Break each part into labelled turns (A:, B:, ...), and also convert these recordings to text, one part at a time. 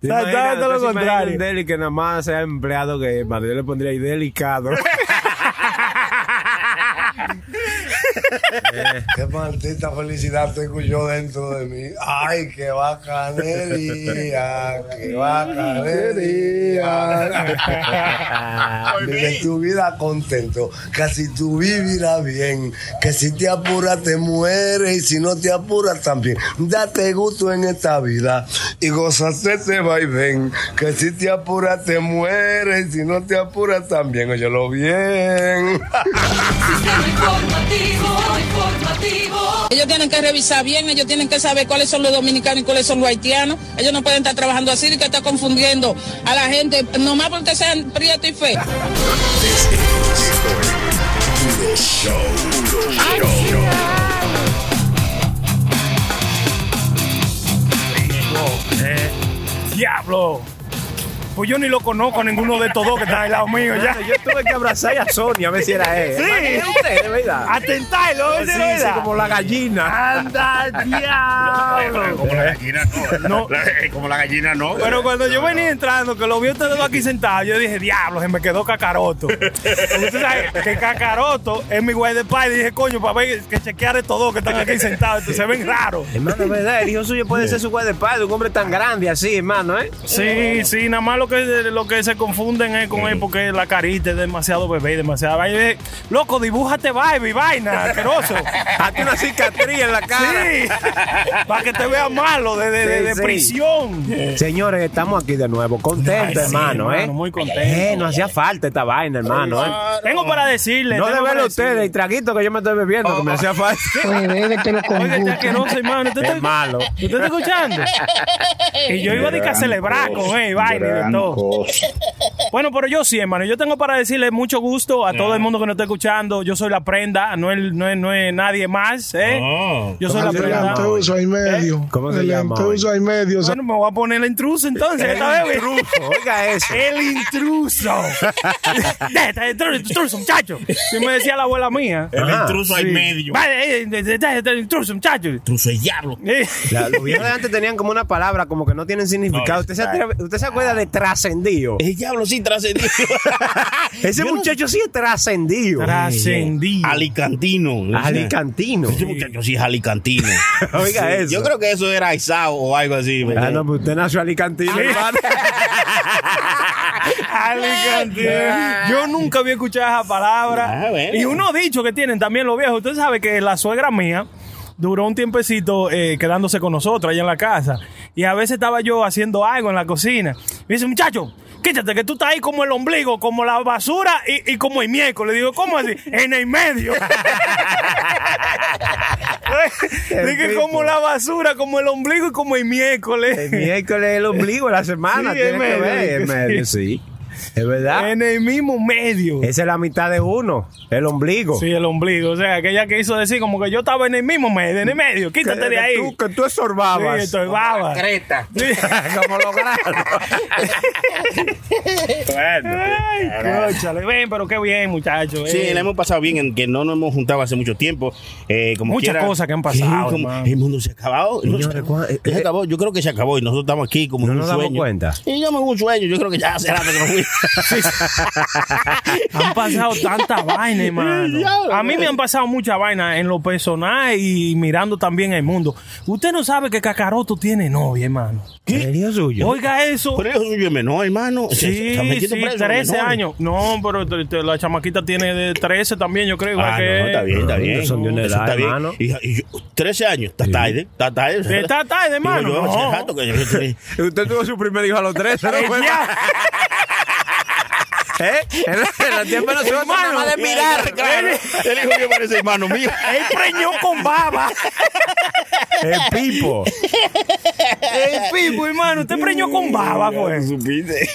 A: Está- está- está lo contrario.
B: Un deli que nada más sea empleado que es, padre. Yo le pondría ahí delicado.
C: Eh, Qué maldita felicidad tengo yo dentro de mí. Ay, qué bacanería, qué bacanería. Vive tu vida contento, que si tú vivirás bien, que si te apuras te mueres y si no te apuras también. Date gusto en esta vida y gozate este vaivén, que si te apuras te mueres y si no te apuras también. Óyelo bien.
D: Sistema informativo, informativo.
E: Ellos tienen que revisar bien, ellos tienen que saber cuáles son los dominicanos y cuáles son los haitianos. Ellos no pueden estar trabajando así y que está confundiendo a la gente, nomás porque sean prieto y fe.
A: ¡Diablo! Pues yo ni lo conozco a ninguno de estos dos que están al lado mío ya.
B: Yo tuve que abrazar a Sonia a ver si era él.
A: Sí.
B: Era usted, de verdad.
A: Atentarlo,
B: Sí, sí, como la gallina.
A: ¡Anda, diablo!
F: Como la gallina no.
A: No.
F: La- como la gallina no.
A: Pero cuando yo venía entrando, que lo vi a ustedes dos aquí sentados, yo dije, diablo, se me quedó cacaroto. Porque usted sabe que cacaroto es mi guay de pay. Dije, coño, para ver que chequear estos dos que están aquí sentados, entonces se ven raros.
B: Hermano, es verdad, el hijo suyo puede ser su guay de padre, un hombre
A: Ah.
B: tan grande así, hermano, ¿eh?
A: Sí, sí, nada más lo que, lo que se confunden es con él porque la carita es demasiado bebé y demasiada vaina. Yo dije, Loco, dibújate baby, vaina, asqueroso.
B: Hazte una cicatriz en la cara.
A: Sí, para que te vean malo de, de- de- de
B: Sí, sí.
A: prisión.
B: Señores, estamos aquí de nuevo,
A: Ay,
B: contento,
A: sí,
B: hermano, ¿eh?
A: hermano, muy contento.
B: Eh, no hacía falta esta vaina, hermano, ¿eh?
A: Tengo para decirle.
B: No
A: tengo
B: de
A: para
B: verlo a ustedes,
A: decirle.
B: el traguito que yo me estoy bebiendo, que me
A: Oh.
B: hacía falta.
G: Oye, bébetelo con
A: Oiga, está
G: gusto.
A: asqueroso, hermano. ¿Usted
B: Es
A: está-
B: malo.
A: ¿Usted está escuchando? Y yo iba a decir que a celebrar con él, vaina y de todo. Bueno, pero yo sí, hermano. Yo tengo para decirle mucho gusto a todo el mundo que nos está escuchando. Yo soy la prenda, no es, no es, no es nadie más, ¿eh?
F: No.
A: Yo soy la
G: El
A: prenda.
G: intruso ahí medio.
B: ¿Eh? ¿Cómo se
G: el
B: llama hoy?
G: intruso ahí medio.
A: Bueno, me voy a poner el intruso entonces. esta vez.
B: Oiga eso.
A: El intruso. Está El intruso, muchacho. Si me decía la abuela mía.
F: El
B: Ajá,
F: intruso ahí medio.
A: Vale, eh, está el intruso, muchacho.
F: Intruso es diablo.
A: Eh.
B: La- los viejos de antes tenían como una palabra como que no tienen significado.
F: No,
B: ¿Usted, se atreve- usted se acuerda de trascendido?
F: El diablo sí trascendido.
B: Ese muchacho sí es trascendido.
A: Trascendido.
F: Alicantino.
B: Alicantino.
F: Ese muchacho sí es alicantino.
B: Oiga eso.
F: Yo creo que eso era Aizao o algo así. ¿me
B: Ah, no,
F: entiendes?
A: pues
B: pero usted nació alicantino. hermano.
A: Alicantino. Yo nunca había escuchado esa palabra.
F: Ah, bueno.
A: Y uno dicho que tienen también los viejos. Usted sabe que la suegra mía duró un tiempecito eh, quedándose con nosotros allá en la casa. Y a veces estaba yo haciendo algo en la cocina. Me dice, muchacho. Quítate, que tú estás ahí como el ombligo, como la basura y, y como el miércoles. Le digo, ¿cómo así? En el medio. Dije,
B: tipo.
A: como la basura, como el ombligo y como el miércoles.
B: El miércoles es el ombligo de la semana.
A: Sí,
B: tiene
A: es
B: que
A: medio,
B: ver. Es
A: sí.
B: medio, sí. Es verdad.
A: En el mismo medio.
B: Esa es la mitad de uno. El ombligo.
A: Sí, el ombligo. O sea, que ella quiso decir como que yo estaba en el mismo medio, en el medio.
B: Que-
A: Quítate de
B: que
A: ahí.
B: Tú, que tú estorbabas.
A: Sí, estoy
F: Ah,
A: baba.
H: Creta.
A: Sí.
B: como lo
A: Ay, cóchale. Ven, pero qué bien, eh. muchachos.
F: Sí, la hemos pasado bien, en que no nos hemos juntado hace mucho tiempo. Eh, como
A: Muchas
F: quiera-
A: cosas que han pasado,
F: Sí, como-
A: hermano.
F: el mundo se ha acabado. No,
B: Señores, ¿cuá- eh,
F: se acabó. Yo creo que se acabó y nosotros estamos aquí como
B: No
F: en un
B: nos damos
F: sueño.
B: cuenta.
F: Y yo me hago un sueño. Yo creo que ya hace rato que no fui.
A: Han pasado tanta vaina, hermano. A mí me han pasado mucha vaina en lo personal y mirando también el mundo. Usted no sabe que Cacaroto tiene novia, hermano.
B: El hijo suyo.
A: Oiga eso.
F: Por eso yo menor, hermano. Se- se-
A: Sí,
F: se han
A: sí,
F: metido preso,
A: 13
F: menor.
A: años. No, pero te- te- la chamaquita tiene de 13 también, yo creo. igual
F: Ah,
A: que
F: no, está bien, está
B: No,
F: bien.
B: son de una
F: Eso
B: edad,
F: está bien.
B: hermano.
F: Y- y yo- 13 años, está tarde, está tarde.
A: Está
F: Digo
A: tarde, hermano,
F: yo,
A: no.
F: hace rato que yo estoy-
B: Usted tuvo su primer hijo a los 13, ¿no? fue? ¿Eh? En la- en la tiempo no se va a tomar nada más de mirar.
F: Claro, el hijo mío parece hermano mío.
A: Él preñó con baba.
B: El pipo.
A: El pipo, hermano. Usted preñó con baba, pues.
F: supiste.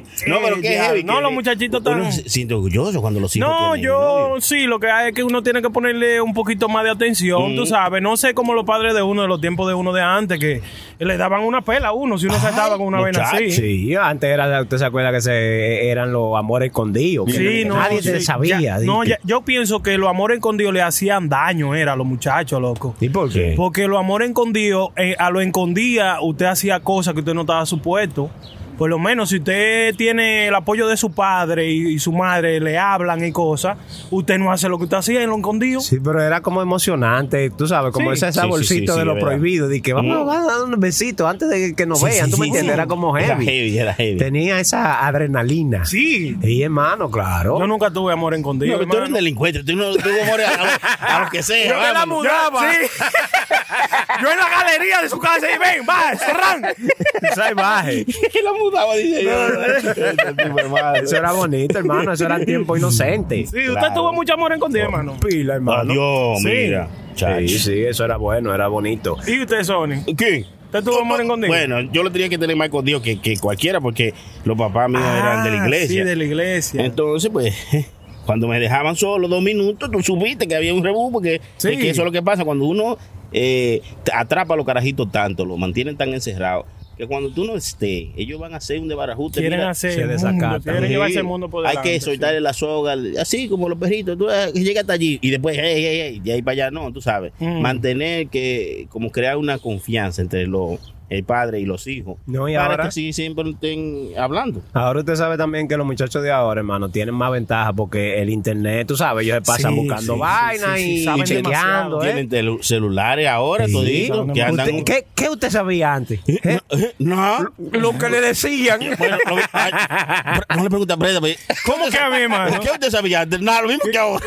F: No, pero qué
A: ya.
F: heavy.
A: No,
F: que-
A: los muchachitos están-
F: Uno se siente orgulloso cuando los hijos
A: No,
F: tienen
A: yo
F: novio.
A: sí, lo que hay es que uno tiene que ponerle un poquito más de atención,
B: Mm.
A: tú sabes. No sé como los padres de uno, de los tiempos de uno de antes, que le daban una pela a uno si uno se
B: Ah,
A: ataba con una vaina así. Ah, Sí.
B: Sí, antes era, usted se acuerda que se, eran los amores escondidos. que
A: no,
B: nadie
A: sí,
B: se sabía.
A: ya-
B: di-
A: no, ya- yo pienso que los amores escondidos le hacían daño, era a los muchachos, loco.
B: ¿Y por qué?
A: Porque los amores escondidos, eh, a lo escondía, usted usted hacía cosas que usted no estaba supuesto. Por lo menos si usted tiene el apoyo de su padre y, y su madre le hablan y cosas, usted no hace lo que usted hacía en lo escondido.
B: Sí, pero era como emocionante, tú sabes, como
A: Sí.
B: ese
F: Sí, sí,
B: saborcito
F: sí, sí,
B: de
F: es
B: lo
F: verdad.
B: prohibido, de que vamos,
F: Mm.
B: vamos a dar un besito antes de que nos
F: Sí,
B: vean,
F: sí,
B: tú me
F: sí, sí.
B: entiendes, era como
F: Era
B: heavy.
F: heavy, era heavy.
B: Tenía esa adrenalina.
A: Sí.
B: Y hermano, claro.
A: Yo nunca tuve amor
F: Oh. No, pero
A: escondido.
F: tú eres un
A: hermano.
F: delincuente, tú no tú amores a, lo- a lo que sea.
A: Yo me la
F: vámonos.
A: mudaba.
F: Sí.
A: Yo en la galería de su casa y ven, va, cerran.
B: Salvaje.
F: que la mudaba, dice
B: Eso era bonito, hermano. Eso era tiempo inocente.
A: Sí, usted tuvo mucho amor escondido, hermano.
B: Pila, hermano.
F: Adiós,
A: Sí.
F: mira. chacho.
B: Sí, sí, eso era bueno, era bonito.
A: ¿Y usted, Sony?
F: ¿Qué?
A: ¿Usted tuvo amor escondido?
F: Bueno, yo lo tenía que tener más escondido que, que cualquiera porque los papás míos eran de la
A: Ah,
F: iglesia.
A: Sí, de la iglesia.
F: Entonces, pues, cuando me dejaban solo dos minutos, tú supiste que había un rebú, porque
A: Sí.
F: es que eso es lo que pasa cuando uno eh, te atrapa a los carajitos tanto, los mantienen tan encerrados, que cuando tú no estés, ellos van a hacer un debarajuste.
A: quieren
F: mira,
A: hacer
B: se
A: el mundo,
B: desacatan.
A: quieren
F: sí,
A: llevarse el mundo por
F: Hay
A: delante.
F: que soltarle la soga, así como los perritos, tú eh, llega hasta allí y después, hey, hey, hey, de ahí para allá, no, tú sabes.
A: Mm.
F: Mantener que, como crear una confianza entre los, el padre y los hijos,
B: No, y
F: para
B: ahora-
F: que sí, siempre estén hablando.
B: Ahora usted sabe también que los muchachos de ahora, hermano, tienen más ventaja porque el internet, tú sabes, ellos se pasan
A: Sí,
B: buscando
A: sí,
B: vainas
A: sí, sí, sí,
B: y
A: saben
B: chequeando, ¿eh?
F: Tienen telu- celulares ahora,
B: Sí.
F: toditos, que andan...
B: ¿Usted- ¿Qué, qué usted sabía antes? ¿Eh?
F: No.
B: Lo que le decían.
F: Bueno, lo mi- ay, pre- no le pregunta a Preda, pero-
A: ¿Cómo que a mí, hermano?
F: ¿Qué usted sabía? antes? Nada, lo mismo que ahora.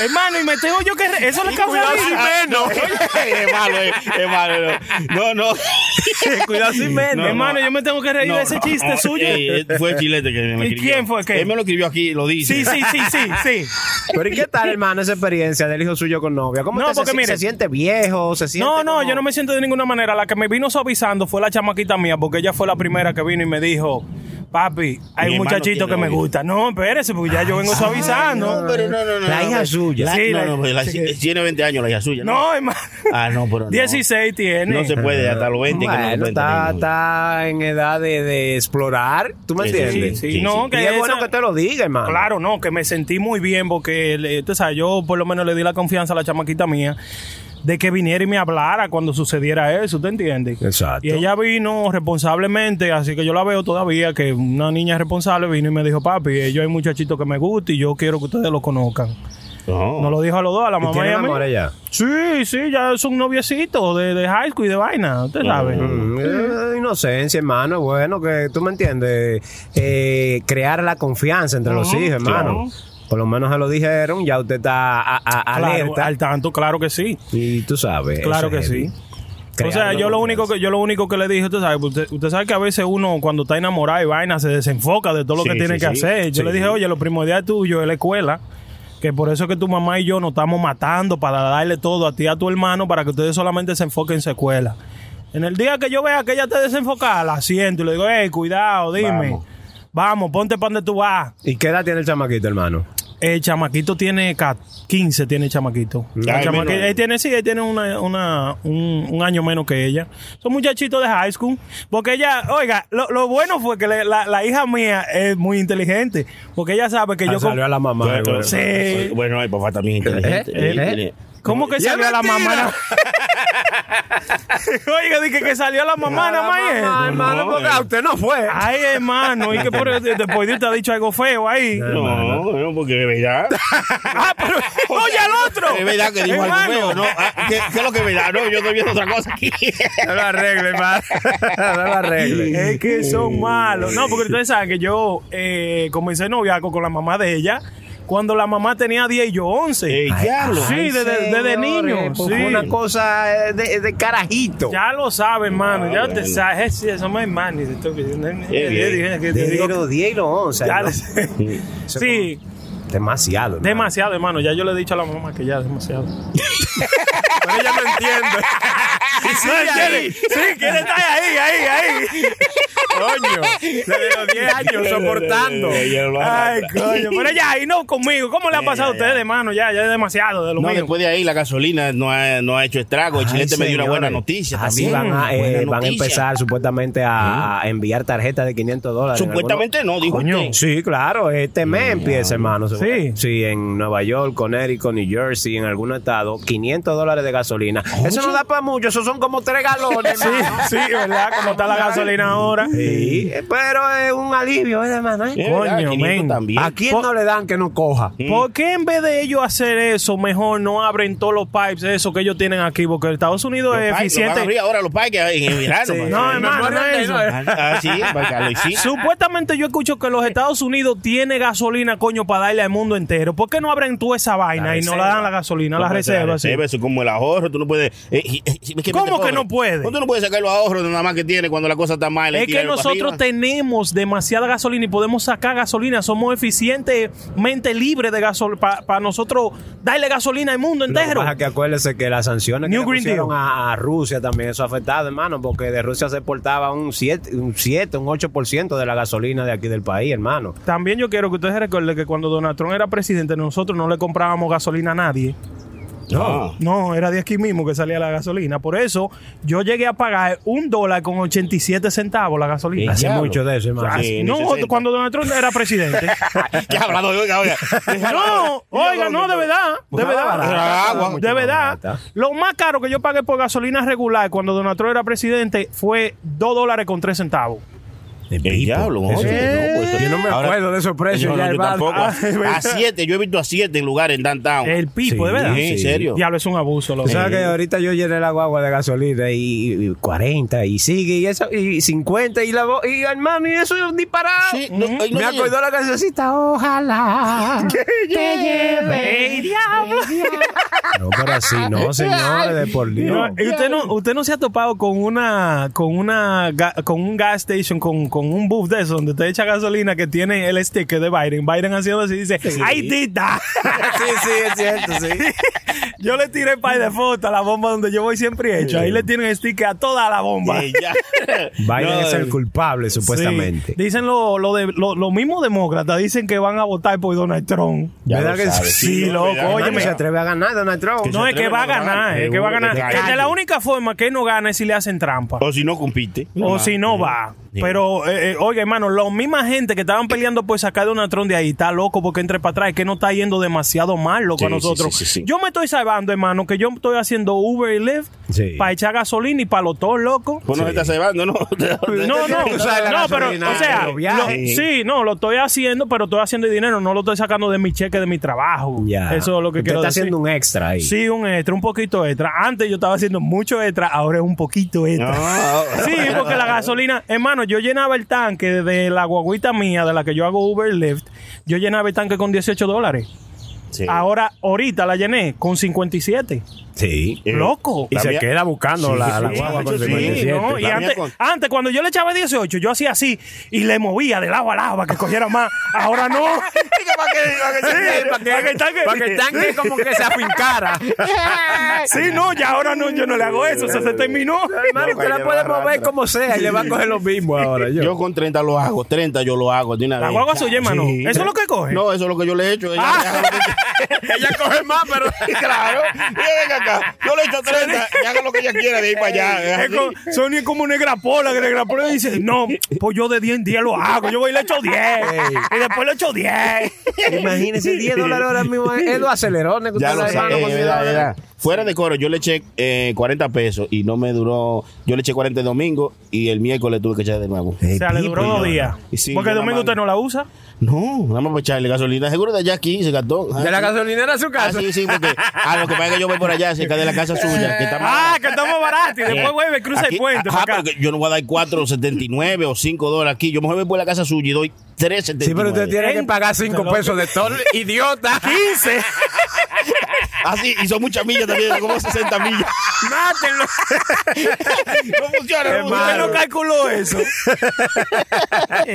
A: Hermano, y me tengo yo que. re- Eso le causa
F: Cuidado
A: risa.
F: si menos. Es malo, eh, es malo. No, no. no.
B: Cuidado sin menos.
F: No,
A: hermano,
F: no.
A: yo me tengo que reír
F: No,
A: de ese
F: no, eh,
A: chiste
F: no,
A: suyo.
F: ey, fue Chilete que me lo
A: ¿Y
F: escribió.
A: quién fue qué?
F: Él me lo escribió aquí, lo dice.
A: Sí, sí, sí, sí, sí.
B: Pero ¿y qué tal, hermano, esa experiencia del hijo suyo con novia? ¿Cómo
A: No,
B: usted
A: porque
B: se,
A: mire-
B: se siente viejo? ¿Se siente
A: No, no,
B: como-
A: yo no me siento de ninguna manera. La que me vino suavizando fue la chamaquita mía, porque ella fue la primera que vino y me dijo, papi, hay
F: Mi
A: un
F: hermano
A: muchachito
F: tiene
A: que me
F: novio".
A: gusta. No, espérese, porque ya yo vengo suavizando.
F: No, pero no, no, no.
B: La
F: no,
B: hija
F: pero-
B: suya.
F: la-
A: Sí, la-
F: no, no, pero la-
A: sí que-
F: tiene 20 años la hija suya.
A: No, eh, hermano.
F: Ah, no, pero no.
A: 16 tiene.
F: No se puede, hasta los 20 que no
B: Ah. Bueno,
F: pueden
B: está,
F: tener novio.
B: está en edad de, de explorar. ¿Tú me
F: Sí, sí,
A: Sí,
B: entiendes?
A: sí,
F: Sí,
A: no,
F: sí.
A: que
B: y es bueno
A: esa-
B: que te lo diga, hermano.
A: Claro, no, que me sentí muy bien porque, le- tú sabes, yo por lo menos le di la confianza a la chamaquita mía de que viniera y me hablara cuando sucediera eso, ¿te entiendes?
B: Exacto.
A: Y ella vino responsablemente, así que yo la veo todavía, que una niña responsable vino y me dijo, papi, eh, yo hay muchachitos que me gusta y yo quiero que ustedes lo conozcan.
F: No.
A: Nos lo dijo a los dos, a la mamá y
B: ¿Tiene
A: a mí.
B: amor ella?
A: Sí, sí, ya es un noviecito de, de high school y de vaina, usted sabe.
B: Mm, eh, Inocencia, hermano. es Bueno, que tú me entiendes. Eh, crear la confianza entre los hijos, hermano. Por lo menos se lo dijeron. Ya usted está a- a-
A: Claro,
B: alerta.
A: al tanto, claro que sí.
B: Y tú sabes.
A: Claro
B: eso
A: que
B: es heavy.
A: sí.
B: Crear
A: o sea,
B: la
A: yo lo único
B: confianza.
A: que yo lo único que le dije, usted sabe, usted, usted sabe que a veces uno cuando está enamorado y vaina se desenfoca de todo lo
F: Sí,
A: que tiene
F: sí,
A: que
F: sí.
A: hacer. Yo
F: Sí,
A: le dije,
F: sí.
A: oye, lo primordial tuyo es la escuela, que por eso es que tu mamá y yo nos estamos matando para darle todo a ti y a tu hermano para que ustedes solamente se enfoquen en su escuela. En el día que yo vea que ella esté desenfocada, la siento y le digo, hey, cuidado, dime. Vamos.
F: Vamos.
A: ponte pan de tu vas.
B: ¿Y qué edad tiene el chamaquito, hermano?
A: El chamaquito tiene ca- 15, tiene el chamaquito. El
F: Ay,
A: chamaqui-
F: menos.
A: él tiene, sí, él tiene una, una- un, un año menos que ella. Son muchachitos de high school. Porque ella, oiga, lo, lo bueno fue que le- la, la hija mía es muy inteligente. Porque ella sabe que
B: Ah,
A: yo...
B: salió a la mamá.
F: Bueno,
B: güey.
A: Sí.
F: eh, Bueno, el papá también es inteligente.
B: ¿Eh?
F: Él
B: ¿Eh?
F: tiene-
A: ¿Cómo que
B: ¡Ya
A: salió a la
B: mentira!
A: mamá? oiga, dije que salió a la mamá nada más.
B: Ah,
A: ¿eh?
B: hermano,
F: No,
B: porque
F: eh.
B: a usted no fue.
A: Ay, hermano, y que por después de usted ha dicho algo feo ahí.
F: No, bueno, porque de verdad.
A: ah, pero... Oye, al otro.
F: Es verdad que dijo algo
A: Hermano.
F: feo, ¿no? Ah, ¿Qué, qué es lo que es verdad? No, yo estoy viendo otra cosa aquí.
B: No lo arregle, hermano. No lo arregle.
A: Es que son malos. No, porque ustedes saben que yo eh, comencé noviaco con la mamá de ella cuando la mamá tenía 10 y yo 11.
F: Ey, diablo.
A: sí, desde desde niño.
B: pues, Fue
A: sí.
B: una cosa eh, de, de carajito.
A: Ya lo sabes, hermano. Ya te
F: bueno.
A: sabes. Sí, eso me hermano. Te dije que te
B: Desde
A: digo-
B: los 10 y los 11.
A: Ya lo
B: ¿no?
A: sé. Sí,
B: Demasiado. hermano.
A: demasiado, hermano. Ya yo le he dicho a la mamá que ya, demasiado.
B: Pero ella no entiende.
A: No, quiere- Sí, quiere estar ahí, ahí, ahí.
B: Coño. Desde los 10 años soportando.
F: Ella lo
A: Ay,
F: arrastra.
A: coño. Pero ya, ahí no conmigo. ¿Cómo le ha
F: Ya,
A: pasado a
F: ya,
A: ustedes,
F: ya.
A: hermano? Ya, ya es demasiado de lo
F: No,
A: mío.
F: después de ahí la gasolina no ha, no ha hecho estrago. El
B: Ay,
F: chilete me dio una
B: señores.
F: buena noticia
B: Así
F: también.
B: van a, eh,
F: Buena
B: van a
F: noticia.
B: empezar supuestamente a, a enviar tarjetas de 500 dólares. en
F: Supuestamente no, dijo
A: Coño.
F: usted.
B: Sí, claro, este mes empieza, hermano.
A: Sí.
B: Sí, en Nueva York, Connecticut, New Jersey, en algún estado, 500 dólares de gasolina. Eso no da para mucho, eso son como tres galones.
A: Sí,
B: hermano.
A: sí, ¿verdad? Como está la gasolina ahora.
B: Sí, eh, pero es un alivio, ¿eh, hermano? eh?
F: Es verdad,
A: Coño,
F: 500
A: men.
F: también.
B: ¿A quién no le dan que no coja?
A: ¿Por qué en vez de ellos hacer eso, mejor no abren todos los pipes, eso que ellos tienen aquí? Porque Estados Unidos
F: Los
A: es
F: parques, lo van a
A: eficiente.
F: abrir ahora los parques eh, en el verano.
A: Sí.
F: para-
A: No, hermano, no es eso.
F: Ah, sí, para que lo hicieran.
A: Supuestamente yo escucho que los Estados Unidos tiene gasolina, coño, para darle al mundo entero. ¿Por qué no abren toda esa vaina y no la dan la gasolina, la
F: No puede ser
A: reserva?
F: reserva,
A: así?
F: Eso es como el ahorro, tú no puedes. eh, eh, eh, es
A: ¿Cómo
F: vete
A: que
F: pobre.
A: no puede?
F: ¿Cómo Tú no puedes sacar los ahorros de nada más que tiene cuando la cosa está mal.
A: Es que nosotros tenemos demasiada gasolina y podemos sacar gasolina. Somos eficientemente libres de gasolina para nosotros darle gasolina al mundo
B: Lo que
A: entero.
B: pasa es que acuérdese que las sanciones
A: New
B: que le
A: Green
B: pusieron
A: Deal.
B: a, a Rusia también eso ha afectado, hermano, porque de Rusia se exportaba un 7, un, 7, un 8% de la gasolina de aquí del país, hermano.
A: También yo quiero que ustedes recuerden que cuando Donald Trump era presidente, nosotros no le comprábamos gasolina a nadie.
F: No.
A: No, era de aquí mismo que salía la gasolina. Por eso yo llegué a pagar un dólar con 87 centavos la gasolina.
B: Hace
F: Diablo.
B: mucho de eso,
A: Ah,
B: hermano.
F: Sí. en
A: no,
F: el 60.
A: cuando Donald Trump era presidente.
F: ¿Qué ha hablado? Oiga, oiga.
A: no, oiga, no, de verdad. De
B: Estaba barata, estaba
A: verdad.
B: mucho
A: De
B: más
A: verdad.
B: barata.
A: Lo más caro que yo pagué por gasolina regular cuando Donald Trump era presidente fue 2 dólares con 3 centavos.
B: De
F: El
B: pipo.
F: diablo,
B: Eso-
F: oye, no, pues, eso-
B: Yo no me
F: ahora-
B: acuerdo de esos precios.
F: Yo, no,
B: ya,
F: yo
B: hermano.
F: tampoco. A siete, yo he visto a siete en lugares en downtown.
A: El pipo, de
B: Sí,
A: verdad.
F: Sí, en serio.
A: Diablo, es un abuso. loco.
B: Tú sabes que ahorita yo llené la guagua de gasolina y, y 40 y sigue y eso y 50 y la vo- y hermano y eso es un disparado.
F: Sí, no, ay, no,
B: Me
F: señor.
B: acordó la cancioncita, ojalá que lleve.
A: ¡Ey, diablo!
B: No, pero así no, señores, de por Dios.
A: No, eh, y usted no, usted no se ha topado con una, con una, ga- con un gas station, con, con un booth de eso donde usted echa gasolina que tiene el sticker de Biden. Biden haciendo así dice, ¡ay, tita!
B: Sí, sí, es cierto, sí.
A: yo le tiré el pay de foto a la bomba donde yo voy siempre hecho. Ahí le tienen sticker a toda la bomba.
F: Sí, ya.
B: Biden
F: No, eh,
B: es el culpable,
A: Sí.
B: supuestamente.
A: Dicen lo, lo, de, lo, lo mismo demócratas, dicen que van a votar por Donald Trump.
F: Ya
B: ¿Verdad
F: lo
B: que
F: sabes.
B: sí,
A: loco,
F: ¿verdad?
B: Oye,
A: Óyeme.
B: me se atreve a ganar Donald Trump.
F: Que se
A: No, es que
F: atreven
A: va a
F: a ganar,
A: ganar, es que va a
F: seguro que
A: ganar.
F: calle.
A: Es la única forma que no gana es si le hacen trampa.
F: O si no compite.
A: O si no va.
F: Sí.
A: Pero, eh, eh, oiga, hermano, la misma gente que
B: Eh.
A: estaban peleando por sacar de una tron de ahí, está loco porque entre para atrás, es que no está yendo demasiado mal, loco,
F: Sí,
A: a nosotros.
F: sí, sí, sí, sí.
A: Yo me estoy salvando, hermano, que yo estoy haciendo Uber y Lyft
B: Sí.
A: para echar gasolina y para los dos, loco.
F: Pues no se está cebando, ¿no?
A: No, no,
B: Tú sabes la
A: no, pero,
B: gasolina,
A: o sea,
B: los viajes.
A: lo- sí, no, lo estoy haciendo, pero estoy haciendo el dinero, no lo estoy sacando de mi cheque, de mi trabajo.
B: Ya.
A: Eso es lo que
B: Usted
A: quiero
B: está
A: decir.
B: haciendo un extra ahí.
A: Sí, un extra, un poquito extra. Antes yo estaba haciendo mucho extra, ahora es un poquito extra. Sí, porque la gasolina, hermano, yo llenaba el tanque de la guaguita mía, de la que yo hago Uber Lyft, yo llenaba el tanque con 18 dólares.
F: Sí.
A: Ahora, ahorita la llené con 57.
B: Sí.
F: Eh,
A: Loco.
B: Y
F: La
B: se
F: mía-
B: queda buscando
F: Sí,
B: la,
F: sí,
B: la
F: sí,
B: guagua con
F: sí,
A: Sí,
B: 57.
A: ¿no? Y
F: La mía
A: antes,
F: con-
A: antes, cuando yo le echaba 18, yo hacía así y le movía de lado a lado para que cogiera más. Ahora no.
B: para que, para que el tanque como que se afincara.
A: Sí, no, ya ahora no, yo no le hago eso, eso se terminó.
B: Hermano, usted la puede mover como sea y le va a coger lo mismo ahora. Yo.
F: Yo con 30 lo hago, 30 yo lo hago de una
A: La
F: vez.
A: guagua suya, pues. Ah. hermano.
F: Sí.
A: ¿Eso es lo que coge?
F: No, eso es lo que yo le he hecho. Ella, ella coge más, pero claro. Ella venga acá. Yo le he hecho 30 y haga lo que ella quiera de ir para allá.
A: Es
F: Es
A: co-
F: así.
A: Sony es como negra pola, que negra pola dice, no, pues yo de 10 en 10 lo hago, yo voy y le echo 10, y después le echo 10.
B: Imagínese 10 dólares ahora mismo. Es los acelerones que
F: Ya lo
B: usted
F: sé,
B: hermano,
F: eh,
B: con 10
F: verdad,
B: dólares.
F: verdad. Fuera de coro, yo le eché eh, 40 pesos y no me duró. Yo le eché 40 el domingo y el miércoles tuve que echar de nuevo.
A: O sea, le
B: Eh, tipo,
A: duró dos
B: hermano.
A: días.
F: Y sí,
A: Porque el
F: yo la
A: domingo usted
F: mando.
A: no la usa.
F: No, vamos a echarle gasolina. Seguro de allá aquí, se gastó.
B: De la gasolinera a su
F: Ah,
B: casa.
F: sí, sí, porque ah, lo que pasa es que yo voy por allá, cerca de la casa suya. Que está más
A: Ah,
F: barata.
A: que estamos baratos, y después
F: Eh,
A: vuelve, cruza
F: aquí-
A: el puente.
F: ajá,
A: para acá.
F: pero que yo no voy a dar 4.79 o 5 dólares aquí. Yo mejor voy por la casa suya y doy 3.79.
B: Sí, pero usted tiene que
A: En-
B: pagar 5
A: Loco.
B: pesos de todo. Idiota.
A: 15.
F: Así, Ah, y son muchas millas también, como 60 millas.
A: Mátenlo.
F: No funciona, no
A: Usted
F: funciona.
A: no calculó eso. Eh,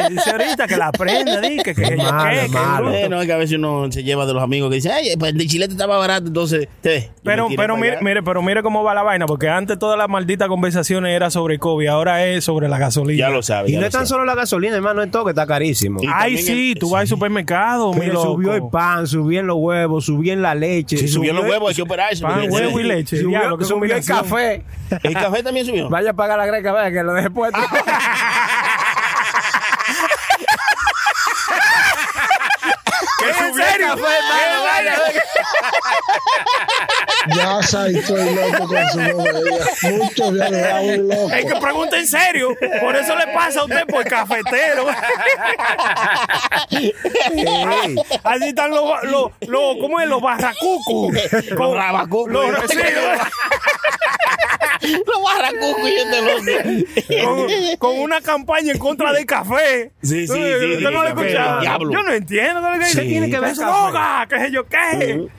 A: Dice ahorita que la prenda, di, que que-
B: Es
A: que-
B: malo,
A: que-
B: es
A: que-
B: malo.
F: Bueno, Eh, es que a veces uno se lleva de los amigos que dicen, ay, pues el chilete estaba barato, entonces. Te,
A: Pero,
F: me tiré
A: pero
F: para
A: mire,
F: allá.
A: mire, pero mire cómo va la vaina, porque antes todas las malditas conversaciones era sobre COVID, ahora es sobre la gasolina.
F: Ya lo sabes.
B: Y no es tan solo la gasolina, hermano, es todo que está carísimo.
F: Y
A: Ay,
F: también
A: sí,
F: el-
A: tú vas al
F: sí.
A: supermercado, mi
B: Mire,
A: loco.
B: subió el pan, subió en los huevos, subió en la leche.
F: Si subió los huevos, hay que operarse.
A: Pan,
F: porque-
A: huevo y leche.
B: Subió,
A: Diablo, qué
B: subió el
A: combinación.
B: café.
F: El café también subió.
B: Vaya a pagar la greca, vaya que lo deje puesto.
A: ¿Qué, ¿En serio?
B: café, hermano, vaya.
G: Ya sabes, estoy loco con su bobería. Mucho me ha un loco.
A: Es que pregunta en serio. Por eso le pasa a usted por cafetero.
B: Ey,
A: Así están los, ba- los, los- ¿cómo es? Los barracucu.
F: Los rabacucos.
A: Los, sí,
F: Los barracucos y este
A: con,
F: loco.
A: con una campaña en contra del café.
F: Sí, sí, sí,
A: Usted
F: sí,
A: no lo
F: sí,
A: escuchaba.
F: sí, diablo.
A: Yo no entiendo lo que dice.
B: Sí. Tiene que ver
A: Es
B: café.
A: droga, qué sé yo qué.
F: Uh-huh.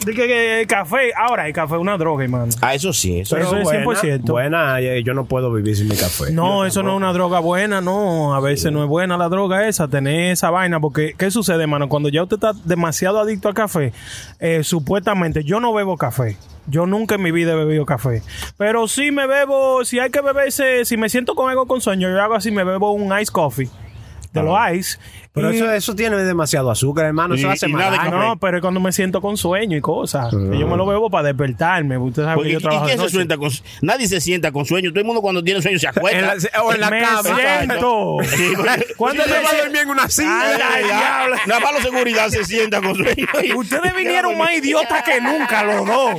A: Dice que, que el café, ahora el café es una droga, hermano.
F: Ah, eso sí, eso
A: Pero
F: sí.
A: es 100%.
B: Buena, eh, yo no puedo vivir sin mi café.
A: No, eso no es una droga buena, no. A veces no es buena la droga esa, tener esa vaina. Porque, ¿qué sucede, hermano? Cuando ya usted está demasiado adicto al café, eh, supuestamente yo no bebo café. Yo nunca en mi vida he bebido café. Pero sí me bebo, si hay que beberse, si me siento con algo con sueño, yo hago así, me bebo un ice coffee.
F: Ah.
A: De los ice.
B: Pero
A: Y-
B: eso, eso tiene demasiado azúcar, hermano. Eso
F: Y-
B: hace
F: y nada
B: mal.
F: de
A: Ah,
B: año.
A: no, pero es cuando me siento con sueño y cosas. Que Yo me lo bebo para despertarme. Usted sabe
F: Porque,
A: que
F: Pues, ¿y
A: yo trabajo
F: qué
A: de
F: se
A: noche.
F: sienta con Nadie se sienta con sueño. Todo el mundo cuando tiene sueño se
B: En
F: acuerda.
B: la- o en la
A: me
B: cama.
A: siento.
F: Sí, porque-
A: ¿Cuándo
B: Usted
A: me
B: va a
A: sie-
B: dormir en una silla.
A: Anda, diablo.
F: Nada más la seguridad se sienta con sueño.
A: Ustedes vinieron más idiotas que nunca, los dos.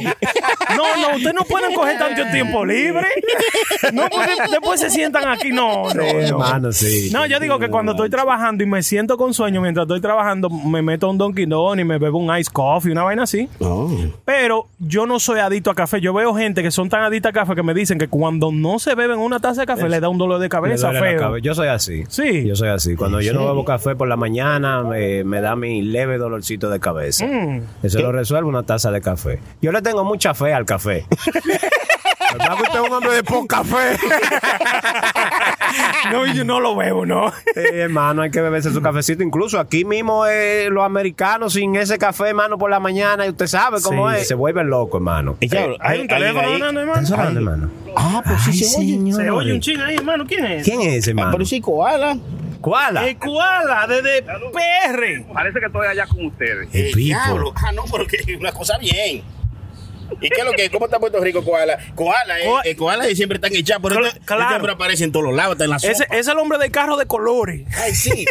A: No, no, ustedes no pueden coger tanto tiempo libre. No, porque después se sientan aquí. No, no,
B: Sí,
A: no.
B: hermano, sí.
A: No, yo digo que cuando estoy trabajando y me siento con sueño mientras estoy trabajando, me meto un Dunkin' Donuts y me bebo un ice coffee, una vaina así.
F: No.
A: Pero yo no soy adicto a café. Yo veo gente que son tan adictas a café que me dicen que cuando no se beben una taza de café le da un dolor de
B: Me
A: cabeza
B: duele la
A: feo.
B: cabeza. Yo soy así.
A: Sí.
B: Yo soy así. Cuando yo no bebo café por la mañana, me, me da mi leve dolorcito de cabeza. Eso lo resuelve una taza de café. Yo le tengo mucha fe al café. ¿Verdad que usted es un hombre de poca fe?
A: No, yo no lo bebo, no.
B: Sí, hermano, hay que beberse su cafecito. Incluso aquí mismo eh, los americanos sin ese café, hermano, por la mañana, y usted sabe cómo
A: Sí.
B: es. Se vuelven locos, hermano.
F: Y ya, hay-
A: un
F: alguien
A: teléfono
F: ahí-
A: no, no, hermano.
B: Eso, hermano.
F: Ah, pues sí, se oye.
A: Se oye un ching ahí, hermano. ¿Quién es?
B: ¿Quién es ese,
F: Ah,
B: hermano?
F: pero sí, koala.
B: ¿Cuál?
A: El koala desde PR.
H: Parece que estoy allá con ustedes.
B: El
F: Eh,
B: pipo.
F: diablo. Ah, no, pero que una cosa bien. ¿Y qué es lo que? ¿Cómo está Puerto Rico, Koala? Koala, eh,
A: Koa-
F: eh, Koala siempre están echados, pero
A: Cla-
F: este-
A: claro.
F: este hombre aparece en todos los lados, está en la sopa.
A: Ese es el hombre del carro de colores.
F: Ay, sí.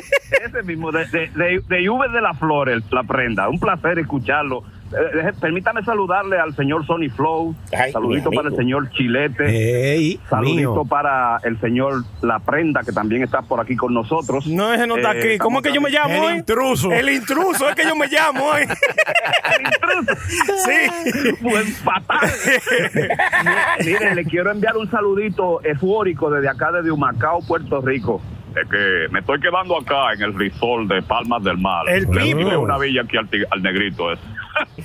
H: Ese mismo, de, de, de, de Uber de las Flores, la prenda. Un placer escucharlo. Eh, eh, permítame saludarle al señor Sony Flow.
F: Ay,
H: Saludito
F: mi amigo. Eh,
H: para el señor Chilete.
B: Ey,
H: Saludito
B: mío.
H: para el señor La Prenda, que también está por aquí con nosotros.
A: No, ese no está
H: Eh,
A: aquí. ¿Cómo es que yo me llamo
B: El
A: hoy?
B: intruso.
A: El intruso es que yo me llamo hoy. sí.
H: Buen fatal. Mire, le quiero enviar un saludito eufórico desde acá, desde Humacao, Puerto Rico. Es que me estoy quedando acá en el risol de Palmas del Mar.
A: El
H: Le
A: tipo.
H: alquilé una villa aquí al, ti- al negrito. Es.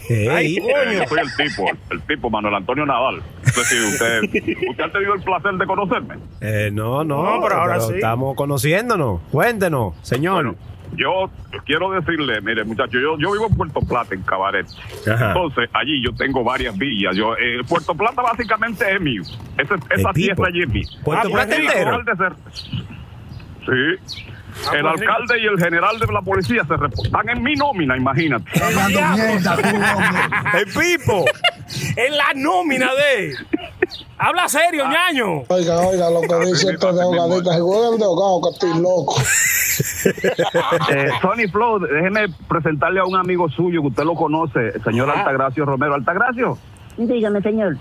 B: Ey.
H: Eh, yo soy el tipo, el, el tipo Manuel Antonio Naval. No sé si usted, usted ha tenido el placer de conocerme.
B: Eh, no, no,
A: No, pero ahora sí.
B: Estamos conociéndonos. Cuéntenos, señor.
H: Yo quiero decirle, mire muchachos, yo, yo vivo en Puerto Plata, en Cabaret.
B: Ajá.
H: Entonces, allí yo tengo varias villas. Yo, eh, Puerto Plata básicamente es mío. Ese- esa
B: tipo.
H: tierra allí es mía.
B: Puerto
H: Ah,
B: Plata
H: pues, el
B: entero.
H: alcalde se- Sí. el alcalde y el general de la policía se reportan en mi nómina, imagínate.
G: Hablando mierda, tú, hombre.
B: El Pipo.
A: En la nómina de. Habla serio, ñaño.
G: Oiga, oiga, lo que pues, dice esto de ahogadita. Se juegan de ahogado, que estoy loco.
H: Eh, Sony Flow, déjeme presentarle a un amigo suyo que usted lo conoce, el señor Altagracio Romero. Altagracio,
I: Dígame, señor.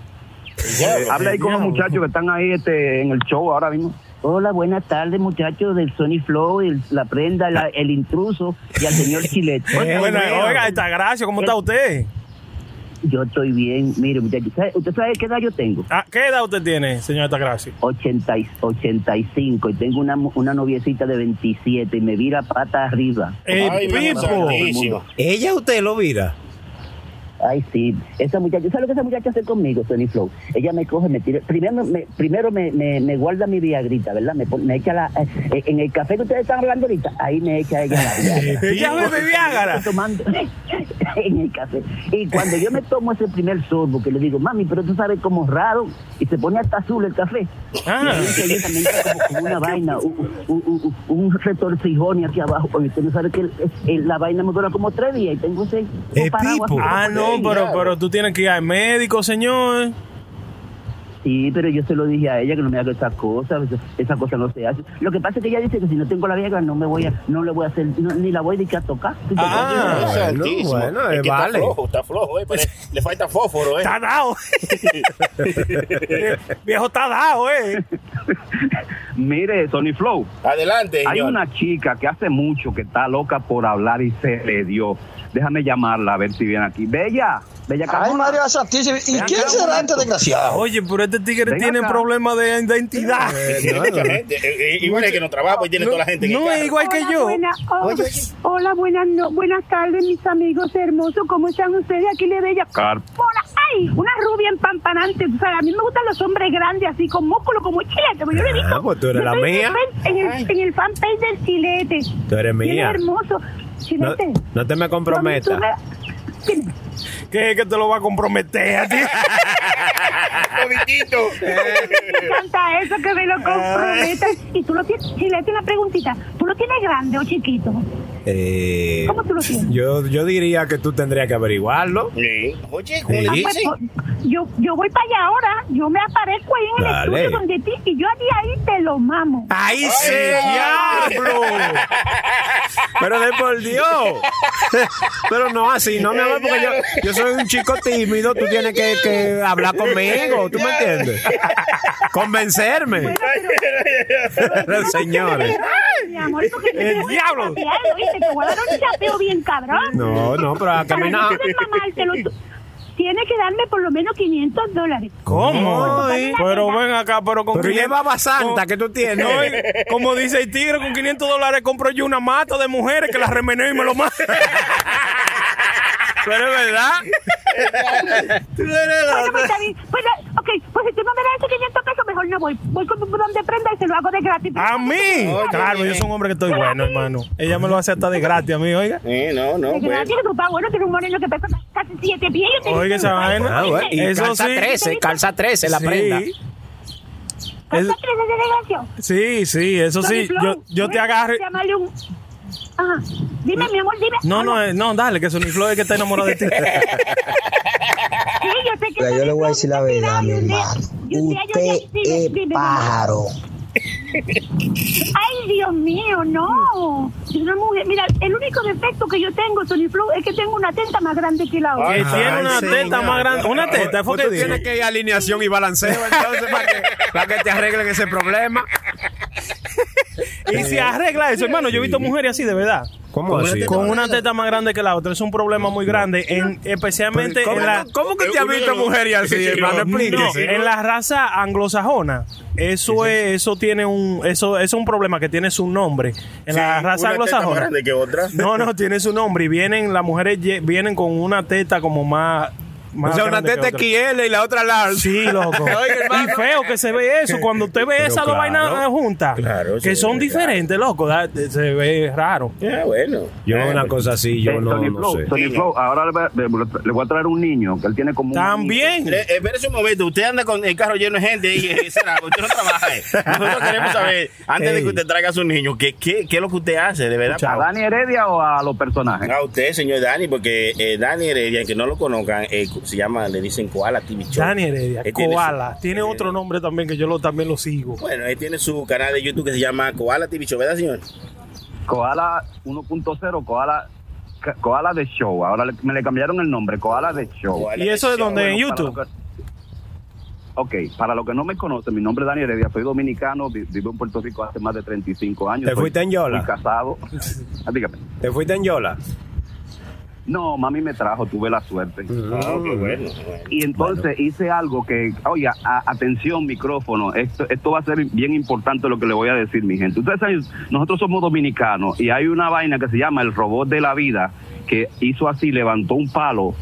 H: eh, habla ahí con los muchachos que están ahí este, en el show ahora mismo.
I: Hola, buenas tardes, muchachos del Sony Flow, el- la prenda, la- el intruso y al señor Chilete.
B: Eh,
A: Bueno,
B: mío.
A: oiga, está gracio, ¿cómo está usted?
I: Yo estoy bien. Mire, muchachos, ¿sabe- ¿usted sabe qué edad yo tengo?
A: Ah, ¿Qué edad usted tiene, señor Altagracia?
I: 80, y- 85 y tengo una, mu- una noviecita de 27 y me vira pata arriba.
A: El
F: Ay, mi amor,
A: Eh, Pipo.
F: santísimo.
B: Ella usted lo vira.
I: Ay, sí. Esa muchacha, ¿sabe lo que esa muchacha hace conmigo, Sony Flow? Ella me coge, me tira. Primero me, primero me, me, me guarda mi viagrita, ¿verdad? Me, pon- me echa la. eh, en el café que ustedes están hablando ahorita, ahí me echa ella la viagra.
A: Ella bebe Viagra.
I: tomando en el café. Y cuando yo me tomo ese primer sorbo, que le digo, mami, pero tú sabes cómo es raro, y se pone hasta azul el café.
A: Ah.
I: Y que yo también como, como una vaina, un, un, un, un retorcijón aquí abajo, porque usted no sabe que el- el- la vaina me dura como tres días y tengo ese
B: Eh,
I: parado
B: Pipo.
I: así.
A: Ah, no, pero, pero tú tienes que ir al médico, señor.
I: Sí, pero yo se lo dije a ella que no me haga esas cosas, esa- esa cosa no se hace. Lo que pasa es que ella dice que si no tengo la vieja no me voy a, no le voy a hacer, no, ni la voy a dedicar a tocar.
A: Ah,
F: Oye,
B: bueno,
F: santísimo.
B: bueno,
F: Es
B: eh,
F: que
B: vale.
F: Está flojo, está flojo. eh, parece- le falta fósforo, ¿eh?
A: Está dado. viejo está dado, eh.
H: Mire, Sony Flow,
F: Adelante,
H: hay
F: señor. Eh,
H: una chica que hace mucho que está loca por hablar y se le dio. Déjame llamarla a ver si viene aquí. Bella, Bella
G: Ay,
H: Carmona.
G: Mario Asatísimo. ¿Y
H: Vean,
G: quién
H: vean,
G: será
H: vean.
G: este desgraciado?
A: Oye, pero este tigre
H: Ven
A: tiene
H: acá.
A: problemas de identidad.
F: Tiene mucha gente. eh, eh, Igual es que no trabaja, pues tiene toda la gente. en el
A: No es
F: carro.
A: igual que yo.
J: hola, buenas, no- buenas tardes, mis amigos hermosos. ¿Cómo están ustedes? Aquí le bella.
H: Car-
J: Hola, ay, una rubia empampanante. Tú sabes, a mí me gustan los hombres grandes, así con músculo, como chilete. Como yo le digo.
B: Ah, pues tú eres
J: Yo
B: la
J: estoy
B: mía.
J: En el, en el fanpage del chilete.
B: Tú eres
J: Bien
B: mía.
J: hermoso.
B: No,
J: Chilete.
B: no te me comprometas.
J: tú me-
A: ¿Qué es que te lo va a comprometer a ti?
F: Jovitito.
J: Me encanta eso que me lo comprometas. Y tú lo tienes, Chilete, una preguntita. ¿Tú lo tienes grande o chiquito?
B: Eh,
J: ¿Cómo tú lo tienes?
B: yo, yo diría que tú tendrías que averiguarlo.
F: Sí. Oye, ¿cómo le
B: Sí.
J: Pues,
F: dicen?
J: po- yo, yo voy para allá ahora, yo me aparezco ahí en el
B: Dale.
J: estudio donde ti y yo a ti ahí te lo mamo.
B: ¡Ahí se diablo! Pero de por Dios. Pero no así, no, mi amor, porque yo, yo soy un chico tímido. Tú tienes que, que hablar conmigo. ¿Tú me entiendes? Convencerme. Pero, Señores.
J: Ay, mi amor, porque yo te
A: El
J: voy a
A: diablo.
J: chapear, oíste, Te voy a dar un chapeo bien cabrón.
B: No, no, pero a
J: Para
B: caminar.
J: yo desmamártelo, tú- Tienes que darme por lo menos 500 dólares.
A: ¿Cómo?
B: Ay,
A: Pero ven acá, pero con
B: Pero
A: 500
B: lleva baba santa
A: con-
B: que tú tienes.
A: No, y como dice el tigre, con 500 dólares compro yo una mata de mujeres que las remeneo y me lo mato.
B: Pero es verdad.
J: Bueno, pues, está bien. Pues, eh, ok, pues si tú no me das esos 500 pesos, mejor no voy. Voy con donde prenda y se lo hago de gratis.
A: ¿A mí?
F: Oye,
A: claro,
F: bien.
A: yo soy un hombre que estoy bueno, hermano. Ella me lo hace hasta de gratis a mí, oiga.
F: Eh, no, no.
J: De
F: Pues.
J: gratis, tu papá, bueno, tiene un moreno que pesa casi 7 pies. yo tengo
A: Oiga esa
J: un-
A: vaina.
B: Ah, bueno, y
A: Eso
B: calza
A: sí.
B: 13, calza 13 la
A: Sí.
B: prenda.
J: ¿Cuánto
A: Es-
J: crees de delegación?
A: Sí, sí, eso sí.
J: Flow,
A: Yo, yo te
J: voy a
A: agarré.
J: llamarle un- Ajá. Dime, mi amor, dime.
A: No, no,
J: Habla.
A: eh, no, dale, que Sonny Flow es que está enamorado de ti.
J: Sí, yo sé que
G: Mira, yo le voy a decir la verdad, mi
J: Y un día-
G: hermano.
J: y un día yo
G: Usted
J: dije, dime,
G: es
J: dime, mi amor.
G: pájaro.
J: Ay, Dios mío, no. Es una mujer. Mira, el único defecto que yo tengo, Tony Flow, es que tengo una teta más grande que la otra.
A: Que tiene
B: Ay,
A: una
B: señor.
A: teta más grande. Una teta, fue
B: Pues
A: que
B: tú
A: dije.
B: tienes que ir a alineación y balanceo entonces para que, para que te arreglen ese problema.
A: Y se arregla eso, hermano. Yo he visto mujeres así, de verdad.
B: ¿Cómo así?
A: Con una teta más grande que la otra. Es un problema muy grande, en, especialmente
B: ¿Cómo,
A: en la... Eh,
B: cómo que te has
F: Uno de
B: visto
F: los-
B: mujeres así,
F: Sí,
B: hermano?
F: no,
A: No,
B: Explíquese.
A: en la raza anglosajona. Eso es, eso tiene un, eso, eso es un problema que tiene su nombre. En la
F: Sí,
A: raza
F: una teta más
A: anglosajona.
F: grande que otra.
A: No, no, tiene su nombre. Y vienen, las mujeres ye- vienen con una teta como
B: O
A: más. más
B: sea, una
A: grande que
B: teta
A: otra.
B: XL y la otra large.
A: Sí, loco.
B: Oiga, hermano.
A: y feo que se ve eso. Cuando usted ve
B: Pero
A: esas dos
B: claro.
A: vainas eh, juntas,
F: Claro,
A: que
F: sí,
A: son
F: claro.
A: diferentes, loco, da- se ve raro.
F: Ah, bueno.
B: Yo
F: Ah,
B: una cosa así, yo
H: Eh,
B: no,
H: Sony
B: no
H: Flow,
B: sé.
H: Sony
F: Sí,
H: Flow, ahora le voy, a- le voy a traer un niño que él tiene como un
A: También.
F: Eh, Espérese un momento, usted anda con el carro lleno de gente y eh, será, usted no trabaja. eh. Nosotros queremos saber, antes de
A: Ey.
F: que usted traiga a su niño, ¿qué, qué, qué es lo que usted hace? ¿De verdad?
H: ¿A Dani Heredia o a los personajes?
F: A Ah, usted, señor Dani, porque eh, Dani Heredia, que no lo conozcan, eh, se llama, le dicen Koala TV Show.
A: Dani Heredia,
F: Él tiene su-
A: Koala. Tiene
F: eh,
A: otro nombre también que yo lo, también lo sigo.
F: Bueno, él tiene su canal de YouTube que se llama Koala TV Show, ¿verdad, señor?
H: Koala 1.0, Koala, Koala de Show. Ahora le- me le cambiaron el nombre, Koala de Show.
F: Koala
A: ¿Y
F: de
A: eso es
F: Show.
A: donde en
H: para lo
A: YouTube?
H: que- Ok, para los que no me conocen, mi nombre es Dani Heredia, soy dominicano, vi- vivo en Puerto Rico hace más de 35 años.
B: ¿Te
H: soy-
B: fuiste en Yola?
H: Soy casado. Ah, Dígame.
B: ¿Te fuiste en Yola?
H: No, mami me trajo, tuve la suerte.
F: Ah, qué bueno. bueno.
H: Y entonces hice algo que, oye, a- atención micrófono, esto, esto va a ser bien importante lo que le voy a decir, mi gente. Ustedes saben, nosotros somos dominicanos y hay una vaina que se llama el robot de la vida que hizo así, levantó un palo,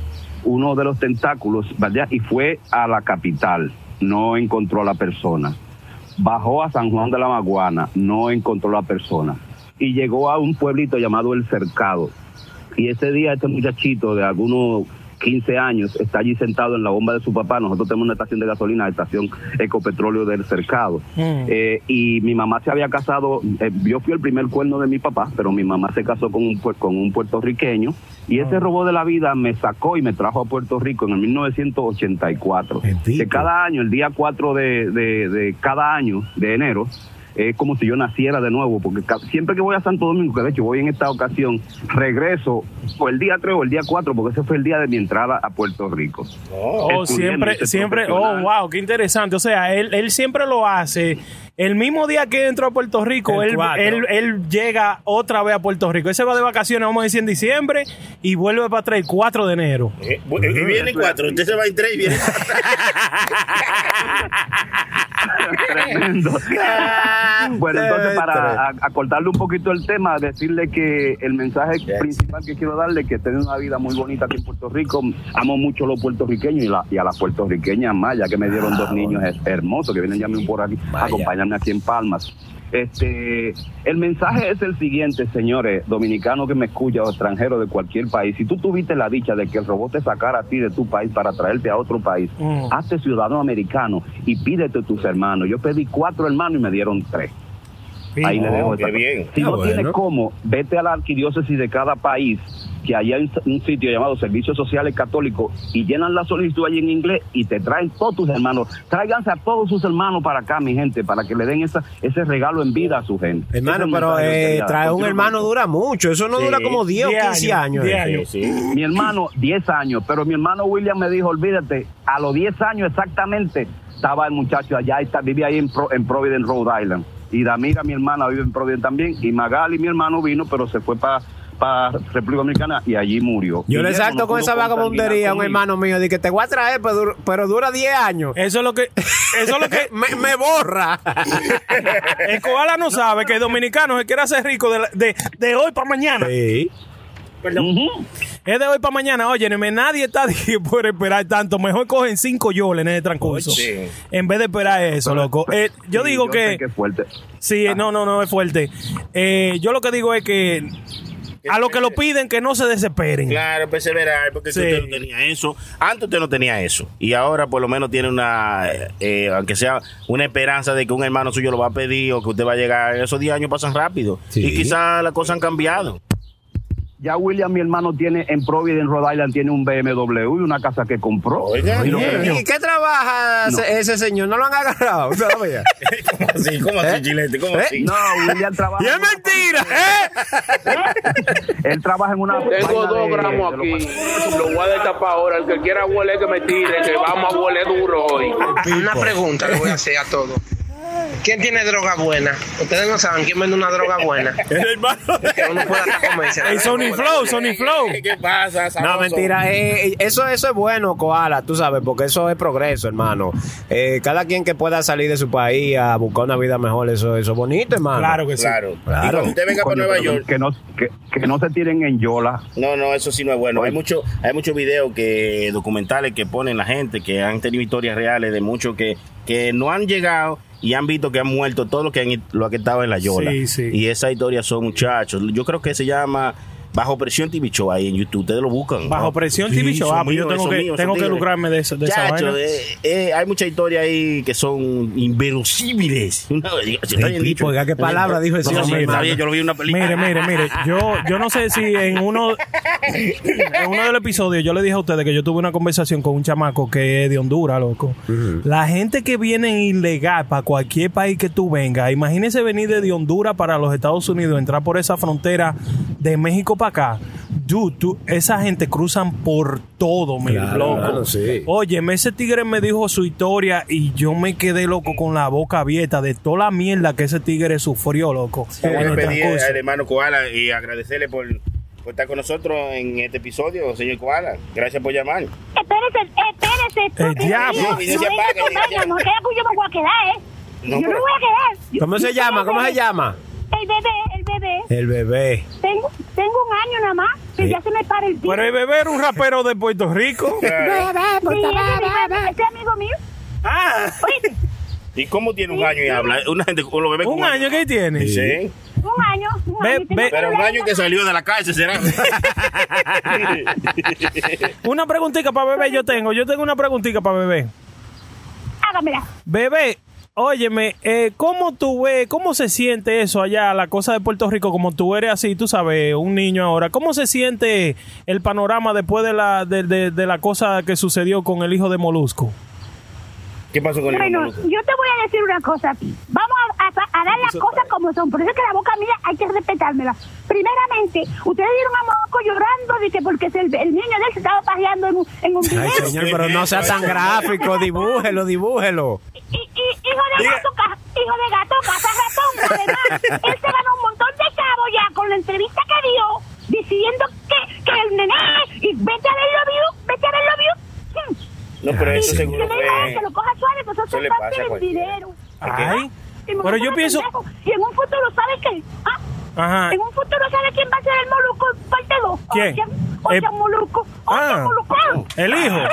H: uno de los tentáculos, ¿verdad? Y fue a la capital, no encontró a la persona. Bajó a San Juan de la Maguana, no encontró a la persona. Y llegó a un pueblito llamado El Cercado. Y ese día este muchachito de algunos 15 años, está allí sentado en la bomba de su papá. Nosotros tenemos una estación de gasolina, la estación Ecopetróleo del Cercado.
K: Mm.
H: Eh, y mi mamá se había casado, eh, yo fui el primer cuerno de mi papá, pero mi mamá se casó con un, puer- con un puertorriqueño. Y ese robot de la vida me sacó y me trajo a Puerto Rico en el 1984. Que cada año, el día 4 de, de- de cada año de enero, es como si yo naciera de nuevo, porque ca- siempre que voy a Santo Domingo, que de hecho voy en esta ocasión, regreso o el día 3 o el día 4, porque ese fue el día de mi entrada a Puerto Rico.
A: Oh, siempre, siempre, oh, wow, qué interesante. O sea, él, él siempre lo hace. El mismo día que entró a Puerto Rico,
B: El
A: él,
B: cuatro.
A: él, él llega otra vez a Puerto Rico. Él se va de vacaciones, vamos a decir, en diciembre y vuelve para atrás el 4 de enero.
F: Eh, bu- eh, vienen cuatro, usted se va en tres y viene.
H: Tremendo. bueno, entonces para a- acortarle un poquito el tema, decirle que el mensaje principal que quiero darle es que tengo una vida muy bonita aquí en Puerto Rico. Amo mucho a los puertorriqueños y, la- y a las puertorriqueñas más, ya que me dieron dos niños her- hermosos que vienen ya mismo por aquí a acompañarme aquí en Palmas. Este, el mensaje es el siguiente, señores, dominicanos que me escucha o extranjero de cualquier país. Si tú tuviste la dicha de que el robot te sacara a ti de tu país para traerte a otro país,
K: Mm.
H: hazte ciudadano americano y pídete tus hermanos. Yo pedí cuatro hermanos y me dieron tres. Eh, Ahí le dejo esa- Si no tienes cómo, vete a la arquidiócesis de cada país, que allá hay un, un sitio llamado Servicios Sociales Católicos, y llenan la solicitud allí en inglés y te traen todos tus hermanos. Tráiganse a todos sus hermanos para acá, mi gente, para que le den esa, ese regalo en vida a su gente.
B: Hermano,
H: Ese es el
B: pero
H: mensaje que
B: eh,
H: quería dar.
B: traer un
H: Continúa,
B: hermano dura mucho. Eso no
H: Sí.
B: dura como 10 o 15 años.
H: diez
B: eh.
H: años. Mi hermano, 10 años, pero mi hermano William me dijo, olvídate, a los 10 años exactamente estaba el muchacho allá, está, vivía ahí en, Pro- en Providence, Rhode Island. Y Damira, mi hermana, vive en Providence también. Y Magali, mi hermano, vino, pero se fue para República Dominicana y allí murió.
B: Yo le
H: Guillermo,
B: salto
H: no
B: con
H: pudo
B: esa vagabundería a un
H: consanguinar
B: hermano mío. Dije, te voy a traer, pero, dur- pero dura 10 años.
A: Eso es lo que. Eso es lo que.
B: me, me borra.
A: El koala no sabe que el dominicano se quiere hacer rico de, la- de- de hoy para mañana. Perdón. Es de hoy para mañana. Oye, nadie está por esperar tanto. Mejor cogen cinco yoles en el transcurso.
F: Oye.
A: En vez de esperar eso, loco. Eh, yo
H: Sí,
A: digo
H: yo
A: que.
H: sé es fuerte.
A: Sí, eh, no, no, no es fuerte. Eh, yo lo que digo es que a los que lo piden que no se desesperen.
F: Claro, perseverar, porque
A: Sí.
F: usted no tenía eso. Antes usted no tenía eso. Y ahora por lo menos tiene una, eh, eh, aunque sea una esperanza de que un hermano suyo lo va a pedir o que usted va a llegar. Esos 10 años pasan rápido. Y quizás las cosas han cambiado.
H: Ya William, mi hermano, tiene en Providence, Rhode Island, tiene un BMW y una casa que compró. Y lo que-
B: ¿Y qué trabaja
H: No.
B: ese- ese señor? ¿No lo han agarrado? todavía?
F: ¿Cómo así? ¿Cómo así, Chilete? ¿Cómo
B: ¿Eh?
F: así?
H: No, William trabaja.
B: ¡Y es mentira! ¿eh?
H: Él trabaja en una.
L: Tengo
H: vaina
L: dos
H: de-
L: gramos
H: de
L: aquí. Lo voy a destapar ahora. El que quiera huele, que me tire, que vamos a huele duro hoy.
M: Una pregunta le voy a hacer a todos. ¿Quién tiene droga buena? Ustedes no saben quién vende una droga buena.
A: El hermano
M: Que uno pueda hasta comerse.
A: Ey, Sony Flow, Sony Flow.
F: ¿Qué pasa?
B: No, mentira. eh, eh, eso, eso es bueno, Koala, tú sabes, porque eso es progreso, hermano. Eh, cada quien que pueda salir de su país a buscar una vida mejor, eso, eso es bonito, hermano.
A: Claro que sí.
F: Pues Claro.
B: Claro.
F: Y cuando usted venga para
H: Coño,
F: Nueva
H: pero
F: York.
H: Que no, que, que no se tiren en Yola.
F: No, no, eso sí no es bueno. Hay mucho, hay muchos videos que documentales que ponen la gente que han tenido historias reales de muchos que, que no han llegado y han visto que han muerto todos los que han lo que estaba en la yola.
A: Sí, sí.
F: Y esas historias son muchachos. Yo creo que se llama Bajo Presión TV Show ahí en YouTube. Ustedes lo buscan.
A: Bajo
F: ¿no?
A: Presión TV Show.
F: son
A: Ah, pues yo
F: míos,
A: tengo
F: son
A: que-
F: míos,
A: tengo
F: son
A: que
F: tigres.
A: lucrarme de eso- de esa
F: Chacho,
A: vaina.
F: eh, eh, hay muchas historias ahí que son inverosímiles. Una- si está
B: El
F: bien
B: tipo,
F: dicho.
B: oiga, qué palabra dijo ese
F: No, no, sí,
B: hombre,
F: está bien,
B: hermano.
F: Yo lo vi en una película.
A: Mire, mire, mire. Yo, yo no sé si en uno, en uno de los episodios yo le dije a ustedes que yo tuve una conversación con un chamaco que es de Honduras, loco. La gente que viene ilegal para cualquier país que tú vengas, imagínese venir desde Honduras para los Estados Unidos, entrar por esa frontera de México para acá. Dude, tú- esa gente cruzan por todo, mi
B: Claro,
A: loco.
B: claro, sí.
A: Óyeme, ese tigre me dijo su historia y yo me quedé loco con la boca abierta de toda la mierda que ese tigre sufrió, loco. en
F: Bueno,
A: el
F: pedir
A: transcurso.
F: al hermano Koala y agradecerle por, por estar con nosotros en este episodio, señor Koala. Gracias por llamar.
J: Espérese, espérese. estúpido,
F: diablo.
J: tío.
F: No se
J: No venga
F: apague,
J: con
F: diga,
J: vaina, no crea que yo me voy a quedar, ¿eh?
F: No,
J: yo no me
F: pero-
J: voy a quedar. Yo-
B: ¿Cómo se
J: yo
B: llama?
J: tengo
B: ¿Cómo se
J: bebé.
B: llama?
J: El bebé, el bebé.
B: El bebé.
J: Tengo, tengo un año nada más, que ya se me para el pie.
A: Pero el bebé era un rapero de Puerto Rico.
J: Sí, ese es mi- ese es amigo mío.
A: Ah.
J: Oye,
F: ¿Y cómo tiene un año y habla? Una gente lo ve
A: ¿Un año que tiene?
F: Sí.
J: Un año, un año. y tengo
F: Pero un
J: problemas.
F: año que salió de la calle, será.
A: Una preguntita para bebé yo tengo. Yo tengo una preguntita para bebé.
J: Hágamela.
A: Bebé, óyeme, eh, ¿cómo tú ves, cómo se siente eso allá, la cosa de Puerto Rico, como tú eres así, tú sabes, un niño ahora? ¿Cómo se siente el panorama después de la, de, de- de la cosa que sucedió con el hijo de Molusco?
F: ¿Qué pasó con
J: Bueno, yo te voy a decir una cosa. Vamos a, a- a dar las cosas como son. Por eso es que la boca mía hay que respetármela. Primeramente, ustedes dieron a Moco llorando dice, porque se- el, niño de él se estaba pajeando en, un- en un video.
B: Ay, señor, pero no sea tan gráfico. Dibújelo, dibújelo.
J: Y, y- hijo de gato, ca- hijo de gato, casa ratón. Además, él se ganó un montón de chavos ya con la entrevista que dio diciendo que, que el nené, y vete a verlo vivo, vete a verlo vivo.
F: No, pero eso seguro
J: Hmm. Que, no,
F: fue.
J: que lo coja suave, pues eso
F: Eso le
J: es
F: pasa
J: parte
F: a
J: del
F: cualquiera.
J: dinero.
A: Ay,
J: Y me
A: Ah, pero
J: gusta
A: yo
J: los
A: pienso-
J: pendejos. Y en un futuro, ¿sabes qué? Ah,
A: Ajá.
J: En un futuro, ¿sabe quién va a ser el Moluco en parte 2?
A: ¿Quién?
J: Oye,
A: Eh,
J: Moluco.
A: ah,
J: Moluco.
A: el hijo.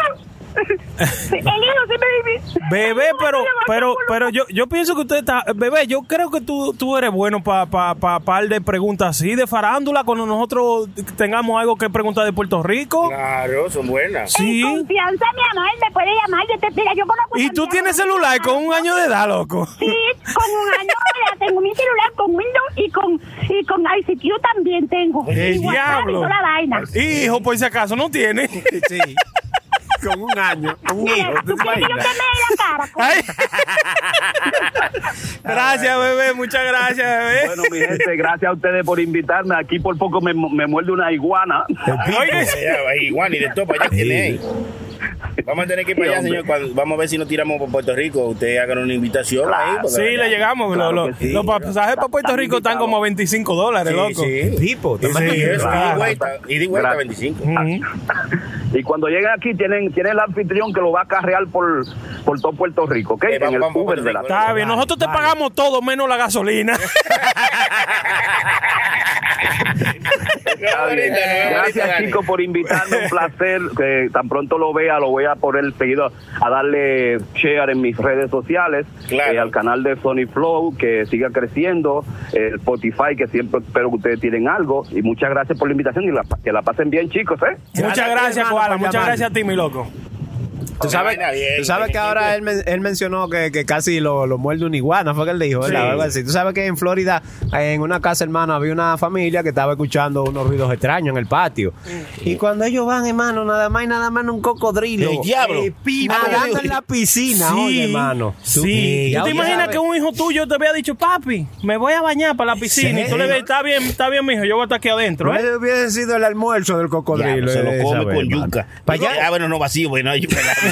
J: Sí, el hijo se me vive.
A: Bebé, pero, pero, pero yo, yo pienso que usted está, bebé, yo creo que tú, tú eres bueno para pa, pa, par de preguntas así, de farándula, cuando nosotros tengamos algo que preguntar de Puerto Rico.
F: Claro, son buenas.
A: Sí.
J: En confianza, mi amor, él me puede llamar. Yo te, mira, yo conozco
A: Y
J: esa
A: tú
J: mierda.
A: tienes celular con un año de edad, loco.
J: Sí, con un año, ya tengo mi celular con Windows y con, y con ICQ también tengo.
A: El
J: Y WhatsApp y
A: diablo.
J: toda la vaina.
A: Hijo, por si acaso no tiene. Sí.
B: Con un año. Un
J: Mira, ¿tú quieres que yo te mee la cara?
A: Ay.
F: Ah,
A: gracias, bebé. Muchas gracias, bebé.
L: Bueno, mi gente, gracias a ustedes por invitarme. Aquí por poco me, me muerde una iguana.
F: Igual, y de todo para allá tiene ahí. Vamos a tener que ir para allá, señor. Cuando- vamos a ver si nos tiramos por Puerto Rico. Ustedes hagan una invitación ahí. porque
A: Sí,
F: allá-
A: le llegamos.
F: Claro
A: Lo-
F: que
A: lo-
F: sí.
A: los pasajes para Puerto Rico están como a 25 dólares,
F: Sí,
A: loco.
F: sí.
B: Tipo,
F: Sí,
B: también.
F: sí, eso, y
A: Claro.
F: di vuelta, y di vuelta
L: Gracias.
F: 25.
L: Y cuando lleguen aquí, tienen, tienen el anfitrión que lo va a carrear por, por todo Puerto Rico, ¿ok?
F: Eh, vamos,
L: en el
F: vamos,
L: Uber de la
A: Está bien, nosotros te pagamos todo menos la gasolina.
L: Está bien. Gracias, chicos, por invitarme. Un placer. Que tan pronto lo vea, lo voy a poner seguido a darle share en mis redes sociales. eh, al canal de Sony Flow, que siga creciendo. El Spotify, que siempre espero que ustedes tienen algo. Y muchas gracias por la invitación y la- que la pasen bien, chicos, ¿eh?
A: Muchas gracias,
B: hermano,
A: Koala.
B: por
A: Muchas
B: llamar.
A: gracias a ti, mi loco.
B: Tú sabes,
F: vaina bien,
B: tú sabes que ahora él, men- él mencionó que, que casi lo, lo muerde un iguana, fue que él dijo, ¿verdad?
A: Sí.
B: Algo así. Tú sabes que en Florida, en una casa hermano, había una familia que estaba escuchando unos ruidos extraños en el patio. Y cuando ellos van, hermano, nada más y nada menos un cocodrilo.
F: ¡El diablo!
B: eh, pi- nadando en la piscina,
A: Sí.
B: oye, hermano. Tú-
A: Sí.
B: ya-
A: ¿Tú te
B: ya
A: imaginas
B: sabes.
A: que un hijo tuyo te había dicho, papi, me voy a bañar para la piscina? Y tú le ves, está bien, está bien, mijo, yo voy a estar aquí adentro, ¿eh?
B: No hubiese sido el almuerzo del
F: Diablo,
B: cocodrilo.
F: se lo
B: eh,
F: come
B: esa
F: con
B: vez,
F: yuca.
B: hermano. Pa' allá-
F: Ah, bueno, no vacío, porque no hay yuca en la cocina.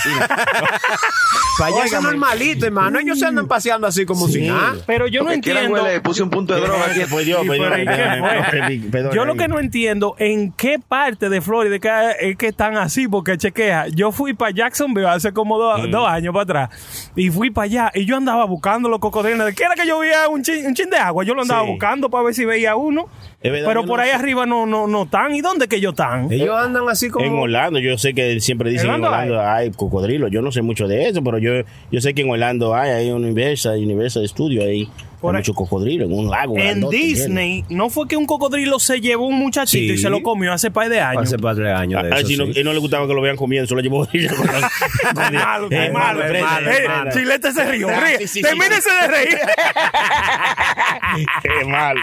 B: pa' allá es
F: Óigame.
B: normalito, hermano. Ellos se andan
F: Mm.
B: paseando así como si nada.
A: Pero yo no entiendo.
M: puse un punto de droga aquí.
F: Pues yo,
A: Sí,
F: pues yo,
A: pero ¿y qué
F: perdóname,
A: fue?
F: perdóname, perdóname.
A: Yo lo que no entiendo en qué parte de Florida es que, es que están así, porque chequea, yo fui para Jacksonville hace como do- dos años para atrás y fui para allá y yo andaba buscando los cocodrilos. ¿De qué era que yo veía un chin, un chin de agua? Yo lo andaba
F: Sí.
A: buscando para ver si veía uno,
F: Es verdad
A: pero
F: que
A: por
F: no
A: ahí
F: sé.
A: arriba no no no están. ¿Y dónde que ellos están?
B: Ellos andan así como.
F: En Orlando, yo sé que siempre dicen
A: ¿En
F: en
A: Orlando
F: Orlando hay cocodrilos. Yo no sé mucho de eso, pero yo, yo sé que en Orlando hay, hay un Universal, Universal Studio ahí.
A: Por
F: Hay
A: ahí.
F: muchos cocodrilos en un lago.
A: En
F: grandote,
A: Disney, ¿no fue que un cocodrilo se llevó un muchachito
B: Sí.
A: y se lo comió hace par de años?
B: Hace para tres años de
F: lleno. Ah,
B: eso,
F: si no,
B: sí.
A: eh,
F: él no le gustaba que lo vean comiendo, se lo llevó.
A: Es malo,
F: eh,
A: es malo, es malo, es malo. Chilete se rió,
F: Ah,
A: ríe.
F: sí, sí,
A: Termínese de reír.
F: Qué mal.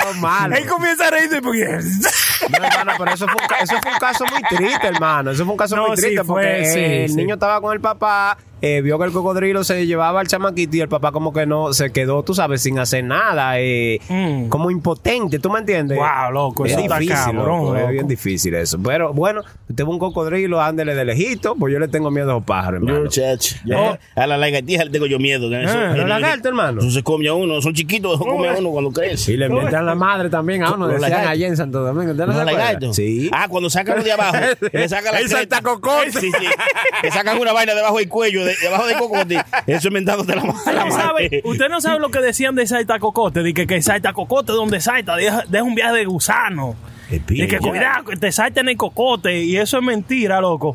B: Todo malo.
A: Él comienza a reírse porque.
B: No, hermano, pero eso fue, un ca- eso fue un caso muy triste, hermano. Eso fue un caso
A: No,
B: muy
A: sí,
B: triste
A: fue,
B: porque
A: sí,
B: eh, el
A: sí.
B: niño estaba con el papá, eh, vio que el cocodrilo se llevaba al chamaquito y el papá como que no se quedó, tú sabes, sin hacer nada, eh,
A: Mm.
B: como impotente, ¿tú me entiendes?
A: Wow, loco,
B: es
A: eso está
B: difícil,
A: cabrón,
B: loco, es
A: loco.
B: bien difícil eso. Pero bueno, usted ve un cocodrilo, ándele de lejito, pues yo le tengo miedo a los pájaros, hermano.
F: Yo, chacho, yo
A: Oh.
F: a la lagartija le tengo yo miedo. que eso-
B: los lagartos, hermano.
F: Eso se come a uno, son chiquitos, se come a uno cuando crece.
B: Y le mientan la madre también a uno,
F: Los
B: decían
F: lagartos.
B: allá en Santo Domingo. ¿Usted no
F: ¿Los
B: se acuerda?
F: lagartos?
B: Sí.
F: Ah, cuando sacan uno de abajo, le sacan la
B: El saltacocote.
F: Sí, sí. Le sacan una vaina debajo del cuello, de- debajo del cocote. Eso es mentándote la
A: Usted no sabe,
F: madre.
A: usted no sabe lo que decían de Saita Cocote. De que, que Saita Cocote, donde Saita, deja, deja un viaje de gusano.
F: El
A: De
F: pibe,
A: que
F: ya.
A: cuidado, que te salten el cocote. Y eso es mentira, loco.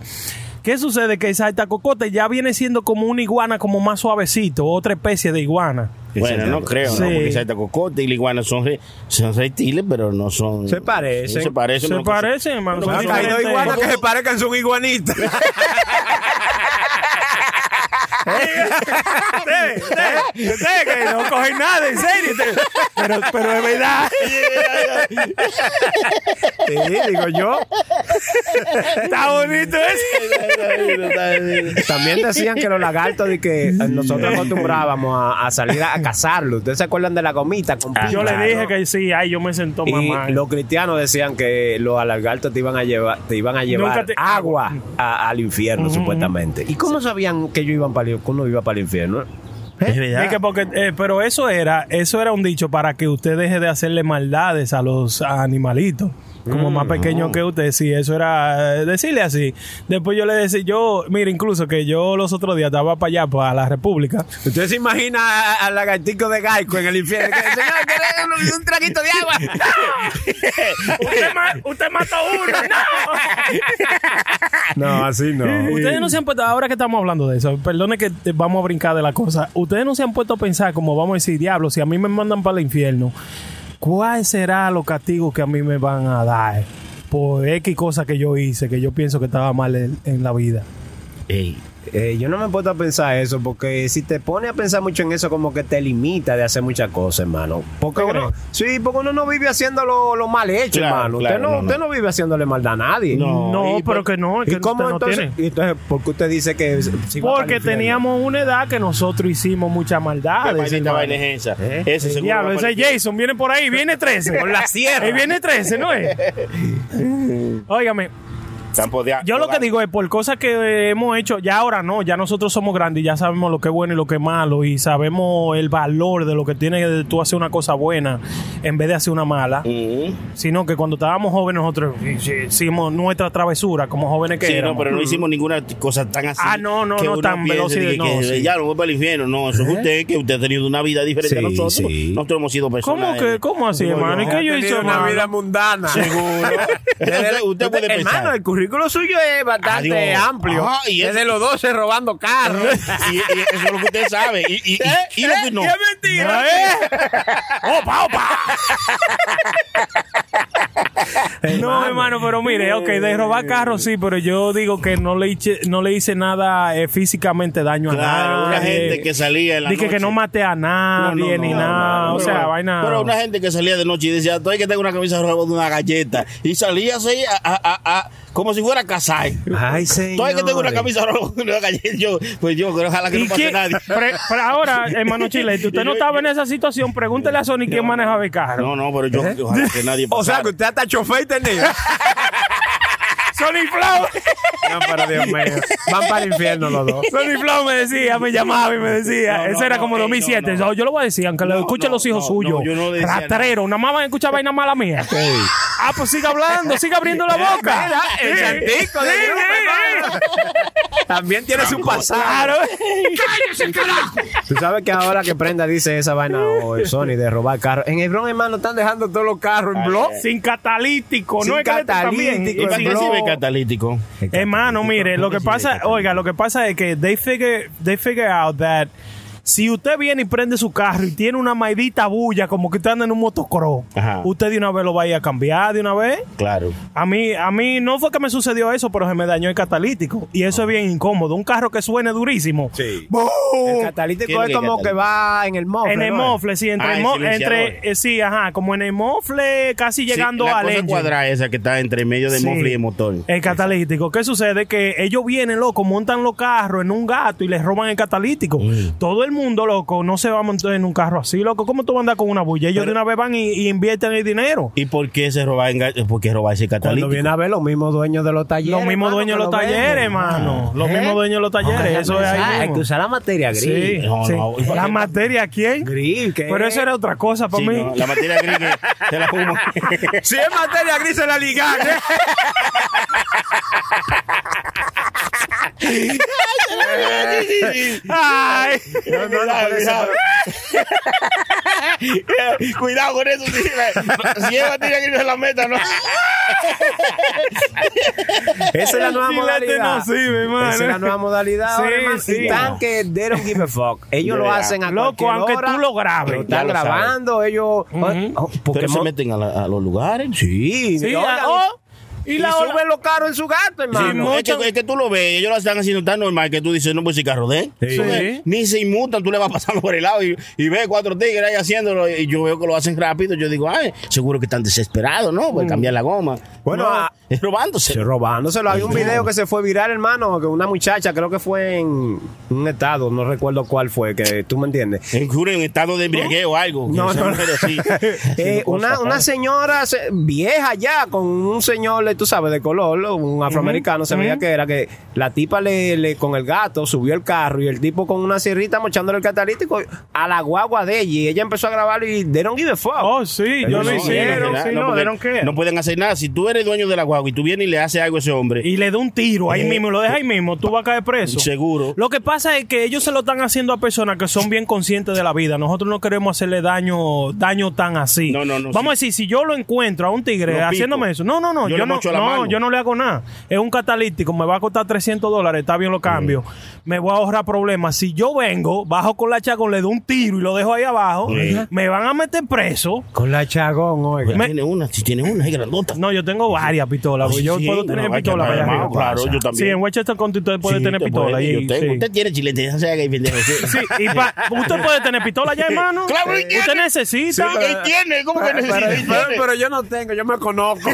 A: ¿Qué sucede? Que esa cocote ya viene siendo como una iguana, como más suavecito, otra especie de iguana.
F: Bueno, no creo,
A: Sí.
F: ¿no? Porque Saita Cocote y la iguana son, re- son reptiles, pero no son.
B: Se parecen.
F: Sí, se parecen.
A: Se
F: pero no-
A: parecen, hermano.
F: pero no
A: Son
F: son-
B: Hay dos
A: diferentes.
B: iguanas que se parezcan, son iguanitas.
A: Ustedes, ustedes, ustedes que no cogen nada, en serio. ustedes. Pero, pero es verdad.
B: Sí, digo yo.
A: Está bonito
B: También decían que los lagartos de que eh, nosotros acostumbrábamos a, a salir a, a cazarlos. ¿Ustedes se acuerdan de la gomita? Con
A: Ah. Yo le
B: pícara,
A: dije
B: no?
A: que sí, ay, yo me sentó
B: Ah, Y
A: mamá.
B: los cristianos decían que los lagartos te iban a llevar, te iban a llevar
A: te-
B: agua a- al infierno, supuestamente. ¿Y cómo sabían que yo iba para el, que uno iba para el infierno?
A: Es que porque, eh, pero eso era, eso era un dicho para que usted deje de hacerle maldades a los animalitos. Como más pequeños que usted, sí, eso era eh, decirle así. Después yo le decía, yo, mira, incluso que yo los otros días estaba para allá, para la República.
B: ¿Usted se imagina al lagartico de Gaico en el infierno? Que, Señor, ¿quiere un, un traguito de agua?
A: usted, mató uno,
B: No, así no.
A: Ustedes no se han puesto, ahora que estamos hablando de eso, perdone que te- vamos a brincar de la cosa. Ustedes no se han puesto a pensar, como vamos a decir, diablo, si a mí me mandan para el infierno, ¿cuál será los castigos que a mí me van a dar por X cosa que yo hice, que yo pienso que estaba mal en, en la vida?
B: Eh, yo no me he puesto a pensar eso porque si te pone a pensar mucho en eso como que te limita de hacer muchas cosas, hermano. Porque
F: ¿Tú
B: uno, sí, porque uno no vive haciendo lo, lo mal hecho,
F: Claro,
B: hermano.
F: claro,
B: usted, no,
F: no, no.
B: usted no vive haciéndole maldad a nadie.
F: No,
A: No,
F: y-
A: pero que no,
B: ¿Y
A: que
B: cómo
A: usted no
B: entonces?
A: tiene.
B: y entonces, ¿por qué usted dice que si- si va para
A: Porque
B: el infierno?
A: teníamos una edad que nosotros hicimos muchas
F: ¿Qué
A: maldades.
F: maldita
A: hermano.
F: vaina es esa? Ese seguro
A: Diablo,
F: va para
A: ese
F: el
A: Jason viene por ahí, viene 13.
B: Con la sierra.
A: Ahí viene 13, ¿no es? Óigame,
F: campo de-
A: Yo lo que digo es por cosas que eh, hemos hecho, ya ahora no, ya nosotros somos grandes y ya sabemos lo que es bueno y lo que es malo y sabemos el valor de lo que tiene de tú hacer una cosa buena en vez de hacer una mala.
F: Uh. Mm.
A: Sino que cuando estábamos jóvenes nosotros eh, hicimos nuestra travesura como jóvenes que
F: Sí,
A: éramos.
F: no, pero no hicimos ninguna cosa tan así.
A: Ah, no, no,
F: que
A: no,
F: uno
A: tan
F: piense
A: veloz y de-
F: que-
A: no,
F: que
A: sí. ¿Eh?
F: Ya, no voy para el infierno. No, eso es usted, que usted ha tenido una vida diferente a
B: Sí,
F: nosotros.
B: sí.
F: Nosotros hemos sido personas.
A: ¿Cómo que, cómo así,
F: Digo yo,
A: hermano? ¿Y
B: Ha
A: qué yo
B: tenido
A: hice,
B: una
A: hermano?
B: vida mundana. Seguro.
F: Usted- usted puede
B: hermano,
F: pensar.
B: el currículo suyo es bastante
F: Adiós.
B: amplio.
F: Ajá, y
B: Desde
F: eso-
B: los 12 robando carros.
F: Y, y eso es lo que usted sabe. Y, y, y, y lo que no.
A: ¿Eh?
F: Ah,
A: ¡Qué mentira! ¿eh?
F: ¡Opa, opa!
A: No, hermano, pero mire, ok, de robar carros sí, pero yo digo que no le hice, no le hice nada eh, físicamente daño
F: Claro,
A: a nadie.
F: una gente que salía en la
A: Dije
F: noche.
A: que no maté a nadie ni nada, o sea,
F: pero,
A: vaina.
F: Pero una gente que salía de noche y decía, estoy que tengo una camisa roja de una galleta. Y salía así, a, a- a- a- como si fuera a cazar.
B: Ay,
F: Estoy que tengo una
B: señores.
F: camisa roja de una galleta. Yo, pues yo, creo, ojalá que
A: ¿Y
F: no pase
A: quién-
F: nadie.
A: pre- pre- ahora, hermano Chile, si usted no estaba en esa situación, pregúntele a Sony quién manejaba el carro.
F: No, no, pero yo,
A: ¿Eh?
F: ojalá que nadie pase.
B: O sea, que usted hasta chofer y tenía.
A: Sony Flow,
B: No, pero Dios mío. Van para el infierno los dos.
A: Sony Flow me decía, me llamaba y me decía,
F: No, no,
A: eso era
F: no,
A: como
F: ey,
A: 2007.
F: no, no.
A: No, Yo lo voy a decir, aunque lo
F: No,
A: escuchen
F: no,
A: los hijos
F: no, no,
A: suyos.
F: yo no decía nada.
A: Ratero, nada más van a escuchar vaina mala mía. Ah, pues siga hablando, siga abriendo la boca.
B: Mira, el
A: Sí,
B: santico de
A: sí,
B: grupo,
A: sí,
B: También tiene su pasado.
A: Claro.
B: Tú sabes que ahora que Prenda dice esa vaina o el Sony de robar carros. En Hebrón, hermano, están dejando todos los carros en blog.
A: Sin catalítico,
B: Sin
A: no es que este también.
B: catalítico,
F: ¿Y para qué
B: Bro.
F: sirve el catalítico?
A: Hermano, mire, lo que pasa, oiga, lo que pasa es que they figure, they figure out that si usted viene y prende su carro y tiene una maidita bulla como que usted anda en un motocross,
F: Ajá.
A: usted de una vez lo va a ir a cambiar de una vez.
F: Claro.
A: A mí, a mí no fue que me sucedió eso, pero se me dañó el catalítico. Y eso es bien incómodo. Un carro que suene durísimo.
B: Sí.
A: ¡Bum!
B: El
F: ¿Quién
B: catalítico
F: es
B: es
F: el
B: como que
F: catalítico?
B: va en el mofle.
A: En el
B: ¿no?
A: mofle, sí, entre,
F: Ah,
A: el
F: el
A: mo-
F: silenciador.
A: entre eh, sí, ajá, como en el mofle, casi llegando
F: sí, la
A: al
F: cosa
A: engine.
F: cuadrada esa que está entre medio de
A: Sí.
F: mofle y de motor.
B: Eh.
A: El catalítico. ¿Qué sucede? Que ellos vienen, loco, montan los carros en un gato y les roban el catalítico. Todo el mundo, loco, no se va a montar en un carro así, loco. ¿Cómo tú vas a andar con una bulla? Ellos de una vez van y, y invierten el dinero.
F: ¿Y por qué se roba, en ga- por qué roba ese
B: Cuando
F: catalítico?
B: viene a ver los mismos dueños de los talleres.
A: Los mismos
B: hermano,
A: dueños de
B: que
A: los
B: lo venden.
A: talleres, hermano.
F: Ah,
A: Los
B: ¿Eh?
A: mismos dueños de los talleres.
B: Ah,
A: Eso es
B: ah,
A: ahí.
B: Hay que
A: mismo.
B: usar la materia
A: Sí,
B: gris.
F: No,
A: sí.
F: no, ¿y para
A: ¿La
F: qué?
A: materia quién?
B: Gris, ¿qué?
A: Pero eso era otra cosa para
F: Sí,
A: mí.
F: no, la materia gris que se la fumo.
B: Si es materia gris, se la ligan.
A: Ay.
B: No, no, no, por eso.
F: Cuidado con eso. Si es materia gris, no se la meta, ¿no?
B: Esa es la nueva
A: Chilete
B: modalidad.
A: no sirve, hermano.
B: Esa es la nueva modalidad. ahora,
A: Sí,
B: hermano.
A: sí.
B: Y tan que they don't give a fuck. Ellos
A: De
B: lo
A: verdad.
B: hacen a
A: Loco,
B: cualquier
A: aunque
B: hora.
A: tú lo grabes.
B: Lo están
F: Ya lo sabes.
B: grabando, ellos. Oh,
F: Pero se
B: Pokémon-
F: meten a, la- a los lugares.
B: Sí,
F: Sí,
B: oigan,
F: ah,
B: oh, y,
F: y
B: la
F: suben
B: suben lo caro en su gato, hermano.
F: Sí, no, es, que, es que tú lo ves, ellos lo están haciendo tan normal que tú dices, no, pues si carro de él.
B: Sí.
F: Eso es, Ni se inmutan, tú le vas pasando por el lado y, y ves cuatro tigres ahí haciéndolo y yo veo que lo hacen rápido. Yo digo, ay, seguro que están desesperados, ¿no? Pues cambiar la goma.
B: Bueno,
F: No,
B: ah,
F: es robándose.
B: Se robándoselo. Hay un video que se fue viral, hermano, que una muchacha, creo que fue en un estado, no recuerdo cuál fue, que tú me entiendes.
F: En un estado de embriagueo o algo.
B: No,
F: Esa
B: no, no.
F: mujer así,
B: Eh,
F: haciendo
B: una,
F: cosas,
B: una
F: ¿sabes?
B: señora se- vieja ya, con un señor, le- tú sabes, de color, un afroamericano, se veía que era que la tipa le, le- con el gato subió el carro y el tipo con una sierrita mochándole el catalítico a la guagua de ella y ella empezó a grabarlo y they don't give a fuck.
A: Oh, sí, yo lo
F: No,
A: hicieron.
F: no,
A: sí,
F: no,
A: no,
F: porque
A: they don't care.
F: no pueden hacer nada. Si tú eres dueño de la guagua y tú vienes y le haces algo a ese hombre,
A: Y le da un tiro ahí
F: Eh,
A: mismo, lo deja ahí mismo, tú vas a caer preso.
F: Seguro.
A: Lo que pasa es que ellos se lo están haciendo a personas que son bien conscientes de la vida. Nosotros no queremos hacerle daño daño tan así.
F: No, no, no,
A: Vamos a decir, si yo lo encuentro a un tigre
F: Lo pico.
A: haciéndome eso, no, no, no,
F: Yo
A: yo,
F: le
A: no,
F: mocho la
A: no,
F: mano.
A: yo no le hago nada. Es un catalítico, me va a costar 300 dólares, está bien lo cambio. Me voy a ahorrar problemas. Si yo vengo, bajo con la chacón, le doy un tiro y lo dejo ahí abajo,
F: Sí.
A: me van a meter preso.
B: Con la chagón, oiga.
F: pues, tiene una, si tiene una, es grandota.
A: No, yo tengo varias pistolas.
F: Sí,
A: yo
F: sí,
A: puedo
F: una
A: tener
F: vaina
A: pistolas.
F: para
A: allá
F: armar,
A: arriba.
F: claro, yo también.
A: Sí, en Westchester County usted puede
F: Sí,
A: tener
F: te
A: pistola.
F: puede,
A: y-
F: yo tengo.
A: sí.
F: Usted tiene chilete, o sea que hay pendejo. Sí.
A: Sí, y pa- usted puede tener pistola ya, hermano.
F: Claro, y
A: usted
F: tiene.
A: necesita.
F: Sí, pero- tiene? ¿Cómo que necesita?
B: Pero,
F: Tiene.
B: pero- pero yo no tengo, yo me conozco.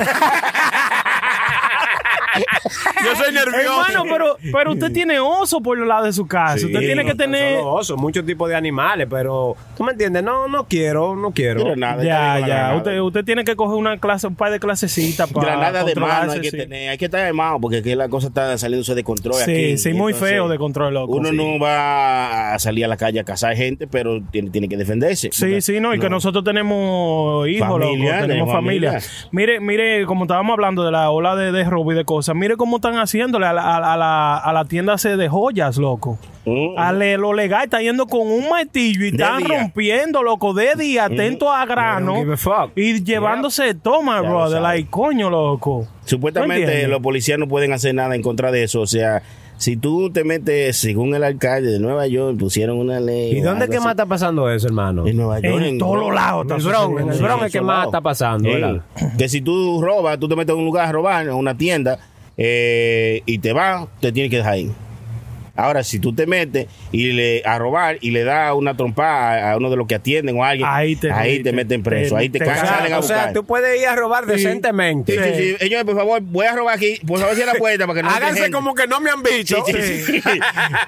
B: yo soy nervioso.
A: Hermano, pero, pero usted tiene oso por el lado de su casa.
B: Sí,
A: usted
B: no
A: tiene que
B: tan
A: tener.
B: solo osos, muchos tipos de animales, pero tú me entiendes, no, no quiero, no quiero.
F: Pero nada,
A: Ya,
F: está bien con la
A: ya.
F: granada.
A: Usted, usted tiene que coger una clase, un par de clasecitas para.
F: Granada de mano
A: controlarse,
F: hay que
A: sí.
F: tener, hay que estar armado porque aquí la cosa está saliéndose de control.
A: Sí,
F: aquí,
A: sí,
F: Y
A: muy
F: entonces,
A: feo de control, loco.
F: Uno
A: Sí.
F: no va a salir a la calle a cazar gente, pero tiene, tiene que defenderse.
A: Sí, sí, no, y que nosotros tenemos hijos, loco,
F: Familia,
A: tenemos
F: tenemos
A: familia.
F: familia.
A: Mire, mire, como estábamos hablando de la ola de, de robo y de cosas, mire cómo están haciéndole a la, a la- a la tienda se de joyas, loco.
F: Mm.
A: A le- lo legal está yendo con un martillo y
F: Oh. De
A: están
F: día. Mm.
A: rompiendo, loco, de día, atento a grano.
B: They don't give a fuck.
A: Y llevándose, toma,
F: Ya lo sabe.
A: brother, like, coño, loco. ¿No
F: Supuestamente
A: entiendes?
F: los policías no pueden hacer nada en contra de eso. O sea, si tú te metes, según el alcalde de Nueva York, pusieron una ley.
B: ¿Y
F: o
B: dónde
F: algo
B: que
F: así.
B: más está pasando eso, hermano?
F: En Nueva York.
A: En todos los lados.
B: En
A: está
B: el Bronx, en el
A: sucediendo.
B: Bronx es que más está pasando,
F: Sí.
B: ¿verdad?
F: Que si tú robas, tú te metes a un lugar a robar, a una tienda, eh, y te vas, te tienes que dejar ahí. Ahora, si tú te metes y le, a robar y le das una trompa a, a uno de los que atienden o a alguien,
A: Ahí te meten.
F: meten preso, ahí te,
A: Te
F: ca-
A: ca-
F: salen a
B: o
F: buscar.
B: sea, tú puedes ir a robar decentemente.
F: Sí, sí, sí. Ellos, por favor, voy a robar aquí, por favor, cierra la puerta para que no entre
B: Háganse
F: gente.
B: como que no me han visto.
F: Sí, sí, sí.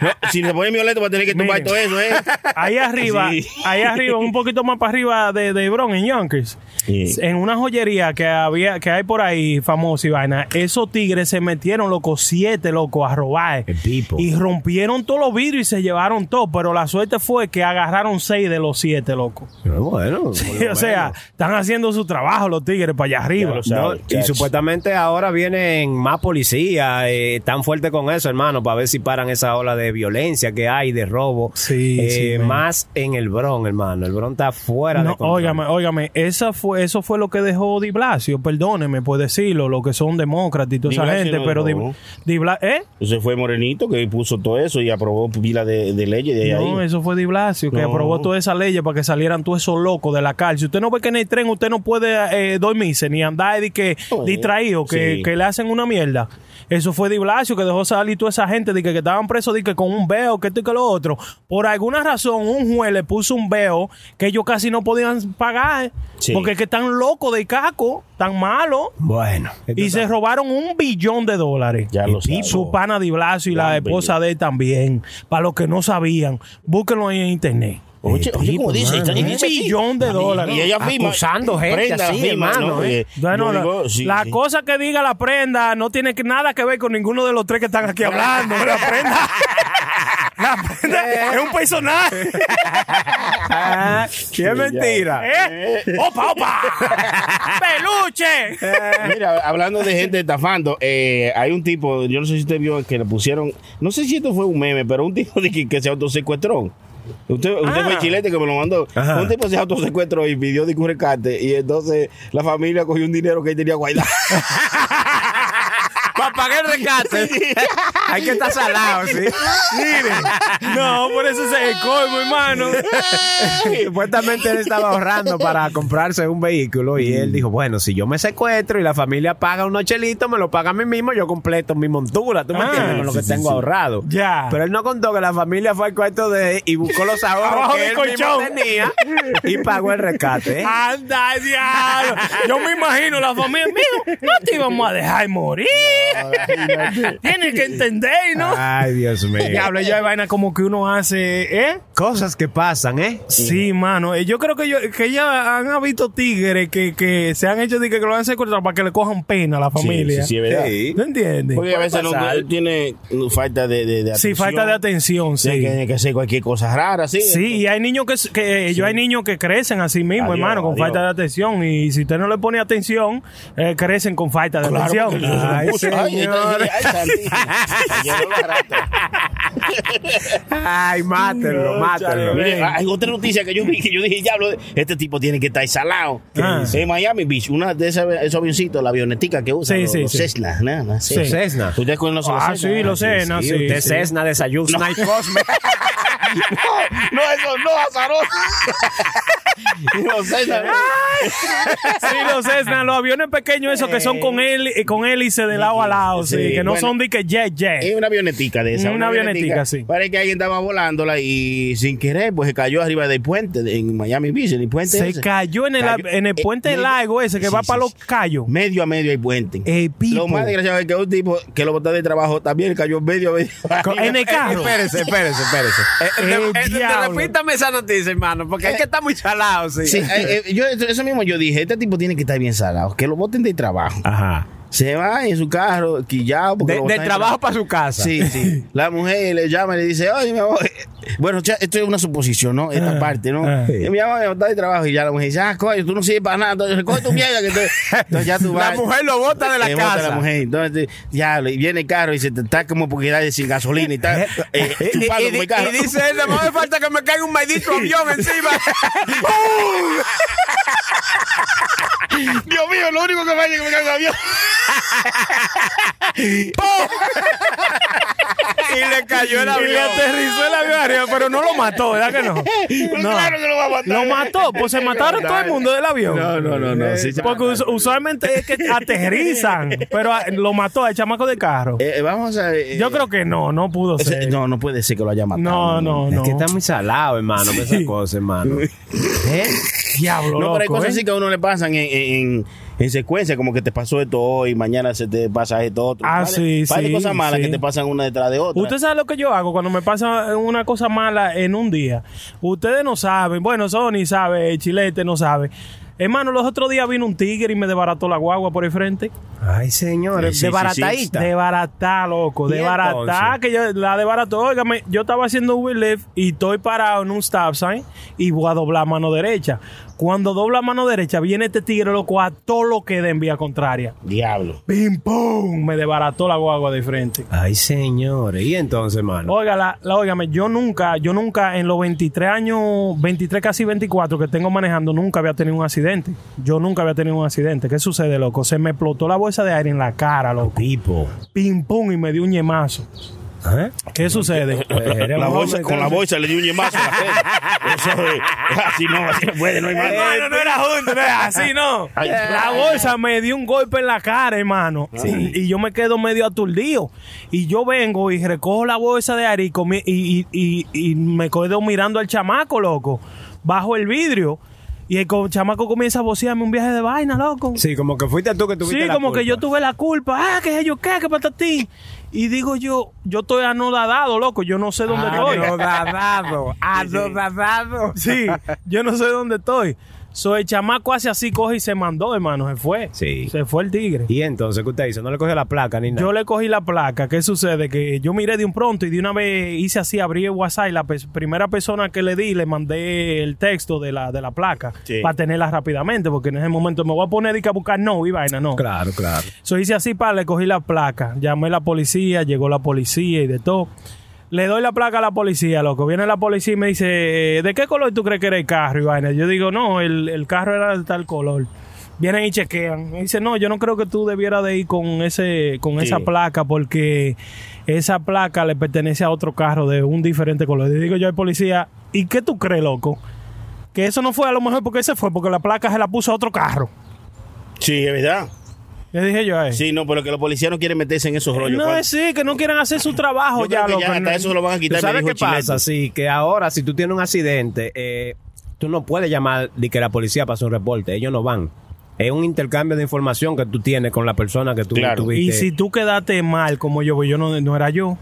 F: No, si se pone violento va a tener que tumbar
A: Miren.
F: todo eso, ¿eh?
A: Ahí arriba,
F: Sí.
A: ahí arriba, un poquito más para arriba de, de Bron, en Yonkers,
F: Sí.
A: en una joyería que había, que hay por ahí, famosa y vaina, esos tigres se metieron, loco, siete, loco, a robar.
B: El pipo.
A: Y rompieron todos los vidrios y se llevaron todo, pero la suerte fue que agarraron seis de los siete, loco.
B: Pero Bueno, por lo
A: o sea,
B: menos.
A: están haciendo su trabajo los tigres para allá arriba.
F: lo sabes.
B: No, y supuestamente ahora vienen más policías, eh, tan fuerte con eso, hermano, para ver si paran esa ola de violencia que hay, de robo.
A: Sí,
B: Eh,
A: sí, man.
B: más en el Bron, hermano. El Bron está fuera de
A: No,
B: control.
A: óigame, óigame, esa fue, eso fue lo que dejó Di Blasio, perdóneme por decirlo, lo que son demócratas y toda
F: Di
A: esa
F: Blasio
A: gente,
F: no
A: pero Di,
F: robó.
A: Di Bla- ¿eh?
F: Entonces fue Morenito que puso todo eso y aprobó pila de, de leyes de
A: No,
F: ahí.
A: eso fue Di Blasio que
F: No.
A: aprobó todas esas leyes para que salieran todos esos locos de la cárcel. Si usted no ve que en el tren usted no puede eh, dormirse ni andar de que
F: Oye,
A: distraído, que,
F: sí.
A: que le hacen una mierda. Eso fue Di Blasio que dejó salir toda esa gente de que, que estaban presos de que con un veo, que esto y que lo otro. Por alguna razón, un juez le puso un veo que ellos casi no podían pagar
F: Sí.
A: porque es que están locos de caco, tan malos.
B: Bueno.
A: Y se robaron un billón de dólares.
F: Ya lo sabe.
A: Y Su pana Di Blasio y la
F: Ya,
A: esposa de él también. Para los que no sabían, búsquenlo ahí en internet.
F: Oye, oye, como dice,
B: hermano,
F: y
A: Un
F: dice aquí.
A: billón de dólares.
F: Y ella firma.
B: Acusando gente
F: Prenda,
B: así,
F: firma,
B: hermano,
F: ¿no? Porque
B: eh.
A: Bueno,
F: yo
A: la,
F: digo, sí,
A: la
F: sí.
A: cosa que diga la prenda no tiene que- nada que ver con ninguno de los tres que están aquí hablando. La prenda, la prenda es un personaje.
B: ¡Qué mentira!
A: ¿Eh? ¡Opa, opa! ¡Peluche!
F: Mira, hablando de gente estafando, eh, hay un tipo, yo no sé si usted vio que le pusieron, no sé si esto fue un meme, pero un tipo de que, que se autosecuestró. Usted, usted fue chilete que me lo mandó.
B: Ajá.
F: Un tipo se autosecuestró y pidió de que un rescate. Y entonces la familia cogió un dinero que él tenía guardado.
B: Para pagar el rescate. Hay que estar salado, sí.
A: Mire. No, por eso se colmo, hermano.
B: Supuestamente él estaba ahorrando para comprarse un vehículo y
A: Mm.
B: él dijo, bueno, si yo me secuestro y la familia paga unos chelitos, me lo paga a mí mismo, yo completo mi montura, ¿tú me
A: Ah,
B: entiendes? Con lo
A: sí,
B: que
A: sí,
B: tengo
A: sí.
B: ahorrado.
A: Ya.
B: Pero él no contó que la familia fue al cuarto de él y buscó los ahorros
A: Abajo
B: que
A: del
B: él mismo
A: colchón. Ah,
B: tenía y pagó el rescate. ¿eh?
A: Anda, diablo. Yo me imagino la familia. Mijo, no te íbamos a dejar morir. Tienes que entender, ¿no?
F: Ah,
B: Ay, Dios mío.
A: Diablo, ya hay vaina como que uno hace, ¿eh?
B: Cosas que pasan, ¿eh?
A: Sí, mano. Eh, Yo creo que yo, que ya han habido tigres que, que se han hecho de que lo han secuestrado para que le cojan pena a la familia.
F: sí, sí, es verdad.
A: ¿No entiendes?
F: Porque a veces no,
A: Pasar.
F: tiene uh, falta de, de- de
A: Sí,
F: atención.
A: falta de atención, sí.
F: Tiene que hacer cualquier cosa rara, sí.
A: Sí, y hay niños que, que yo hay niños que crecen así mismo,
F: Adiós,
A: hermano, con
F: adiós.
A: falta de atención. Y si usted no le pone atención, eh, crecen con falta de
F: Claro,
A: atención.
F: porque se
A: Ay,
F: puso, ay,
A: señor.
F: ay, santísimo. Llegó la rata.
B: Ay, mátenlo, mátenlo.
F: Mire, hay otra noticia que yo vi que yo dije, diablo, este tipo tiene que estar salado.
B: Ah.
F: En Miami Beach, una de esas- esos avioncitos, la avionetica que usan
A: Sí,
F: los,
A: sí,
F: los
A: sí.
F: Cessna, nada más, sí.
A: Sí.
B: Cessna.
F: ¿Ustedes conocen los
A: Ah, sí, los
F: Ah,
A: Cessna,
B: Sí,
A: sí,
B: usted
A: sí.
B: Cessna desayuno Night Cosme.
F: No, eso no, azaroso. los Cessna.
A: Ah, Sí, los Cessna, los aviones pequeños esos que son con
B: Eh.
A: él con hélice de lado a lado, sí,
F: Sí,
A: que no
F: bueno.
A: son de que jet jet.
B: Eh,
F: Es una avionetica de esa.
A: Una avionetica, sí.
F: Parece que alguien estaba volándola y sin querer, pues se cayó arriba del puente de- en Miami Beach, en el puente.
A: Se
F: ese.
A: cayó en el,
F: Cayó-
A: en el
F: eh,
A: puente del
F: medio-
A: lago ese que
F: sí,
A: va
F: sí,
A: para los
F: sí.
A: callos.
F: Medio a medio hay puente.
A: Eh, pipo.
F: Lo más desgraciado es que un tipo que lo botó de trabajo también cayó medio a medio.
A: En el carro.
B: Espérese, espérese, espérese. Eh,
A: El
B: eh, eh,
A: diablo. Eh,
B: repítame esa noticia, hermano, porque hay que estar muy chalado, sí.
F: Sí, eh, eh, yo, eso mismo yo dije, este tipo tiene que estar bien salado, que lo boten de trabajo.
B: Ajá.
F: Se va en su carro, quillado. porque
B: De,
F: lo botan
B: del
F: de
B: trabajo para su casa.
F: Sí, sí. La mujer le llama y le dice, oye, mi amor. Bueno, ya, esto es una suposición, ¿no? Esta
A: Ah,
F: parte, ¿no?
A: ah.
F: Y Mi amor, está de trabajo. Y ya la mujer dice, ah, coño, tú no sirves para nada. Entonces, recoge tu mierda que te... Entonces ya tú
B: La
F: vas.
B: mujer lo Eh, bota de la
F: Te bota
B: casa.
F: la mujer. Entonces, ya, y viene el carro y se te está como porque da sin gasolina y está eh,
B: Y, y-
F: chupando
B: y di-
F: como el carro.
B: y dice él, no me falta que me caiga un maldito avión encima.
F: Dios mío, lo único que vaya es que me caiga un avión.
B: y le cayó el
A: Y le
B: avión.
A: aterrizó el avión arriba, pero no lo mató, ¿verdad que no? No.
F: Pues Claro que lo va a matar.
A: Lo mató, pues se mataron todo el mundo del avión.
F: No, no, no, no. sí,
A: Porque us- usualmente es que aterrizan, pero a- lo mató al chamaco de carro.
F: eh, eh, vamos a. eh,
A: Yo creo que no, no pudo
F: ese-
A: ser.
F: no, no puede ser que lo haya matado.
A: No, no,
B: Es
A: no.
B: que está muy salado, hermano, con esa cosa, hermano. ¿Eh?
F: No,
A: Diablo,
F: pero hay
A: loco,
F: cosas
A: ¿eh?
F: así que a uno le pasan en, en- en- en secuencia, como que te pasó esto hoy, mañana se te pasa esto otro.
A: Ah,
F: Vale,
A: sí,
F: vale
A: sí,
F: cosas malas
A: sí.
F: que te pasan una detrás de otra.
A: Usted sabe lo que yo hago cuando me pasa una cosa mala en un día. Ustedes no saben. Bueno, Sony sabe, Chilete no sabe. Hermano, los otros días vino un tigre y me desbarató la guagua por el frente.
B: Ay, señores,
F: Sí, sí,
B: de
F: sí,
B: baratadita.
A: De baratá, loco.
B: ¿Y
A: De baratá,
B: entonces?
A: que yo la de barató. Óigame, yo estaba haciendo Uberlift y estoy parado en un stop sign y voy a doblar mano derecha. Cuando dobla mano derecha, viene este tigre, loco, a todo lo que de en vía contraria.
F: Diablo.
A: ¡Pim, pum! Me desbarató la guagua de frente.
B: Ay, señores. Y entonces, hermano.
A: Oiga, la, la- óigame, yo nunca, yo nunca en los 23 años, 23 casi 24 que tengo manejando, nunca había tenido un accidente. Yo nunca había tenido un accidente. ¿Qué sucede, loco? Se me explotó la bolsa de aire en la cara, loco.
B: Tipo.
A: Pim, pum, y me dio un ñemazo.
B: ¿Eh?
A: ¿Qué sucede? Eh,
B: Era
F: La
B: un
F: bolsa-
B: hombre,
F: con la
B: entonces.
F: bolsa le di un yemazo a la gente. Eso es. Así no, así no puede, no hay más.
A: Hermano, no era junto, no era así, no.
F: Ay.
A: La bolsa me dio un golpe en la cara, hermano. Y yo me quedo medio aturdido. Y yo vengo y recojo la bolsa de aire y, comie- y, y- y- y me quedo mirando al chamaco, loco. Bajo el vidrio. Y el co- chamaco comienza a bocearme un viaje de vaina, loco.
B: Sí, como que fuiste tú que tuviste
A: Sí,
B: la
A: como que
B: culpa.
A: yo tuve la culpa. Ah, que yo qué, que patatín. Y digo yo, yo estoy anodadado, loco. Yo no sé dónde estoy.
B: Anodadado, anodadado.
A: Sí, yo no sé dónde estoy. So, el chamaco hace así, coge y se mandó, hermano, se fue.
B: Sí.
A: Se fue el tigre.
B: Y entonces, ¿qué usted hizo? No le cogió la placa ni nada.
A: Yo le cogí la placa. ¿Qué sucede? Que yo miré de un pronto y de una vez hice así, abrí el WhatsApp y la pe- primera persona que le di le mandé el texto de la, de la placa
F: Sí.
A: para tenerla rápidamente, porque en ese momento me voy a poner y que a buscar no y vaina, no.
B: Claro, claro.
A: So hice así para le cogí la placa. Llamé a la policía, llegó la policía y de todo. Le doy la placa a la policía, loco. Viene la policía y me dice, "Eh, ¿de qué color tú crees que era el carro, y vaina? Yo digo, no, el, el carro era de tal color. Vienen y chequean. Me dice, no, yo no creo que tú debieras de ir con, ese, con
F: Sí.
A: esa placa porque esa placa le pertenece a otro carro de un diferente color. Le digo yo al policía, ¿y qué tú crees, loco? Que eso no fue a lo mejor porque ese fue, porque la placa se la puso a otro carro.
F: Sí, es verdad.
A: Le dije yo a él.
F: Sí, no, pero que los policías no quieren meterse en esos rollos.
A: No
F: Juan.
A: es sí, que no quieren hacer su trabajo
F: Yo creo
A: ya,
F: que
A: loco.
F: ya hasta eso lo van a quitar,
B: ¿Tú ¿Sabes
F: me
B: qué
F: dijo Chilete.
B: pasa? Sí, que ahora si tú tienes un accidente, eh, tú no puedes llamar de que la policía pasó un reporte. Ellos no van. Es un intercambio de información que tú tienes con la persona que tú tuviste.
A: Y si tú quedaste mal como yo, pues yo no, no era yo.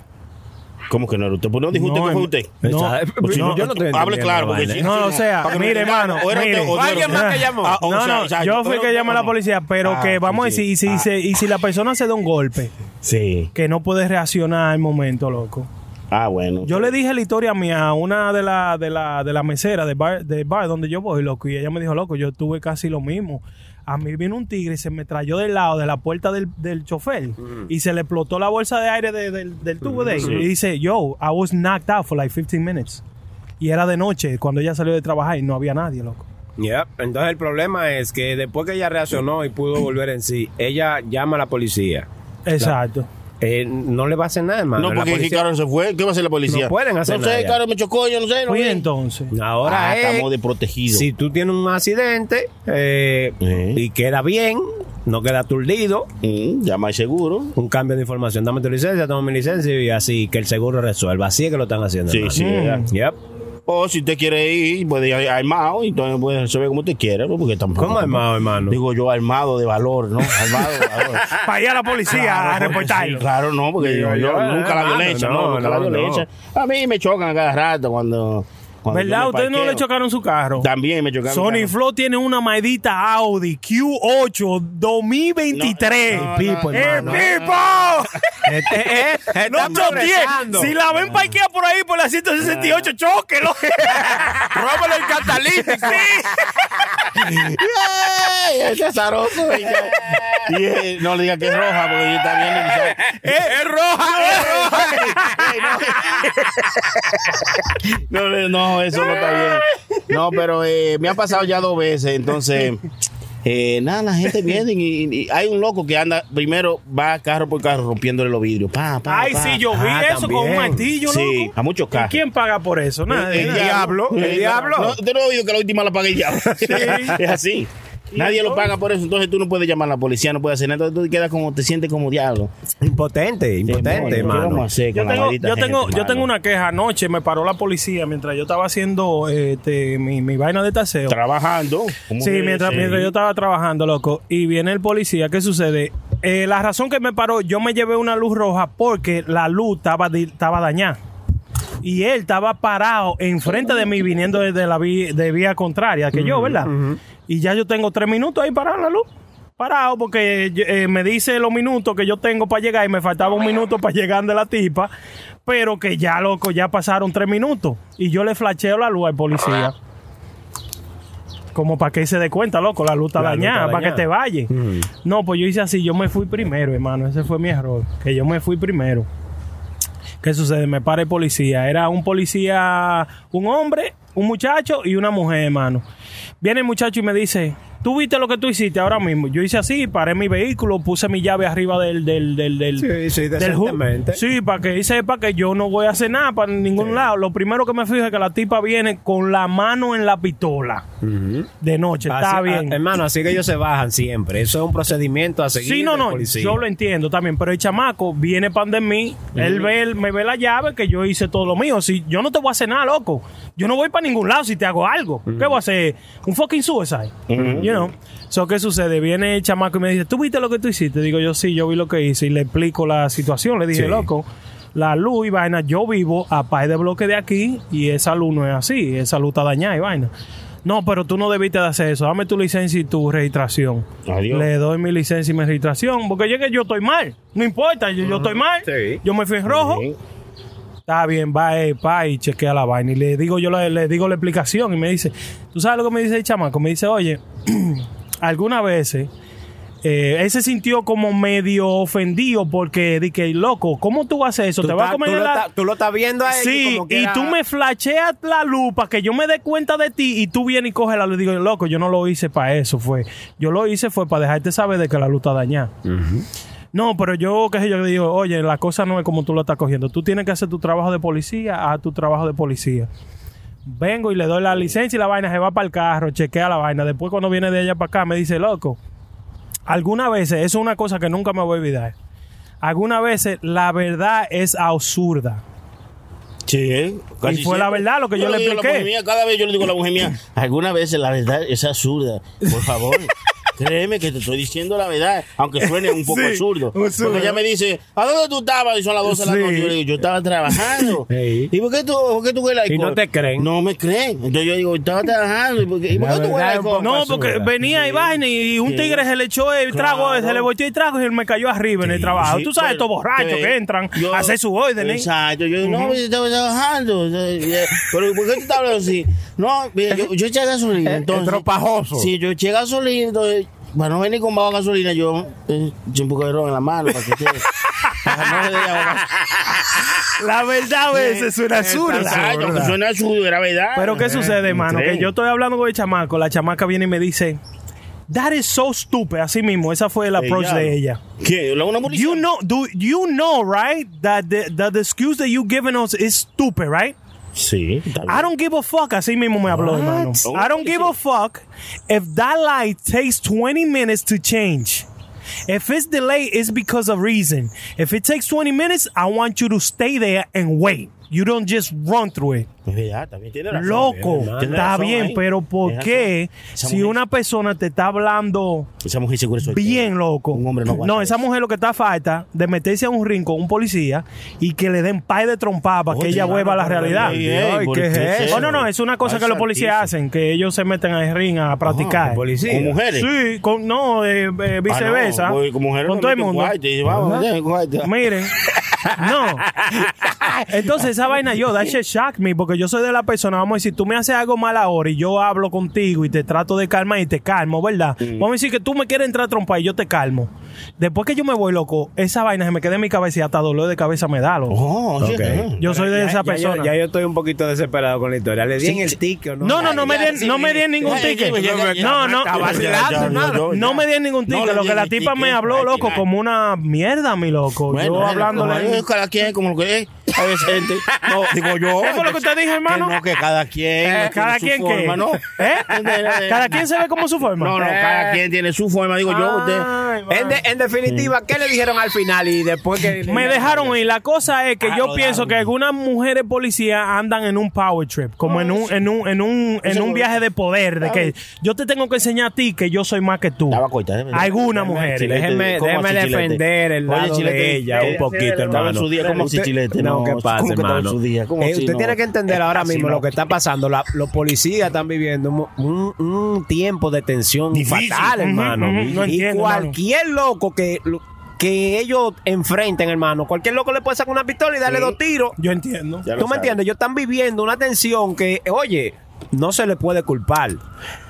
F: ¿Cómo que no era usted? Pues no dijo usted que fue usted.
B: eh,
A: No,
F: Pues si no,
A: yo
F: yo no te
A: Hable claro, porque
F: si-
A: No,
F: si
A: o sea,
F: para que
A: mire,
F: me digan,
A: hermano.
F: o era usted
A: mire.
F: o tú eras usted. Ah, o
A: No,
F: sea,
A: no,
F: o sea,
A: yo fui que llamé a la
F: no, no.
A: policía, pero
F: Ah,
A: que vamos
F: sí, Ah.
A: a decir, y si, y si- y si la persona se da un golpe,
F: sí.
A: que no puede reaccionar al momento, loco.
F: Ah, bueno.
A: Yo le dije la historia mía a una de la, de la, de la mesera del bar, del bar donde yo voy, loco, y ella me dijo, loco, yo tuve casi lo mismo. A mí vino un tigre y se me trayó del lado de la puerta del, del chofer y se le explotó la bolsa de aire de- del, del tubo de
K: Ujú.
A: aire. Y dice, yo, I was knocked out for like 15 minutes. Y era de noche, cuando ella salió de trabajar y no había nadie, loco.
F: ¿eh?
B: Yep. Entonces el problema es que después que ella reaccionó y pudo volver en sí, ella llama a la policía.
A: Exacto.
B: Eh, no le va a hacer nada, hermano.
F: No,
B: La
F: porque si
B: policía-
F: Carlos se fue, ¿qué va a hacer la policía?
B: No pueden hacer
F: No sé,
B: nada.
F: Carlos me chocó, yo no sé. No
A: Pues
F: sé.
A: entonces.
B: Ahora
F: Ah,
B: es,
F: estamos desprotegidos.
B: Si tú tienes un accidente eh, y queda bien, no queda aturdido,
F: llama al Mm, seguro.
B: Un cambio de información. Dame tu licencia, toma mi licencia y así que el seguro resuelva. Así es que lo están haciendo.
F: Sí,
B: hermano.
F: sí, ¿verdad?
B: Yep.
F: O si usted quiere ir, puede ir armado, y entonces puede se ve como usted quiera, pues, porque tampoco.
B: ¿Cómo armado, hermano?
F: Digo yo, armado de valor, ¿no? Armado de valor.
A: Para ir a la policía a
F: porque
A: reportarlo.
F: sí, claro, no, porque
A: Ah, Digo
F: yo, yo
A: yo,
F: nunca la
A: hermano,
F: violencia, no,
A: no,
F: nunca la
A: no,
F: violencia. A mí me chocan a cada rato cuando. cuando yo
A: ¿Verdad?
F: me
A: Ustedes no
F: parqueo.
A: le chocaron su carro.
F: También me chocaron. mi
A: Sony
F: carro.
A: Flow tiene una maldita Audi Q8 2023.
B: No, no, Pipo,
A: ¡Eh,
B: hermano.
A: Pipo!
B: Este- este-
A: ¡No
B: están
A: choqueé!
B: progresando.
A: Si la ven parqueada por ahí por la 168, chóquelo. ¡Róbalo el catalítico!
F: ¡Ay, ese azaroso! Y yo- y, eh, no le diga que es roja, porque yo está viendo.
A: ¡Es roja!
F: ¡Es roja! No, no, no, eso no está bien. No, pero eh, me ha pasado ya dos veces, entonces. eh, nada, la gente viene y, y- y hay un loco que anda, primero va carro por carro rompiéndole los vidrios. Pa, pa,
A: Ay,
F: pa.
A: sí, yo vi eso con un martillo,
F: Sí,
A: loco.
F: a muchos
A: ¿Y
F: carros.
A: quién paga por eso? Nada,
F: El,
A: nada.
F: diablo.
A: Sí,
F: No,
A: no.
F: usted no ha oído que la última la paga el diablo. es así. Nadie lo paga por eso, entonces tú no puedes llamar a la policía, no puedes hacer nada, entonces tú quedas como, te sientes como diablo. Eh,
B: Impotente, impotente,
F: ¿qué
B: hermano.
F: vamos a hacer
A: Yo
F: con la
A: tengo,
F: maldita
A: yo, tengo,
F: gente,
A: yo
F: hermano?
A: tengo una queja. Anoche me paró la policía mientras yo estaba haciendo este, mi, mi vaina de taseo.
F: Trabajando. ¿Cómo
A: Sí,
F: debe
A: mientras,
F: ser?
A: mientras yo estaba trabajando, loco. Y viene el policía. ¿Qué sucede? Eh, la razón que me paró, yo me llevé una luz roja porque la luz estaba, di- estaba dañada. Y él estaba parado enfrente de mí, viniendo desde la vi- de vía contraria que yo, ¿verdad? Y ya yo tengo tres minutos ahí parado en la luz. Parado porque eh, me dice los minutos que yo tengo para llegar y me faltaba un minuto para llegar de la tipa. Pero que ya, loco, ya pasaron tres minutos. Y yo le flasheo la luz al policía. Como para que se dé cuenta, loco, la luz está
B: La luz está
A: dañada, para que
B: dañada.
A: te vaya. No, pues yo hice así, yo me fui primero, hermano. Ese fue mi error, que yo me fui primero. ¿Qué sucede? Me para el policía. Era un policía, un hombre, un muchacho y una mujer, hermano. Viene el muchacho y me dice, ¿tú viste lo que tú hiciste ahora mismo? Yo hice así, paré mi vehículo, puse mi llave arriba del... del, del, del
B: Sí, sí,
A: del hood.
B: decentemente.
A: Sí, para que sepa que yo no voy a hacer nada para ningún lado. Lo primero que me fijo es que la tipa viene con la mano en la pistola. De noche,
B: Así-
A: está
B: ah,
A: bien.
B: hermano, así que ellos se bajan siempre. Eso es un procedimiento a seguir.
A: Sí, no,
B: del
A: no,
B: policía.
A: yo lo entiendo también, pero el chamaco viene pan de mí, él ve, el- me ve la llave que yo hice todo lo mío. Si yo no te voy a hacer nada, loco, yo no voy para ningún lado si te hago algo. ¿Qué voy a hacer? Un fucking suicide. You know. So, ¿qué sucede? Viene el chamaco y me dice, ¿tú viste lo que tú hiciste? Digo yo, sí, yo vi lo que hice y le explico la situación. Le dije,
B: Sí.
A: loco, la luz y vaina, yo vivo a par de bloque de aquí y esa luz no es así, esa luz está dañada y vaina. No, pero tú no debiste de hacer eso. Dame tu licencia y tu registración.
F: Adiós.
A: Le doy mi licencia y mi registración. Porque yo, que yo estoy mal. No importa, yo, yo estoy mal. Yo me fui en rojo. Está bien, va, eh, pa, y chequea la vaina. Y le digo yo, la- le, digo la explicación. Y me dice, ¿tú sabes lo que me dice el chamaco? Me dice, oye, algunas veces eh, él se sintió como medio ofendido porque dije, loco, ¿cómo tú haces eso?
B: Tú
A: ¿Te vas
B: estás-
A: a comer
B: tú lo
A: la-
B: estás- tú lo estás viendo a él y
A: Sí,
B: como
A: y
B: quiera-
A: tú me flasheas la luz para que yo me dé cuenta de ti y tú vienes y coges la luz. Digo, loco, yo no lo hice para eso, fue. Yo lo hice fue para dejarte saber de que la luz está dañada. No, pero yo, qué sé yo, le digo, oye, la cosa no es como tú lo estás cogiendo. Tú tienes que hacer tu trabajo de policía, haz tu trabajo de policía. Vengo y le doy la licencia y la vaina se va para el carro, chequea la vaina. Después cuando viene de allá para acá me dice, loco, algunas veces, eso es una cosa que nunca me voy a olvidar, algunas veces la verdad es absurda.
F: Sí, ¿eh?
A: Y fue la verdad lo que yo le
F: digo a la
A: expliqué.
F: mujer mía, cada vez yo le digo a la mujer mía, algunas veces la verdad es absurda. Por favor, créeme que te estoy diciendo la verdad, aunque suene un poco
B: Sí,
F: absurdo.
B: absurdo.
F: Porque ella me dice, ¿a dónde tú estabas? Y son las 12 de
B: Sí.
F: la noche. Yo le digo, yo estaba trabajando. ¿Y por qué tú, por qué tú hueles
B: Y
F: alcohol?
B: no te creen.
F: No me creen. Entonces yo digo, estaba trabajando. ¿Y por qué, y por
B: La
F: qué tú hueles
B: verdad es un
F: alcohol?
B: poco
A: No, porque venía y vaina y un
F: Sí.
A: tigre se le echó el trago,
F: Claro.
A: se le volteó el trago y él me cayó arriba en el trabajo.
F: Sí,
A: Tú sabes,
F: bueno,
A: estos borrachos
F: te-
A: que entran
F: yo-
A: a hacer su orden. ¿eh?
F: Exacto. Yo, no,
A: Ujú.
F: yo estaba trabajando. o sea, ya- Pero ¿por qué tú estás hablando así? No, mira, yo, yo eché gasolina.
B: Es- es
F: Entonces,
B: tropajoso.
F: Sí, yo eché gasolina. Entonces, para no venir con bajo gasolina, yo eh, eché un poco de ron en la mano para que usted... para no le dé ahogas-
A: La verdad a veces
F: eh,
A: suena absurda.
F: Exacto, que suena Eh, absurdo, era verdad.
A: Pero ¿qué sucede, hermano? Que yo estoy hablando con el chamaco, la chamaca viene y me dice, That is so stupid. Así mismo, esa fue el approach de ella.
F: eh, ¿Qué? ¿La una policía?
A: You know, do you know, right? That the, that the excuse that you giving us is stupid, right?
F: Sí.
A: I don't give a fuck. Así mismo me habló, hermano. I don't give a fuck if that light takes 20 minutes to change. If it's delayed, it's because of reason. If it takes 20 minutes, I want you to stay there and wait. You don't just run through it.
F: Es verdad, también tiene razón.
A: Loco,
F: Tiene razón
A: está bien,
F: ahí.
A: pero ¿por
F: Tiene
A: qué
F: razón. Esa
A: si
F: mujer-
A: una persona te está hablando
F: Esa mujer seguro es soltera.
A: bien loco?
F: Un hombre no
A: no,
F: aguanta
A: esa mujer lo que está falta de meterse a un ring con un policía y que le den pay de trompada para que
F: Oye,
A: ella
F: mano,
A: vuelva a la
F: pero
A: realidad.
F: ey, ey,
A: Ay,
F: ¿por
A: ¿qué
F: qué
A: es
F: es Ah,
A: eso?
F: eso?
A: Oh, no, no, es una cosa
F: Ay,
A: que los policías
F: santísimo.
A: hacen, que ellos se meten al ring a practicar.
F: con policías. ¿Con mujeres?
A: Sí, con, no, eh, eh, viceversa.
F: voy con mujeres, no
A: todo el
F: meten
A: mundo.
F: guay, te dicen, vamos,
A: Ajá.
F: meten guay, te-
A: Miren. No. Entonces esa vaina yo, that shit shock me, porque yo soy de la persona, vamos a decir, tú me haces algo mal ahora y yo hablo contigo y te trato de calmar y te calmo, ¿verdad? Vamos a decir que tú me quieres entrar a trompa y yo te calmo. Después que yo me voy, loco, esa vaina se me queda en mi cabeza y hasta dolor de cabeza me da,
F: Oh.
A: loco.
B: sí. Ok.
A: Yo soy de
B: Ya-
A: esa
B: ya yo-
A: persona.
B: Ya, yo estoy un poquito desesperado con la historia. Le di en el ticket, ¿no?
A: No, no, no me
B: Ya,
A: den,
B: sí,
A: no me
B: sí.
A: den ningún
B: Ya, ya,
A: ticket.
B: ya, ya, ya,
A: No, no,
B: está vacilando,
A: no,
B: nada.
A: no, no me den ningún
F: No
A: ticket.
F: le
A: Lo que
F: den
A: la
F: el
A: tipa me
F: ticket,
A: habló,
F: ay,
A: loco,
F: ay.
A: como una mierda, mi loco. yo
F: bueno,
A: hablándole.
F: como- cada quien como lo que es, hay veces gente- No, digo yo.
A: ¿Qué fue lo que usted dijo, hermano?
F: Que no, que cada quien. tiene
A: Eh, ¿cada
F: su
A: quien qué?
F: forma, ¿no?
A: ¿Eh? ¿Cada quien se ve como su forma? Eh.
F: No,
A: Ah,
F: no, cada quien tiene su forma, digo yo. Usted.
B: En, de- en definitiva, ¿qué le dijeron al final? Y después que.
A: Me dejaron ir. La cosa es que
B: Ah,
A: yo
B: lo
A: pienso
B: dejaron
A: que algunas mujeres policías andan en un power trip, como en un, en un, en un, en un viaje de poder, de que yo te tengo que enseñar a ti que yo soy más que tú.
F: ¿eh?
A: Algunas mujeres.
B: Chilete, déjeme
F: ¿cómo
B: déjeme
F: así, Chilete?
B: defender el
F: Oye,
B: lado
F: Chilete,
B: de ella
F: eh,
B: un poquito,
F: estaba
B: hermano.
F: en su día, ¿cómo así,
B: Usted-
F: Chilete?
B: No,
F: No,
B: ¿qué
F: ¿cómo
B: pasa,
F: que estaba en
B: hermano?
F: su día? ¿Cómo
B: Eh,
F: así,
B: usted
F: no?
B: tiene que entender ahora
F: Así
B: mismo
F: no.
B: lo que está pasando. La- los policías están viviendo un, un- un tiempo de tensión
F: Difícil.
B: fatal,
F: Ujú,
B: hermano.
F: ujú, no
B: y
F: entiendo,
B: cualquier loco que... lo- que ellos enfrenten, hermano. Cualquier loco le puede sacar una pistola y darle
A: Sí.
B: dos tiros.
A: Yo entiendo.
B: ¿Tú me entiendes? Ellos están viviendo una tensión que, oye, no se le puede culpar.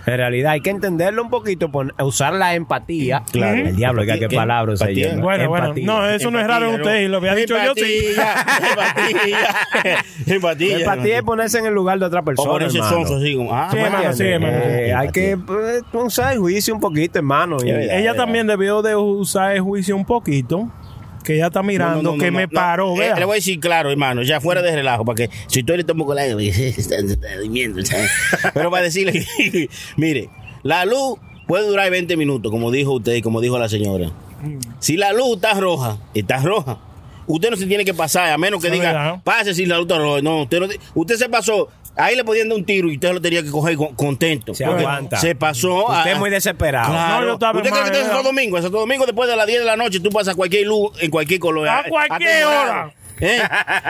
B: En realidad, hay que entenderlo un poquito, pon- usar la empatía.
F: Claro.
B: El diablo, oiga,
F: Empatía.
B: qué palabra se
F: Empatía.
B: llama.
A: Bueno, bueno.
B: Empatía.
A: No, eso no es raro en
F: Empatía,
A: usted y lo había dicho yo, sí.
F: Empatía. Empatía.
B: Empatía es ponerse en el lugar de otra persona.
F: O ponerse
B: hermano.
F: sonso, así como, ah,
B: ¿Tú me
F: Sí, hermano,
B: entiendes?
F: sí, hermano.
B: Eh, hay que eh, usar el juicio un poquito, hermano. y-
A: Ella también debió de usar el juicio un poquito, que ella está mirando,
F: No, no, no,
A: que
F: no,
A: me
F: no.
A: paró,
F: Eh,
A: vea.
F: le voy a decir claro, hermano, ya fuera de relajo, para que si tú le tomas con la está está durmiendo, ¿sabes? pero para decirle, mire, la luz puede durar 20 minutos, como dijo usted y como dijo la señora.
A: Mm.
F: Si la luz está roja, está roja. Usted no se tiene que pasar, a menos que
A: Es
F: diga,
A: verdad.
F: pase si la luz está roja. No, usted, no te- usted se pasó. Ahí le podían dar un tiro y usted lo tenía que coger con- contento.
B: Se
F: porque
B: aguanta.
F: Se pasó.
B: Usted es muy desesperado.
F: Claro.
B: No, yo estaba
F: ¿Usted cree que
B: mal,
F: usted es
B: era.
F: todo domingo? Es todo domingo después de las 10 de la noche. Tú pasas cualquier luz en cualquier color.
A: A cualquier
F: atemorado.
A: hora.
F: ¿Eh?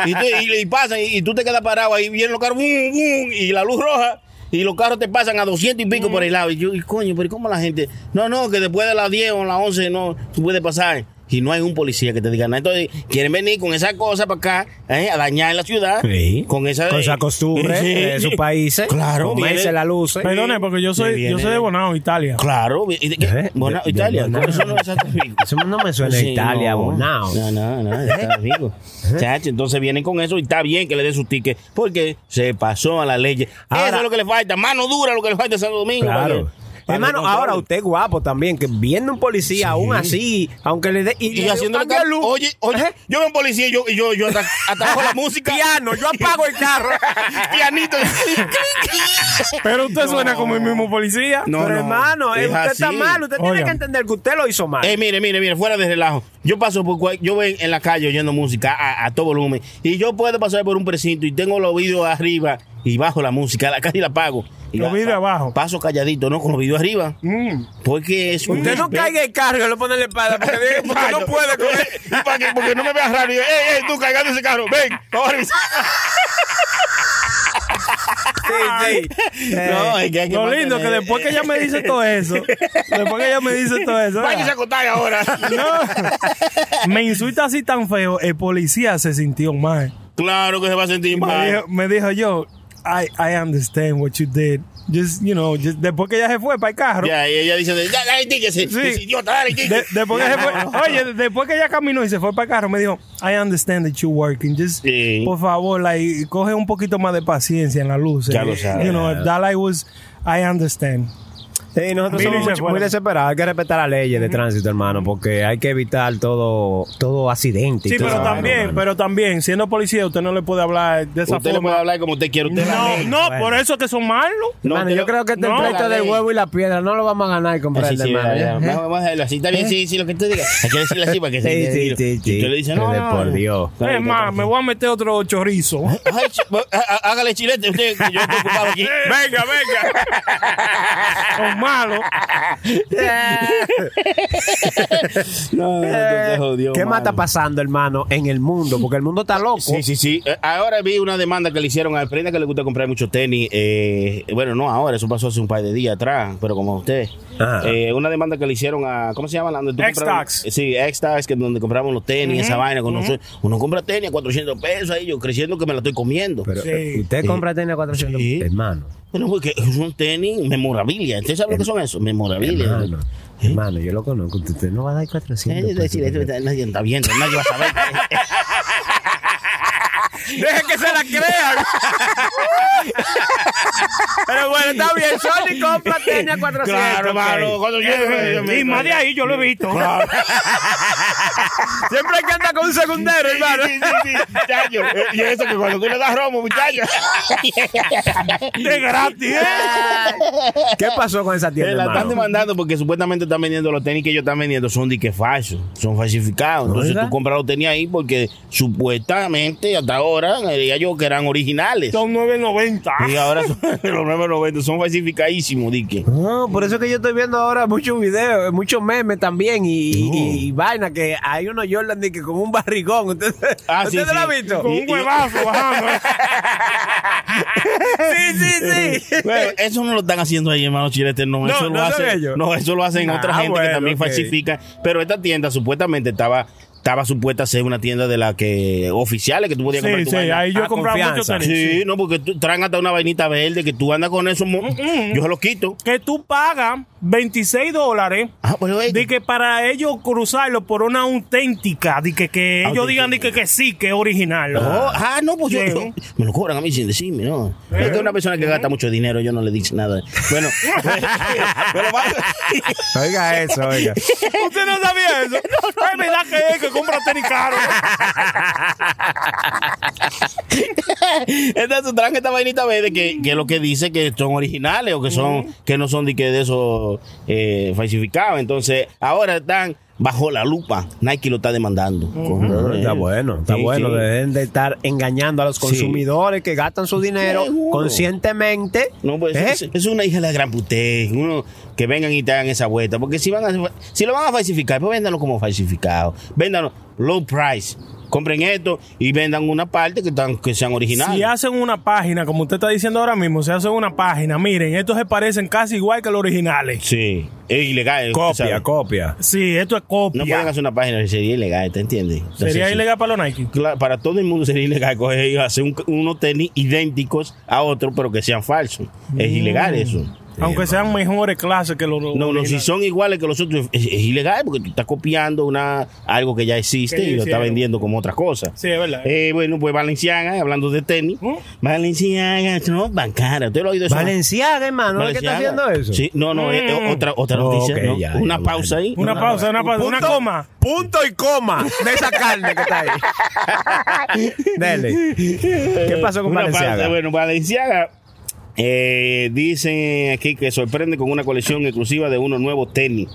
F: Y, tú- y- y pasan y, y tú te quedas parado ahí, vienen los carros, bum, bum, y la luz roja. Y los carros te pasan a 200 y pico por el lado. Y yo, y coño, pero ¿cómo la gente? No, no, que después de las 10 o las 11 no, tú puedes pasar. y no hay un policía que te diga nada. Entonces, quieren venir con esa cosa para acá, ¿eh? a dañar la ciudad.
B: Sí.
F: Con esa,
B: Con esa costumbre
F: Sí.
B: de sus países.
F: Claro.
B: Comerse
F: viene-
B: la luz, eh.
A: Perdone, porque yo soy,
F: viene-
A: yo soy de Bonao, Italia.
F: Claro. ¿y de qué? Bonao, Italia.
B: ¿Eh? Bonao.
F: ¿Cuáles son los desastres físicos?
B: Eso no me suena a
F: Sí,
B: Italia, ¿Eh?
F: no.
B: abonado.
F: No, no, no, ya está rico. Chacho, entonces vienen con eso y está bien que le den su ticket porque se pasó a la ley. eso
B: Ahora-
F: es lo que le falta, mano dura lo que le falta a Santo Domingo.
B: Claro.
F: para que- para que
B: Hermano,
F: controle.
B: ahora usted es guapo también, que viendo un policía aún así, aunque le dé...
F: Y haciéndole
B: cambia ¿Eh?
F: cam- Oye, oye, yo veo un policía y yo, y yo, yo ata- ataco la música.
B: Piano, yo apago el carro.
F: Pianito.
A: Pero usted suena como el mismo policía.
F: No,
B: Pero
F: no,
B: hermano, eh,
F: es
B: usted está
F: así.
B: mal, usted tiene
F: Oigan.
B: que entender que usted lo hizo mal.
F: Eh, mire, mire, mire, fuera de relajo. Yo paso por cual- yo voy en la calle oyendo música a, a todo volumen y yo puedo pasar por un precinto y tengo los oídos arriba y bajo la música, la casi la apago. Y
A: Los
F: la-
A: vidrios abajo.
F: Paso calladito, no con los videos arriba.
A: Mm.
F: Porque es un
B: usted no
F: despe-
B: caiga el carro y le pone la espada, porque, porque no puede con él.
F: ¿Para qué? Porque no me veas raro. Y yo, ey, ey, tú cargando ese carro. Ven, vamos a revisar.
B: Sí, sí. Eh,
F: No, es que hay que
A: Lo lindo que
F: mantener-
A: después que ella me dice todo eso, después que ella me dice todo eso,
F: Váyase a contar ahora.
A: no, me insulta así tan feo, el policía se sintió mal.
F: Claro que se va a sentir
A: Me
F: mal.
A: dijo, me dijo yo, I, I understand what you did. Just, you know, just- después que ella se fue para el carro.
F: Ya, y ella dice, ya, dale ticket, sí,
A: Sí.
F: ese idiota, dale ticket.
A: de- después que se fue- oye, después que ella caminó y se fue para el carro, me dijo, I understand that you're working. Just,
F: Sí.
A: por favor, like, coge un poquito más de paciencia en la luz.
F: Ya
A: eh.
F: lo sabes.
A: You know, that I was, I understand.
B: Sí, nosotros
A: Vino y
B: somos
A: se
B: mucho-
A: fue.
B: muy desesperados. Hay que respetar las leyes de tránsito, hermano, porque hay que evitar todo, todo accidente. y
A: Sí,
B: todo
A: pero
B: eso,
A: también,
B: hermano.
A: pero también, siendo policía, usted no le puede hablar de esa
F: Usted le
A: forma.
F: puede hablar como usted quiere. Usted es la
A: No,
F: ley.
A: no,
B: Bueno.
A: por eso que son malos.
F: No, te
B: Hermano, yo
F: lo-
B: creo que este
A: no,
B: el
F: la
B: pleito del
F: ley.
B: huevo y la piedra no lo vamos a ganar,
F: Así
B: comprende,
F: sí,
B: hermano.
F: ya, ya.
B: ¿eh?
F: Vamos vamos a dejarlo así. Está bien, sí, sí, lo que usted diga. Hay que decirlo así para que
B: Sí,
F: se
B: sí,
F: sí,
B: sí, sí.
F: Usted le dice, no,
B: Pero
F: no.
B: por Dios.
A: es más, me voy a meter otro chorizo.
F: Ay, ch- há- Hágale chilete usted, que yo estoy ocupado aquí.
A: venga, venga. son malos.
F: No, no, te jodió,
B: ¿Qué más
F: mano.
B: está pasando, hermano, en el mundo? Porque el mundo está loco.
F: Sí, sí, sí. Eh, Ahora vi una demanda que le hicieron a Prenda que le gusta comprar mucho tenis. eh, bueno, no ahora, eso pasó hace un par de días atrás, pero como usted.
B: Ajá.
F: Eh, una demanda que le hicieron a. ¿Cómo se llama? la donde tú
A: X-Tax.
F: comprabas- Sí, X-Tax, que es donde compramos los tenis, esa vaina. Con nosotros. Uno compra tenis a 400 pesos ahí, yo creciendo que me la estoy comiendo.
B: Pero,
A: Sí.
B: eh, Usted
F: Sí.
B: compra tenis a 400
F: Sí.
B: Hermano,
F: Bueno, porque es un tenis memorabilia. ¿Usted sabe lo que son eso? Memorabilia.
B: hermano, hermano, yo lo conozco. Usted no va a dar 400
F: Eh, Es decir, esto
B: pesos.
F: está- nadie está viendo, nadie va a saber.
B: Deje que se la crean. Pero bueno, está bien. Sony compra tenis a 400.
F: Claro, hermano.
B: ok.
F: cuando yo- yo- yo-
A: Y más de ahí yo lo he visto.
B: Siempre hay que andar con un secundario, hermano.
F: Sí, sí, sí, muchacho. Eh, Y eso que cuando tú le das romo, muchacho.
A: De gratis.
B: ¿Qué pasó con esa
F: Eh,
B: tienda,
F: La están
B: hermano?
F: demandando porque supuestamente están vendiendo los tenis que ellos están vendiendo son de que falsos, son falsificados. Entonces
B: Oiga.
F: tú compras los tenis ahí porque supuestamente hasta ahora eh, diría yo que eran originales.
A: Son 9.90.
F: Y ahora son, los nuevos 90 son falsificadísimos, dique.
B: No, por eso es que yo estoy viendo ahora muchos videos, muchos memes también y, y- y vaina que hay uno Jordan de que con un barrigón. ¿Usted,
F: Ah, sí,
B: ¿usted no lo ha
F: sí.
B: visto?
A: Con un huevazo bajando.
B: ¿eh? Sí, sí, sí.
F: Bueno, eso no lo están haciendo ahí, hermano Chilete. No,
B: No,
F: eso lo
B: no son
F: hacen.
B: ellos.
F: No, eso lo hacen
B: Ah,
F: otra gente que
B: bueno,
F: también
B: ok.
F: falsifica. Pero esta tienda supuestamente estaba. Estaba supuesta a ser una tienda de las que oficiales que tú podías comprar
A: Sí,
F: tu
A: sí,
F: vaina.
A: ahí yo
B: Ah,
A: he comprado muchos
B: confianza.
A: tenis.
F: Sí, no, porque tú, traen hasta una vainita verde que tú andas con eso. mo- Yo se lo quito.
A: Que tú pagas 26 dólares.
F: Ah, pero es-
A: De que para ellos cruzarlo por una auténtica, de que, que ellos
F: Auténtica.
A: digan de que, que sí, que es original.
F: Oh, ah, no, pues yo,
A: Sí.
F: yo- me lo cobran a mí sin decirme, no. Es que una persona que gasta mucho dinero, yo no le digo nada. Bueno, pero vaya.
B: Oiga eso, oiga.
A: Oh, Usted no sabía eso. Es verdad que es que compra tenis caro.
F: Entonces traen esta vainita verde que, que lo que dice que son originales o que son que no son de que de esos eh, falsificados. Entonces ahora están bajo la lupa. Nike lo está demandando. Con-
B: Está bueno, está
F: Sí,
B: bueno.
F: sí.
B: Deben de estar engañando a los consumidores que gastan su dinero
F: Seguro.
B: conscientemente.
F: No, pues
B: ¿Eh?
F: es, es una hija de la gran puté. Uno que vengan y te hagan esa vuelta. Porque si van a, si lo van a falsificar, pues véndanlo como falsificado. Véndanlo. low price. Compren esto y vendan una parte que, tan- que sean originales.
A: Si hacen una página, como usted está diciendo ahora mismo, si hacen una página, miren, estos se parecen casi igual que los originales.
F: Sí, es ilegal.
A: Copia,
B: copia.
A: Sí, esto es copia.
F: No pueden hacer una página que sería ilegal, ¿te entiendes? Entonces,
A: ¿Sería
F: sí.
A: ilegal para los Nike?
F: Claro, para todo el mundo sería ilegal coger y hacer un- unos tenis idénticos a otros, pero que sean falsos. Es
A: Mm.
F: ilegal eso.
A: Aunque sean mejores clases que los
F: No, no, si
A: originales.
F: son iguales que los otros, es, es ilegal porque tú estás copiando una, algo que ya existe
A: Que
F: y lo estás
A: hicieron.
F: vendiendo como otra cosa.
A: Sí, ¿Oh? es verdad.
F: Eh, bueno, pues Valenciaga, hablando de tenis. Valenciaga, no, bancara. ¿Usted lo ha oído eso?
B: Valenciaga, hermano, ¿es que está
F: Valenciaga.
B: haciendo eso? Oh,
F: Sí, no, no, es- es otra, otra
B: Ok,
F: noticia. ¿no?
B: ya,
F: una
B: ya,
F: pausa ahí.
A: Una pausa, una pausa, una
B: Punto-
A: coma.
B: Punto y coma de esa carne que está ahí. Dele. ¿Qué pasó con
F: Una
B: Balenciaga?
F: pausa. Bueno, Valenciaga eh, dicen aquí que sorprende con una colección exclusiva de unos nuevos tenis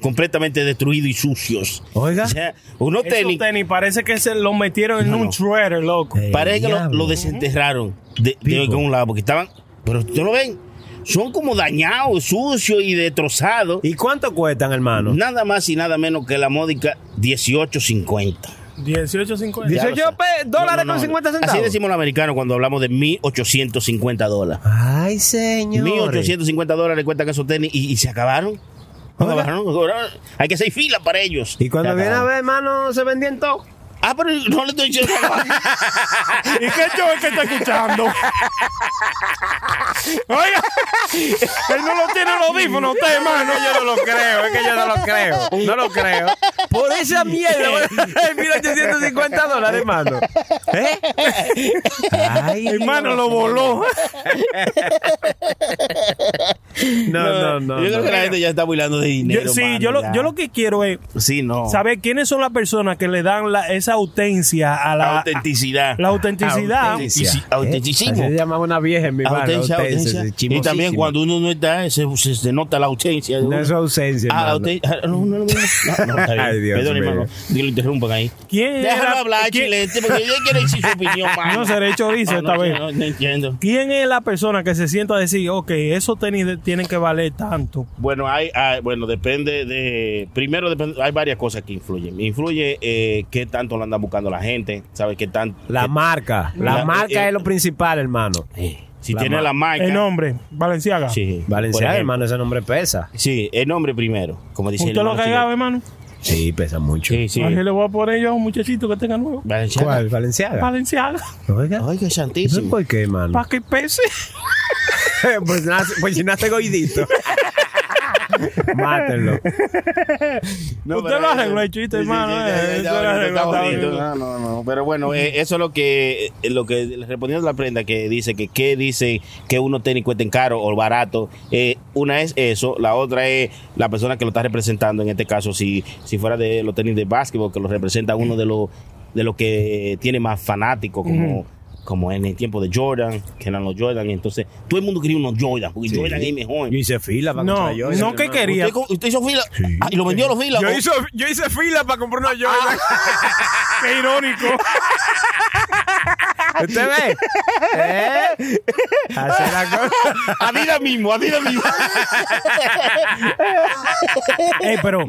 F: completamente destruidos y sucios.
B: Oiga.
F: O sea, unos
A: Esos
F: tenis Eh.
A: tenis parece que se los metieron en un shredder, loco.
F: Parece que lo, lo desenterraron de, de algún lado, porque estaban. Pero ustedes lo ven, son como dañados, sucios y destrozados.
B: ¿Y cuánto cuestan, hermano?
F: Nada más y nada menos que la módica 1850.
A: 18.50.
F: Ya lo sé.
B: dólares
F: No, no,
B: con
F: no.
B: 50
F: Así
B: centavos.
F: decimos los americanos cuando hablamos de 1850 dólares.
B: Ay, señor.
F: 1850 dólares cuentan esos tenis y, y se acabaron. No acabaron, no acabaron. Hay que hacer fila para ellos.
B: Y cuando
F: Se
B: viene a
F: acabaron.
B: ver, hermano, se vendían todo.
F: Ah, pero no le estoy diciendo
A: ¿Y qué show es que está escuchando? Oiga, él no lo tiene el audífono, usted, hermano.
B: yo no lo creo, es que yo no lo creo. No lo creo. Por esa mierda, voy a dar 1850 dólares, hermano. ¿Eh? Ay,
A: Hermano, lo voló.
B: No, no, no.
F: Yo creo que la gente ya está burlando de dinero.
A: Yo- sí,
F: mano, ya.
A: yo, lo, yo lo que quiero es
F: Sí, no.
A: saber quiénes son las personas que le dan la, esa autencia a la,
F: La autenticidad.
A: la autenticidad.
F: Autentici-
B: Así
F: Autenticismo.
B: Se llama una vieja en mi barrio.
F: Autencia, autencia. Y también cuando uno no está, se, se, se nota la ausencia. de
B: No
F: uno.
B: es ausencia,
F: Ah, la
B: hermano.
F: autencia. ah, No, no, no, no. No, no, está bien.
B: Ay, Dios
F: Perdón,
B: mío.
F: hermano. Que lo interrumpan ahí.
A: ¿Quién
F: Déjalo
A: era-
F: hablar,
A: quién-
F: chilete, porque ella quiere decir su opinión, mano.
A: No seré chorizo
F: Ah,
A: esta
F: no,
A: vez.
F: No, no entiendo.
A: ¿Quién es la persona que se sienta a decir, ok, esos tenis de- tienen que valer tanto?
F: Bueno, hay, hay- bueno, depende de. Primero, depende, hay varias cosas que influyen. Influye eh, qué tanto lo anda buscando la gente, ¿sabes? Qué tanto.
B: La marca. La,
F: La-
B: marca
F: eh,
B: es lo principal, hermano.
F: Si tiene la marca.
A: El nombre, Valenciaga.
F: Sí. Por
B: Valencia,
F: ejemplo.
B: hermano, ese nombre pesa.
F: Sí, el nombre primero. Como dice
A: ¿Usted
F: el
A: lo
F: hermano
A: cagaba, hermano?
B: Sí, pesa mucho.
F: chileno. Sí, sí.
A: Ahí le voy a poner yo a un muchachito que tenga nuevo.
F: Valenciano.
B: ¿Cuál? ¿Valenciaga?
A: Valenciaga,
B: Oiga.
F: Oiga, santísimo.
B: ¿Por qué, hermano?
A: para que pese.
B: pues nace, pues nace goidito. Mátenlo.
A: Usted lo arregló el chiste, hermano. eh. Usted lo arregló, está bien.
F: No, no, no. Pero bueno, eh, eso es lo que, eh, lo que respondiendo a la prenda que dice que qué dice que uno tenis cuesten caro o barato. Eh, una es eso, la otra es la persona que lo está representando. En este caso, si, si fuera de los tenis de básquetbol, que lo representa uno de los de los que tiene más fanáticos, como. Como en el tiempo de Jordan, que eran los Jordan, y entonces todo el mundo quería unos Jordan, porque Jordan es mejor.
B: Yo hice fila para
A: No,
B: comprar Jordan,
A: no que
B: hermano.
A: quería.
F: ¿Usted, co- usted hizo fila Ah, y lo vendió a los filas.
B: Yo
F: ¿o?
B: hice, yo hice fila para comprar una Jordan.
A: Qué irónico.
B: ¿Usted ve? ¿Eh? Así es la cosa.
F: Adidas mismo, Adidas mismo.
A: Ey, Eh, pero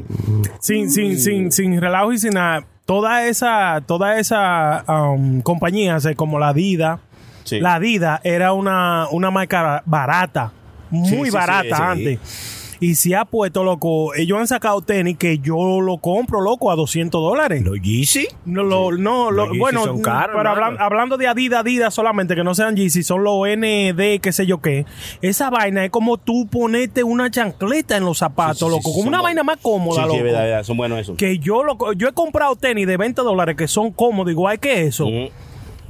A: sin, sin, sin, sin relajo y sin nada, toda esa, toda esa um, compañía, o sea, como la Dida,
F: Sí.
A: la Dida era una, una marca barata,
F: Sí,
A: muy
F: sí, sí,
A: barata
F: sí.
A: antes. Y se ha puesto, loco, ellos han sacado tenis que yo lo compro, loco, a 200 dólares.
B: ¿Los Yeezy?
A: No, lo- no, lo-
B: Los Yeezy
A: bueno,
B: son caros,
A: pero hablan-
B: hermano.
A: hablando de Adidas, Adidas solamente, que no sean Yeezy, son los ND, qué sé yo qué. Esa vaina es como tú ponerte una chancleta en los zapatos,
F: Sí, sí, sí,
A: loco,
F: sí,
A: como
F: son
A: una vaina
F: buenos.
A: más cómoda,
F: Sí, sí,
A: loco.
F: es verdad, es verdad, son buenos esos.
A: Que yo, loco, yo he comprado tenis de 20 dólares que son cómodos, igual que eso.
F: Mm,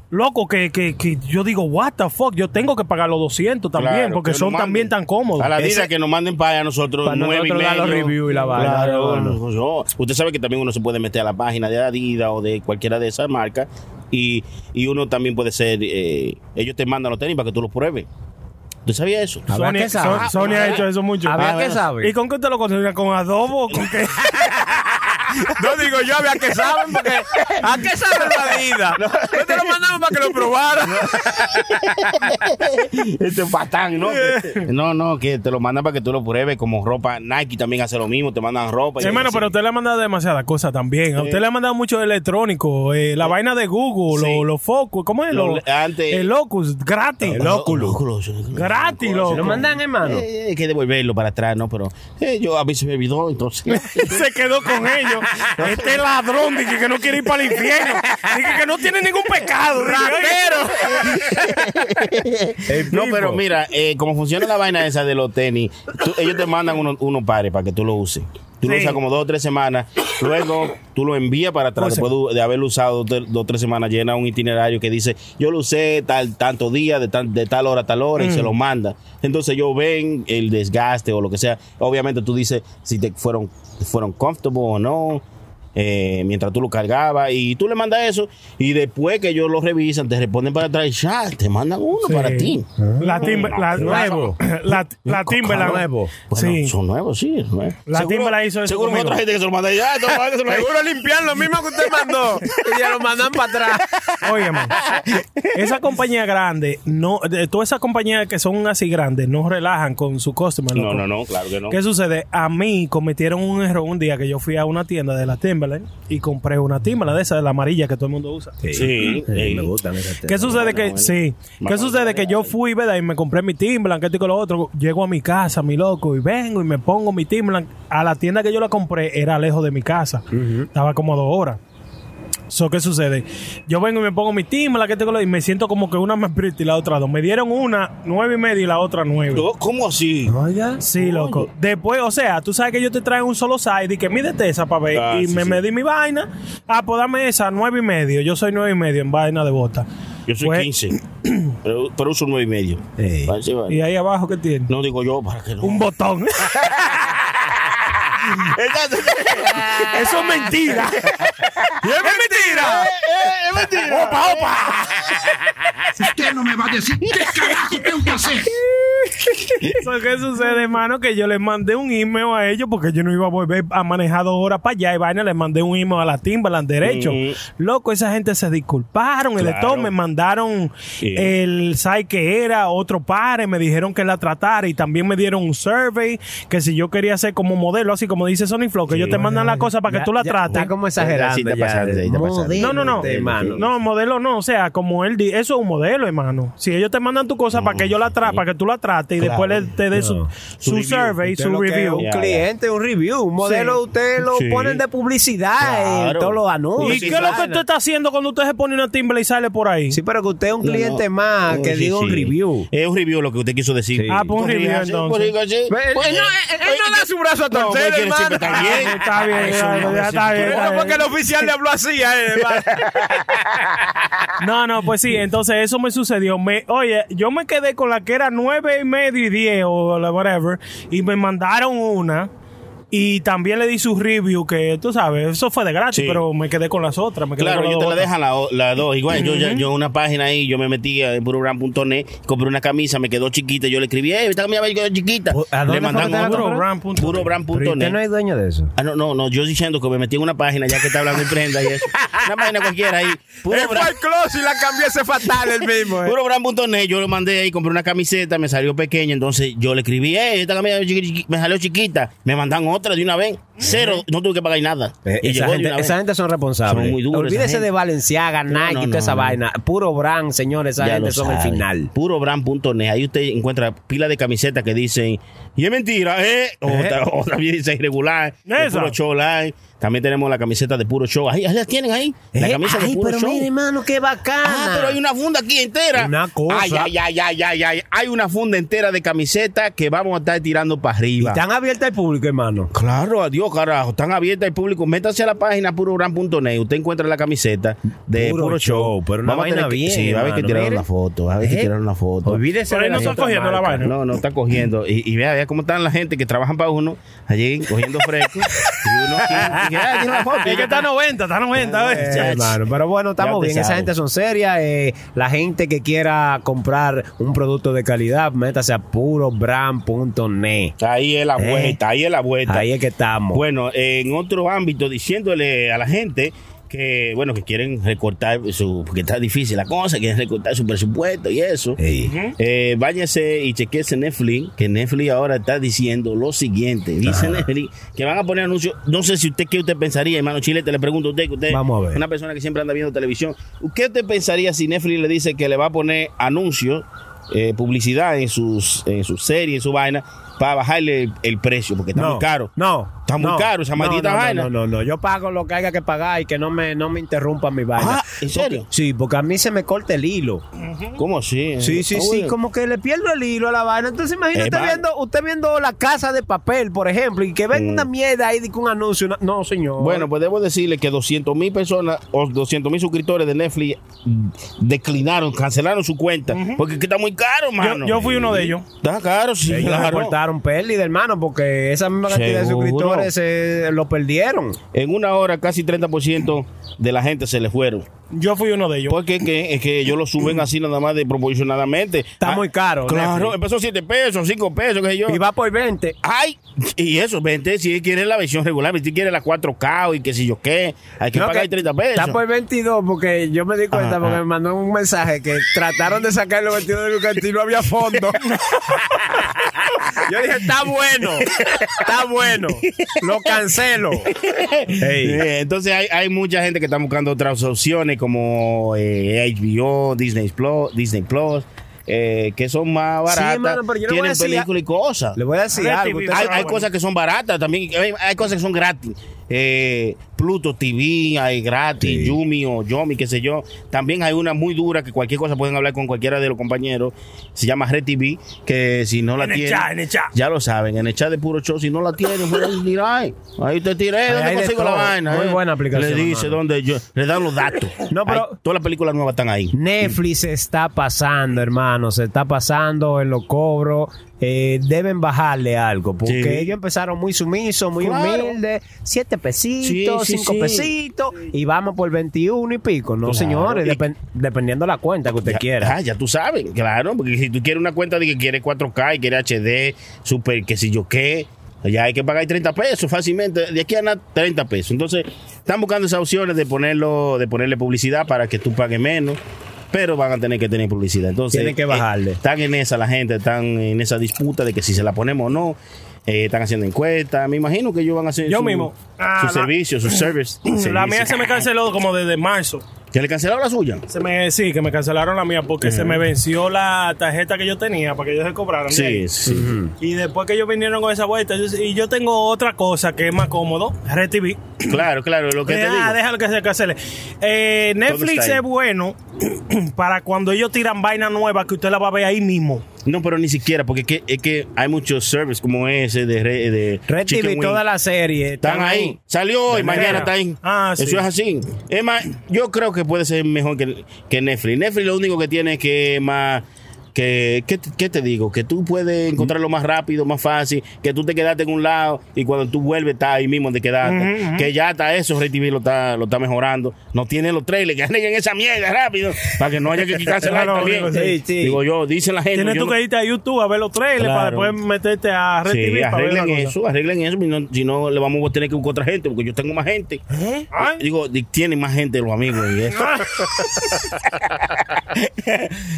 A: Loco, que, que, que yo digo, what the fuck, yo tengo que pagar los 200 también,
F: claro,
A: porque
F: que
A: son
F: nos
A: también
F: manden.
A: tan cómodos.
F: A la vida
A: Ese-
F: que nos manden para allá nosotros
B: Para
F: nueve
B: nosotros
F: y
B: dar
F: medio.
B: los reviews y la vaina.
F: Claro,
B: Bueno.
F: no, no. Usted sabe que también uno se puede meter a la página de Adidas o de cualquiera de esas marcas y, y uno también puede ser. eh, ellos te mandan los tenis para que tú los pruebes. ¿Usted sabía eso?
B: A ver,
A: Sony,
B: ¿qué sabe?
A: Son- Sony ha hecho eso mucho.
B: A ver,
A: Ah,
B: ¿qué
A: bueno.
B: sabe?
A: ¿Y con qué te lo cocina? ¿Con adobo? ¿Con qué?
K: No digo yo, a ver, ¿a qué saben? Porque, ¿A qué saben la vida? No te lo mandamos para que lo probaran.
F: Este patán, ¿no? No, no, que te lo mandan para que tú lo pruebes como ropa. Nike también hace lo mismo, te mandan ropa. y
A: Sí, hermano,
F: así.
A: pero usted le ha mandado demasiada cosa también. A usted le ha mandado mucho electrónico, eh, la vaina de Google, los lo focus, ¿cómo es?
F: Lo-
A: Lo-
F: antes-
A: el Locus, gratis.
F: El Oculus.
A: Gratis, loco.
F: Se lo mandan,
A: hermano.
F: Eh, hay que devolverlo para atrás, ¿no? Pero eh, yo a mí se me olvidó, entonces.
A: Se quedó con ellos. Este ladrón dije que no quiere ir para el infierno. Dije que no tiene ningún pecado. Dije,
F: no, pero mira, eh, como funciona la vaina esa de los tenis, tú- ellos te mandan unos unos pares para que tú lo uses. Tú lo
A: Sí.
F: usas como dos o tres semanas, luego tú lo envías para atrás,
A: Usa.
F: después de- de haberlo usado dos dos o tres semanas, llena un itinerario que dice, yo lo usé tal, tanto día, de, tan- de tal hora a tal hora, y
A: Mm.
F: se lo manda. Entonces ellos ven el desgaste o lo que sea. Obviamente tú dices si te fueron, fueron comfortable o no. eh, mientras tú lo cargabas y tú le mandas eso y después que ellos lo revisan te responden para atrás y ya te mandan uno
A: Sí.
F: para ti
A: La timbre, la,
F: Nuevo.
A: La, la Timberland.
F: Nuevo. Bueno, son nuevos, sí. es nuevo.
A: La
F: Seguro-
A: Timberland hizo eso
F: Seguro hay
A: conmigo.
F: otra gente que se lo manda y ya, esto lo manda, se lo manda.
K: Seguro limpiar lo mismo que usted mandó. Y ya lo mandan para atrás.
A: Óyeme, esa compañía grande, no, de- todas esas compañías que son así grandes, no relajan con su customer.
F: No,
A: loco.
F: no, no, claro que no.
A: ¿Qué sucede? A mí cometieron un error un día que yo fui a una tienda de la Timberland y compré una Timberland de esa de la amarilla que todo el mundo usa.
B: Sí, eh, me gustan esas
F: Este,
A: ¿Qué sucede que sí? ¿Qué sucede que yo fui, verdad? Y me compré mi Timberland, que esto y que lo otro. Llego a mi casa, mi loco, y vengo y me pongo mi Timberland. A la tienda que yo la compré era lejos de mi casa. Estaba como a dos horas. So, ¿qué sucede? Yo vengo y me pongo mi Timberland, que esto y que lo- y me siento como que una más pretty y la otra dos. Me dieron una nueve y media y la otra nueve.
F: ¿Cómo así?
A: Sí, loco. Después, o sea, tú sabes que yo te traigo un solo side y que mídete esa para ver.
F: Ah,
A: y
F: sí,
A: me
F: sí.
A: medí mi vaina. Ah, pues dame esa, nueve y medio. Yo soy nueve y medio en vaina de bota. Pues,
F: Yo soy 15, pero, pero uso nueve y medio. Vale, sí, vale.
A: ¿Y ahí abajo qué tiene?
F: No digo yo, para que no.
A: Un botón. Eso es mentira.
K: ¡Y es mentira!
F: eh, ¡Es mentira!
K: ¡Opa, opa!
N: Usted no me va a decir qué carajo tengo que hacer.
A: So, ¿Qué sucede, hermano? Que yo les mandé un email a ellos porque yo no iba a volver a manejar dos horas para allá y vaina. Les mandé un email a la Timbaland derecho.
F: Sí.
A: Loco, esa gente se disculparon y de
F: Claro.
A: todo. Me mandaron el site que era, otro pare. Me dijeron que la tratara y también me dieron un survey que si yo quería ser como modelo, así como dice Sony Flow, que ellos te mandan la cosa para que tú la trates.
B: Está como exagerando.
F: está
B: ya, Este,
F: pasando,
B: de-
F: sí, está pasando.
B: modelo
A: No, no, no.
B: de hermano.
A: No, modelo no. O sea, como él dice, eso es un modelo, hermano. Si ellos te mandan tu cosa para que yo la tra para que tú la trates y
B: Claro.
A: después le- te dé su,
B: No.
A: su
B: review.
A: survey,
B: Usted
A: su
B: lo que es
A: review.
B: Un cliente, un review, un modelo,
A: Sí.
B: usted lo
A: Sí.
B: ponen de publicidad en
A: Claro.
B: todos los anuncios.
A: ¿Y qué es lo que usted está haciendo cuando usted se pone una timbre y sale por ahí? Sí,
B: pero que usted es un
A: No,
B: cliente
A: no.
B: más Ah, que
F: Sí,
B: diga un
F: sí.
B: review.
K: Eh,
F: Es un review lo que usted quiso decir.
A: Ah, pues un review entonces. eh,
K: Pues, no, él,
F: eh,
K: él no da su brazo a
F: No,
K: torcer,
F: pues, quiere
K: hermano.
F: decir, está bien.
A: Ah, Está bien,
K: Eso
A: ya,
K: no, sí,
A: ya está
K: tú-
A: bien, está
K: Bueno, porque el
A: bien.
K: oficial le habló así a él, hermano.
A: No, no, pues sí, entonces eso me sucedió. Me, oye, yo me quedé con la que era nueve y medio y diez o la whatever, y me mandaron una. Y también le di su review, que tú sabes, eso fue de gratis, pero me quedé con las otras. me quedé
F: Claro,
A: con las
F: yo te la
A: otras.
F: dejan la, o- la dos. Igual, yo, ya-
A: Ujú.
F: yo una página ahí, yo me metí a purogram.net, compré una camisa, me quedó chiquita, yo le escribí, eh, esta camisa me quedó chiquita. Le
B: dónde fue que te la
F: mandaron
B: compraste? Pero usted
F: purogram.net.
B: no es dueño de eso.
F: Ah, no, no, no, yo diciendo que me metí en una página ya que está hablando de prenda y eso. Una página cualquiera ahí.
K: Él fue al closet y la cambió ese fatal el mismo. eh.
F: Purogram.net, yo lo mandé ahí, compré una camiseta, me salió pequeña, entonces yo le escribí, eh, esta camisa chiqui- chiqui- me salió chiquita, me mandan otra de una vez, cero, no tuve que pagar nada.
B: Eh,
F: Y
B: Esa
F: llegó de
B: gente,
F: una vez.
B: esa gente son responsables.
F: Son muy duros, esa
B: Olvídese
F: gente.
B: de Valenciaga, Nike
F: no,
B: y toda esa
F: no.
B: vaina. Puro brand, señores, esa
F: Ya
B: gente
F: lo
B: son el
F: sabe.
B: final.
F: Purobrand.net. Ahí usted encuentra pila de camisetas que dicen, y es mentira, ¿eh? O, ta- o también dice irregular. de
B: Esa.
F: Puro show live. También tenemos la camiseta de puro show. Ahí, ahí la tienen ahí. La
B: Eh,
F: camisa de
B: ay,
F: puro
B: pero
F: show.
B: mire, hermano, qué bacana.
F: Ah, pero hay una funda aquí entera.
B: Una cosa.
F: Ay, ay, ay, ay, ay, ay. Hay una funda entera de camisetas que vamos a estar tirando para arriba.
B: Están abiertas al público, hermano.
F: Claro, adiós, carajo. Están abiertas al público. Métase a la página purogram.net. Usted encuentra la camiseta de
B: Puro
F: puro,
B: show,
F: show.
B: pero una
F: Vamos a
B: vaina
F: tener que-
B: bien,
F: Sí, va a haber que
B: hermano,
F: tirar
B: mire.
F: una foto. Va a haber que
B: Eh.
F: tirar una foto.
B: Olvídese Pero de ahí no la está otra cogiendo la marca. vaina.
F: No, no está cogiendo. Y, y vea, vea cómo están la gente que trabajan para uno allí cogiendo fresco. y uno aquí. y que, ah, tiene una foto.
A: Es que está 90, está 90. ¿ves?
B: Eh, hermano, pero bueno,
F: Ya
B: estamos
F: te
B: bien. Esa
F: sabes.
B: gente son serias. eh, la gente que quiera comprar un producto de calidad, métase a purobrand.net.
F: Ahí es la vuelta, ahí es la vuelta.
B: Eh. Ahí es que estamos.
F: Bueno, en otro ámbito, diciéndole a la gente que, bueno, que quieren recortar su, porque está difícil la cosa, quieren recortar su presupuesto y eso. Eh, váyanse y chequense Netflix, que Netflix ahora está diciendo lo siguiente. Dice
B: Ajá.
F: Netflix que van a poner anuncios, no sé si usted, ¿qué usted pensaría, hermano Chile? Te le pregunto a usted, que usted
B: Vamos a ver.
F: una persona que siempre anda viendo televisión. ¿Qué usted pensaría si Netflix le dice que le va a poner anuncios, eh, publicidad en sus, en sus series, en su vaina, para bajarle el, el precio? Porque está
B: no,
F: muy caro.
B: No.
F: Está muy
B: no,
F: caro esa
B: no,
F: maldita
B: no, no,
F: vaina.
B: No, no, no. Yo pago lo que haya que pagar y que no me, no me interrumpa mi vaina.
F: Ah, ¿en serio?
B: Porque- sí, porque a mí se me corta el hilo.
F: Mm. ¿Cómo así?
B: Sí, sí,
F: Ah,
B: sí.
F: bueno.
B: Como que le pierdo el hilo a la vaina. Entonces imagínate
F: Eh,
B: usted
F: vale.
B: viendo, usted viendo la casa de papel, por ejemplo, y que venga una mierda ahí de que un anuncio. una- No, señor.
F: Mm. Bueno, pues debo decirle que 200 mil personas o 200 mil suscriptores de Netflix mm, declinaron, cancelaron su cuenta. Porque es que está muy caro, mano.
B: yo fui uno de ellos.
F: Está caro, sí,
B: Ellos
F: claro.
B: reportaron pérdida, hermano, porque esa misma cantidad
F: Seguro.
B: de suscriptores eh, lo perdieron.
F: En una hora casi 30% de la gente se le fueron.
A: Yo fui uno de ellos.
F: Porque es que, es que ellos lo suben así nada más de proporcionadamente. Está
B: muy caro.
F: Claro,
B: Netflix.
F: empezó 7 pesos, 5 pesos, qué sé yo.
B: Y va por 20.
F: Ay, y eso, 20, si quiere la versión regular, si quiere la 4K y qué sé yo qué, hay que
B: Creo
F: pagar
B: que
F: 30 pesos.
B: Está por 22 porque yo me di cuenta
F: Ajá.
B: porque me mandó un mensaje que trataron de sacar los 22 de Lucas y no había fondo. yo dije, está bueno, está bueno, lo cancelo.
F: Eh, Entonces hay, hay mucha gente que está buscando otras opciones como eh, HBO, Disney Plus, Disney Plus. eh, que son más baratas,
B: hermano, pero yo le voy a
F: tienen
B: decir-
F: películas y cosas.
B: Le voy a decir
F: Hay-
B: algo, usted
F: Hay,
B: sabe.
F: hay cosas que son baratas también, hay, hay cosas que son gratis. Eh, Pluto TV, hay gratis, Yumi o Yomi, qué sé yo. También hay una muy dura que cualquier cosa pueden hablar con cualquiera de los compañeros. Se llama Red TV, que si no la
A: En el
F: tienen,
A: chat, en el chat.
F: ya lo saben, en el chat de puro show, si no la tienen, pues ahí tiráis. Ahí te tiré. Eh,
B: Ahí
F: ¿Dónde
B: hay de
F: consigo la
B: todo.
F: vaina?
B: Muy
F: eh?
B: buena aplicación,
F: Le dice
B: hermano.
F: dónde yo. Le dan los datos.
B: No, pero-
F: Ahí, todas las películas nuevas están ahí.
B: Netflix se está pasando, hermano, se está pasando en los cobros. Eh, deben bajarle algo porque
F: Sí.
B: ellos empezaron muy sumisos, muy
F: Claro.
B: humildes, siete pesitos,
F: Sí, sí,
B: cinco
F: sí.
B: pesitos y vamos por 21 y pico. No,
F: Claro.
B: señores,
F: Y-
B: depen- dependiendo la cuenta que usted
F: Ya-
B: quiera.
F: Ah, ya tú sabes, claro, porque si tú quieres una cuenta de que quieres 4K y quieres HD, super, que si yo qué, ya hay que pagar 30 pesos fácilmente, de aquí a nada 30 pesos. Entonces, están buscando esas opciones de ponerlo, de ponerle publicidad para que tú pagues menos. Pero van a tener que tener publicidad. Entonces,
B: Tienen que bajarle.
F: eh, están en esa la gente, están en esa disputa de que si se la ponemos o no. Eh, están haciendo encuestas. Me imagino que ellos van a hacer
A: Yo
F: su,
A: mismo. Ah,
F: su
A: la-
F: servicio, su service.
A: La
F: servicio.
A: mía se me canceló como desde marzo.
F: ¿Que le cancelaron la suya?
A: Se me, sí, que me cancelaron la mía porque se me venció la tarjeta que yo tenía para que ellos se cobraran. de ahí.
F: Sí, sí.
A: Y después que ellos vinieron con esa vuelta, yo- y yo tengo otra cosa que es más cómodo, Red TV.
F: Claro, claro, lo que te
A: Eh,
F: digo.
A: ah, déjalo que se cancele. Eh, Netflix
F: está ahí.
A: es bueno para cuando ellos tiran vaina nueva que usted la va a ver ahí mismo.
F: No, pero ni siquiera, porque es que, es que hay muchos services como ese de, re- de
B: Red
F: Chicken
B: TV,
F: Wing.
B: toda la serie.
F: Están ahí. Salió hoy,
A: Eh, De
F: mañana
A: manera.
F: está ahí.
A: Ah, sí.
F: Eso es así. Es más, yo creo que puede ser mejor que, que Netflix. Netflix lo único que tiene es que es más... Que, ¿qué, te- qué te digo? Que tú puedes encontrarlo más rápido, más fácil, que tú te quedaste en un lado y cuando tú vuelves está ahí mismo donde quedaste.
A: Ujú, ujú.
F: Que ya está eso, Red TV lo está, lo está mejorando. No tiene los trailers, que arreglen esa mierda rápido para que no haya que cancelar
A: Claro,
F: también.
A: digo, sí.
F: Digo yo, dice la gente.
A: Tienes
F: yo
A: tú
F: no-
A: que irte a YouTube a ver los trailers
F: Claro.
A: para después meterte a Red
F: Sí,
A: TV para ver
F: arreglen
A: la cosa.
F: eso, arreglen eso, si no, si no le vamos a tener que buscar otra gente, porque yo tengo más
A: ¿Eh?
F: gente. Ay. Digo, di- tienen más gente los amigos y eso.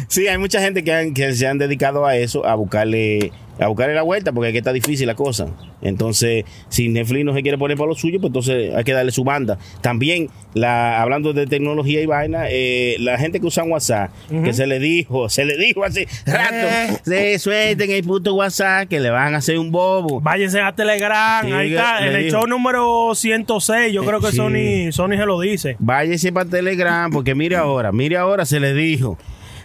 F: sí, hay mucha gente que, han- que se han dedicado a eso, a buscarle, a buscarle la vuelta, porque aquí está difícil la cosa. Entonces, si Netflix no se quiere poner para lo suyo, pues entonces hay que darle su banda. También, la, hablando de tecnología y vaina, eh, la gente que usa WhatsApp, que se le dijo, se le dijo así,
A: Eh.
F: rato, se suelten el puto WhatsApp, que le van a hacer un bobo.
A: Váyanse a Telegram,
F: Sí,
A: ahí está,
F: le
A: en el
F: digo.
A: show número 106, yo creo que
F: Sí.
A: Sony, Sony se lo dice.
F: Váyese para Telegram, porque mire ahora, mire ahora, se le dijo.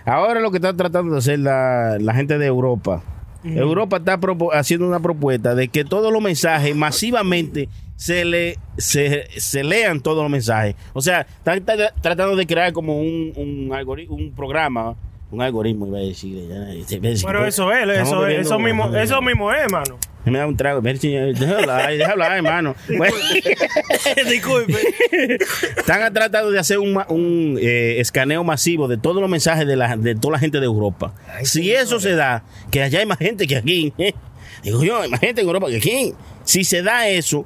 F: Ahora lo que está tratando de hacer la, la gente de Europa. Europa está propo- haciendo una propuesta de que todos los mensajes masivamente se le se, se lean todos los mensajes. O sea, están tra- tratando de crear como un, un algoritmo, un programa, un algoritmo, iba a decir. ya,
A: Pero eso
F: estamos
A: es, eso es,
F: bebiendo-
A: eso mismo, eso mismo es, mano.
F: Me da un trago. Ver si- Déjalo ahí, déjalo ahí, hermano. Bueno. Están tratando de hacer un, ma- un, eh, escaneo masivo de todos los mensajes de, la, de toda la gente de Europa. si eso se da, que allá hay más gente que aquí. eh, Digo yo, hay más gente en Europa que aquí. Si se da eso,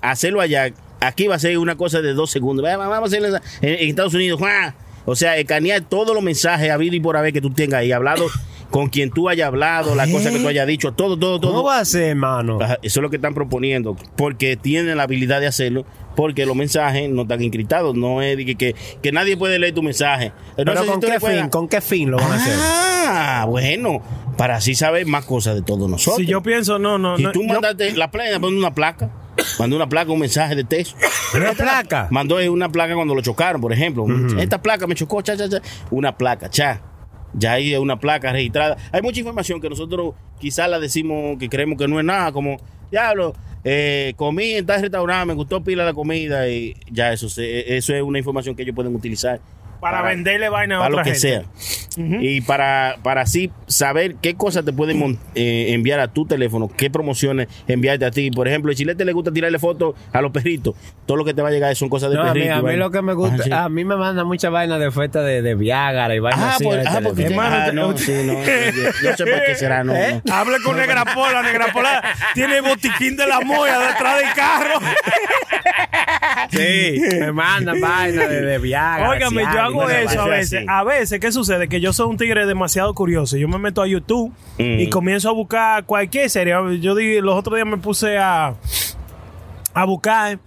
F: hacerlo allá, aquí va a ser una cosa de dos segundos. Va- va- Vamos a hacerlo en, en Estados Unidos. ¡guau! O sea, escanear todos los mensajes habido y por haber que tú tengas ahí, hablado con quien tú hayas hablado, la cosa que tú hayas dicho, todo, todo, todo.
B: ¿Eh? ¿Cómo va a ser, hermano?
F: Ajá, Eso es lo que están proponiendo, porque tienen la habilidad de hacerlo, porque los mensajes no están encriptados, no es de que, que, que nadie puede leer tu mensaje. No
B: Pero
F: sé si
B: ¿con
F: tú
B: qué
F: recuerdas-
B: fin? ¿Con qué fin lo van a hacer?
F: Ah, bueno, para así saber más cosas de todos nosotros.
A: Si yo pienso, no, no,
F: Si
A: no,
F: tú
A: yo-
F: mandaste la plena, mandó una placa. Mandó una placa, un mensaje de texto. ¿Una placa? Mandó una placa cuando lo chocaron, por ejemplo. Esta placa me chocó, cha, cha, cha. Una placa, cha. Ya hay una placa registrada. Hay mucha información que nosotros quizás la decimos que creemos que no es nada, como, diablo, eh, comí en tal restaurante, me gustó pila la comida y ya eso, se- e, eso es una información que ellos pueden utilizar.
A: Para venderle vaina a
F: para
A: otra
F: lo que
A: gente.
F: sea. Y para, para así saber qué cosas te pueden mon- eh, enviar a tu teléfono, qué promociones enviarte a ti. Por ejemplo, el chilete le gusta tirarle fotos a los perritos. Todo lo que te va a llegar son cosas de
B: No, a mí,
F: perritos.
B: a mí lo que me gusta, Ah,
F: Ajá, sí.
B: a mí me manda mucha vaina de oferta de, de Viagra y vaina
F: Ah,
B: así.
F: por-
B: en el
F: ah, porque
B: teléfono.
F: usted- ah, no, sí, no, yo- yo sé por qué será, no,
B: ¿Eh?
F: no.
A: Habla con Negra Pola, Negra Pola tiene botiquín de la moya detrás del carro.
B: Sí, me mandan vaina de, de Viagra.
A: Óigame, yo
B: Cialis,
A: hago
B: vaina
A: eso a
B: así.
A: veces. A veces, ¿qué sucede? Que yo soy un tigre demasiado curioso. Yo me meto a YouTube y comienzo a buscar cualquier serie. Yo di- los otros días me puse a, a buscar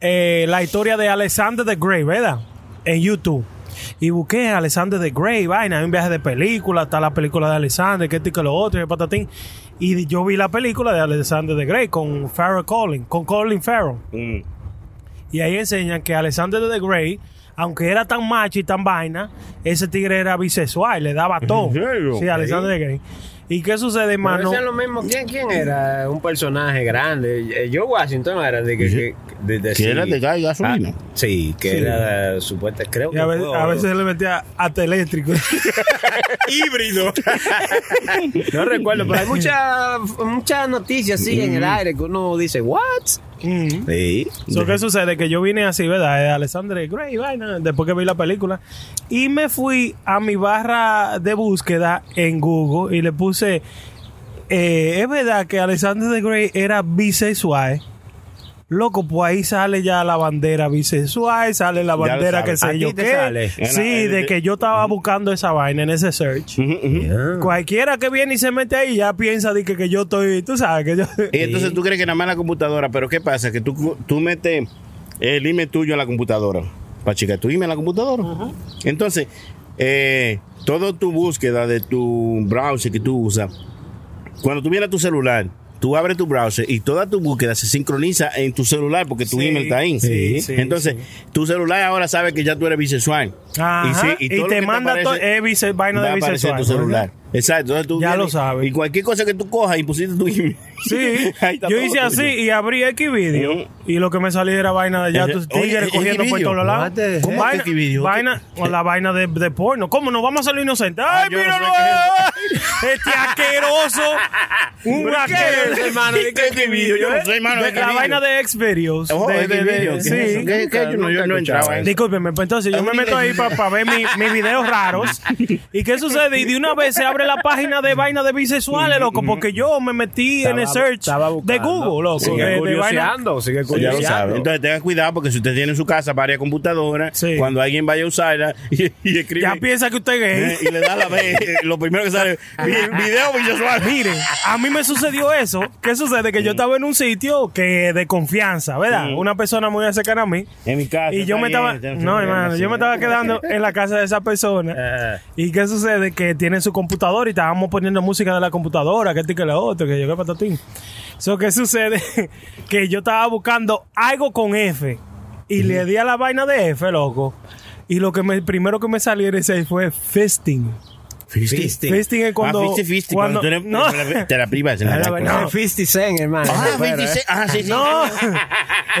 A: eh, la historia de Alexander the Great, ¿verdad? En YouTube. Y busqué a Alexander the Great, vaina, hay un viaje de película, está la película de Alexander, que esto y que lo otro, y el patatín. Y yo vi la película de Alexander the Great con Farrell Collins, con Colin Farrell.
B: Mm.
A: Y ahí enseñan que Alexander the Great, aunque era tan macho y tan vaina, ese tigre era bisexual, le daba todo.
B: serio?
A: Sí, Alexander the Great. ¿Y qué sucede,
B: Pero
A: hermano?
B: eso es lo mismo. ¿Quién, quién era un personaje grande? Eh, Yo Washington era de que... que- de, de-
F: Que
B: sí.
F: era de gas y gasolina.
B: Ah, sí, que
F: Sí.
B: era supuesta, creo
A: Y
B: que
A: a veces,
B: fue-
A: a veces le metía hasta eléctrico.
B: Ah, híbrido. no recuerdo, pero hay muchas muchas noticias así en el aire que uno dice, ¿what? Sí.
A: So, ¿Qué sucede? Que yo vine así, ¿verdad? De Alexander the Great, vaina, después que vi la película. Y me fui a mi barra de búsqueda en Google y le puse. eh, es verdad que Alexander the Great era bisexual. Loco, pues ahí sale ya la bandera bisexual, sale la
B: Ya lo
A: bandera
B: sabe.
A: que
B: ¿A
A: sé
B: ti
A: yo
B: te
A: qué.
B: sale? eh,
A: Sí, de que yo estaba buscando esa vaina en ese search.
B: Mm. ah.
A: Cualquiera que viene y se mete ahí ya piensa de que, que yo estoy, tú sabes, que yo...
F: Y entonces tú crees que nada más la computadora, pero ¿qué pasa? Que tú, tú metes el email tuyo a la computadora. Para checar tu email a la computadora. Entonces, eh, toda tu búsqueda de tu browser que tú usas, cuando tú vienes a tu celular, tú abres tu browser y toda tu búsqueda se sincroniza en tu celular porque tu
A: Sí,
F: email está ahí.
A: sí, sí,
F: entonces, tu celular ahora sabe que ya tú eres bisexual.
A: Ajá,
F: sí,
A: y,
F: todo lo que
A: te manda todo...
F: aparece-
A: Es bise- vaina
F: va
A: de
F: a aparecer
A: bisexual.
F: tu celular. Exacto. Entonces tú
A: Ya
F: vienes
A: lo sabes.
F: Y cualquier cosa que tú cojas y pusiste tu email.
A: Sí,
F: Ahí está
A: yo
F: todo
A: hice
F: tuyo. Mm.
A: así y abrí X video y lo que me salía era vaina de ya
F: Ese-
A: tus
F: Oye,
A: tigres
F: ¿y-
A: cogiendo
F: y
A: por
F: video?
A: todos lados.
F: Mate, ¿cómo este
A: vaina,
F: que video?
A: vaina- o la vaina de, de porno. ¿Cómo nos vamos a salir inocentes? ¡Ay,
F: Ah, yo no
A: míralo! este asqueroso. Un
F: ¿Por qué,
A: asqueroso.
F: hermano? ¿De qué X video? Yo no sé, hermano, de
A: De
F: qué
A: la
F: video.
A: vaina de X videos.
F: Ojo,
A: de,
F: X video, ¿qué es
A: sí.
F: eso? ¿Qué- qué? Yo no- yo no entraba en eso.
A: Discúlpeme, pues entonces yo me meto ahí para ver mi- mis videos raros. ¿Y qué sucede? Y de una vez se abre la página de vaina de bisexuales, loco, porque yo me metí en el
B: Estaba-
A: search
B: estaba
A: de
B: buscando.
A: Google, loco.
B: Sigue
A: de- de vaina-
B: curioseando, sigue
F: Pues ya lo
B: curioseando.
F: sabe. Entonces tenga cuidado porque si usted tiene en su casa varias computadoras, cuando alguien vaya a usarla y, y escribe.
A: Ya piensa que usted es gay.
F: Y le da la B. eh, lo primero que sale, vi- video bisexual.
A: Miren, a mí me sucedió eso. ¿Qué sucede? Que yo estaba en un sitio que de confianza, ¿verdad?
F: Mm.
A: Una persona muy cercana a mí.
F: En mi casa.
A: Y yo me estaba. No, hermano, yo me estaba quedando en la casa de esa
F: Eh. Ah,
A: persona. ¿Y qué sucede? Que tiene su computadora y estábamos poniendo música de la computadora, que este y que la otro, que yo que patatín. So, ¿Qué sucede? que yo estaba buscando algo con F y le di a la vaina de F, loco. Y lo que me, primero que me salió en ese fue fisting.
B: Fisting.
A: Fisting es cuando.
F: Ah, fisting, fisting, cuando tú eres- te la privas en la
B: Era
F: vaina.
B: vaina 50 Cent, hermano.
F: Ah, 50 Cent. Ah, sí, sí.
A: No.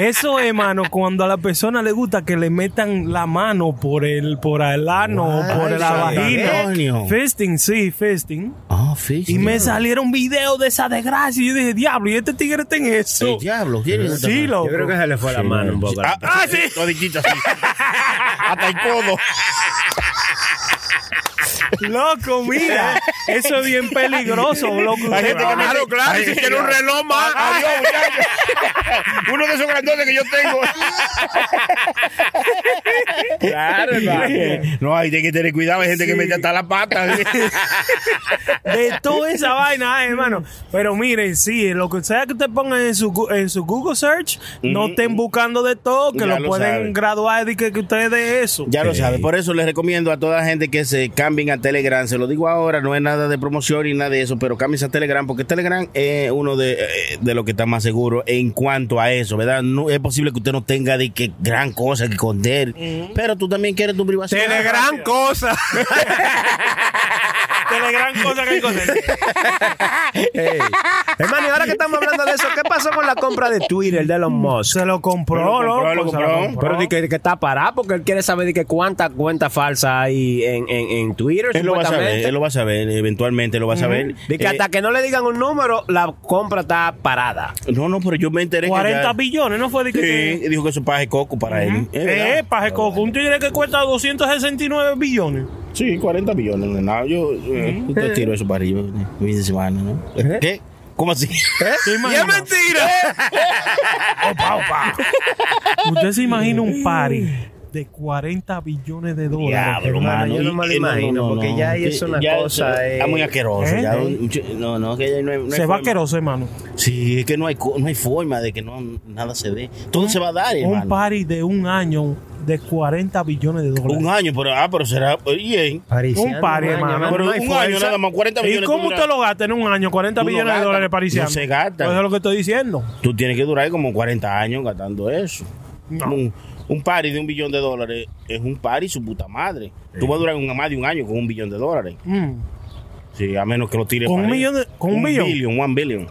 A: Eso, hermano, cuando a la persona le gusta que le metan la mano por el, por el ano,
F: Guay,
A: por la vagina.
F: coño.
A: Fisting, sí, fisting.
F: Ah, fisting.
A: Y me salieron videos de esa desgracia. Y yo dije, diablo, ¿y este tigre está en eso?
F: El diablo, ¿quién es esta
A: Sí,
F: mano?
A: loco.
B: Yo creo que se le fue la
F: Sí,
B: mano un
F: sí.
B: poco.
F: Ah,
A: Ah, sí.
F: Toditito así. Hasta el codo.
A: Loco, mira. Eso es bien peligroso, loco.
F: Hay gente que me-
A: Claro,
F: Ay,
K: si quiere un reloj más.
O: ah,
F: Adiós, muchachos.
O: Uno de esos grandotes que yo tengo.
F: Claro, hermano.
O: No, hay que tener cuidado, hay gente que mete hasta la pata.
A: de toda esa vaina, ay, hermano. Pero miren, sí, lo que sea que usted ponga en su, gu- en su Google search, no estén buscando de todo, que
F: Ya
A: lo,
F: lo
A: pueden
F: sabe.
A: graduar de que, que usted de eso.
F: Ya lo sabe, por eso les recomiendo a toda la gente que se cambien a Telegram. Se lo digo ahora, no es nada de promoción ni nada de eso, pero cámbiense a Telegram porque Telegram es uno de, eh, de los que está más seguro en cuanto a eso, ¿verdad? No, es posible que usted no tenga de que gran cosa que esconder, pero tú también quieres tu privacidad.
K: Telegram
F: cosa.
A: Telegram cosa que esconder.
B: Ey. Hermano, y ahora que estamos hablando de eso, ¿qué pasó con la compra de Twitter de Elon Musk? Se
A: lo compró,
B: loco,
A: lo
B: se
A: compró.
B: Pero di que, que está parado porque él quiere saber de que cuántas cuentas falsas hay en, en, en Twitter.
F: Él lo va a saber,
B: supuestamente.
F: él lo va a saber, eventualmente lo va a saber.
B: Di que
F: Eh,
B: hasta que no le digan un número, la compra está parada.
F: No, no, pero yo me enteré
A: 40
F: que
A: billones, ¿no fue? De
F: ya-
A: que
F: Sí, dijo que eso es paje coco para él. Es verdad.
A: Eh, paje coco, un tigre que cuesta 269 billones.
F: Sí, 40 billones de nada. Yo, eh,
B: Mm.
F: yo te tiro eso para arriba. eh, Fin de semana, ¿no?
B: Eh.
F: ¿Qué? ¿Cómo así?
A: es mentira.
F: Opa, opa.
A: Usted se imagina un party de 40 billones de dólares.
F: Diablo, mano.
B: yo no me lo
F: Y- eh, y-
B: imagino, porque ya ahí
F: que-
B: es una
F: ya
B: cosa,
F: eso Está
B: eh,
F: muy asqueroso.
B: ¿eh?
F: ya un- no, no, que ya no hay, no hay
A: se va
F: forma.
A: asqueroso, hermano.
F: Sí, es que no hay, co- no hay forma de que no, nada se dé.
B: ¿Eh?
F: Todo se va a dar,
A: Un
F: hermano.
A: party de un año de 40 billones de dólares.
F: Un año, pero, ah, pero será. Bien.
A: Un par, hermano.
F: Pero un año nada más, 40
A: ¿Y
F: billones.
A: cómo usted lo gasta en un año? 40
F: Tú no
A: billones de
F: gastas,
A: dólares parisianos.
F: no se gasta.
A: Pues eso es lo que estoy diciendo.
F: Tú tienes que durar como 40 años gastando eso. Un, un party de un billón de dólares es un party su puta madre. Tú vas a durar un- más de un año con un billón de dólares.
A: Mm.
F: Sí, a menos que lo tires
A: ¿Con
F: para
A: un
F: ahí.
A: millón de- con un billón?
F: billion, one billion.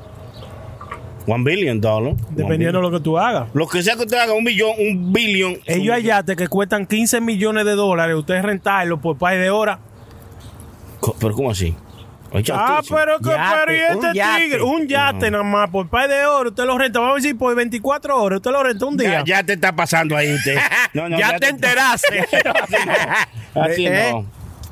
F: One billion dollar.
A: Dependiendo de lo que tú hagas.
F: Lo que sea que usted haga, un billón, un billón.
A: Ellos allá te que cuestan 15 millones de dólares, ustedes rentarlo por par de horas.
F: Co- Pero ¿cómo así? Oye,
A: Ah,
F: tú-
A: pero que
F: Yate,
A: pero y este
F: un yate.
A: tigre, un yate nada más, por par de horas, usted lo renta, vamos a decir, por 24 horas, usted lo renta un día.
F: Ya, ya te está pasando ahí usted. No, no,
A: Ya te
F: enteraste. así
A: Eh,
F: no.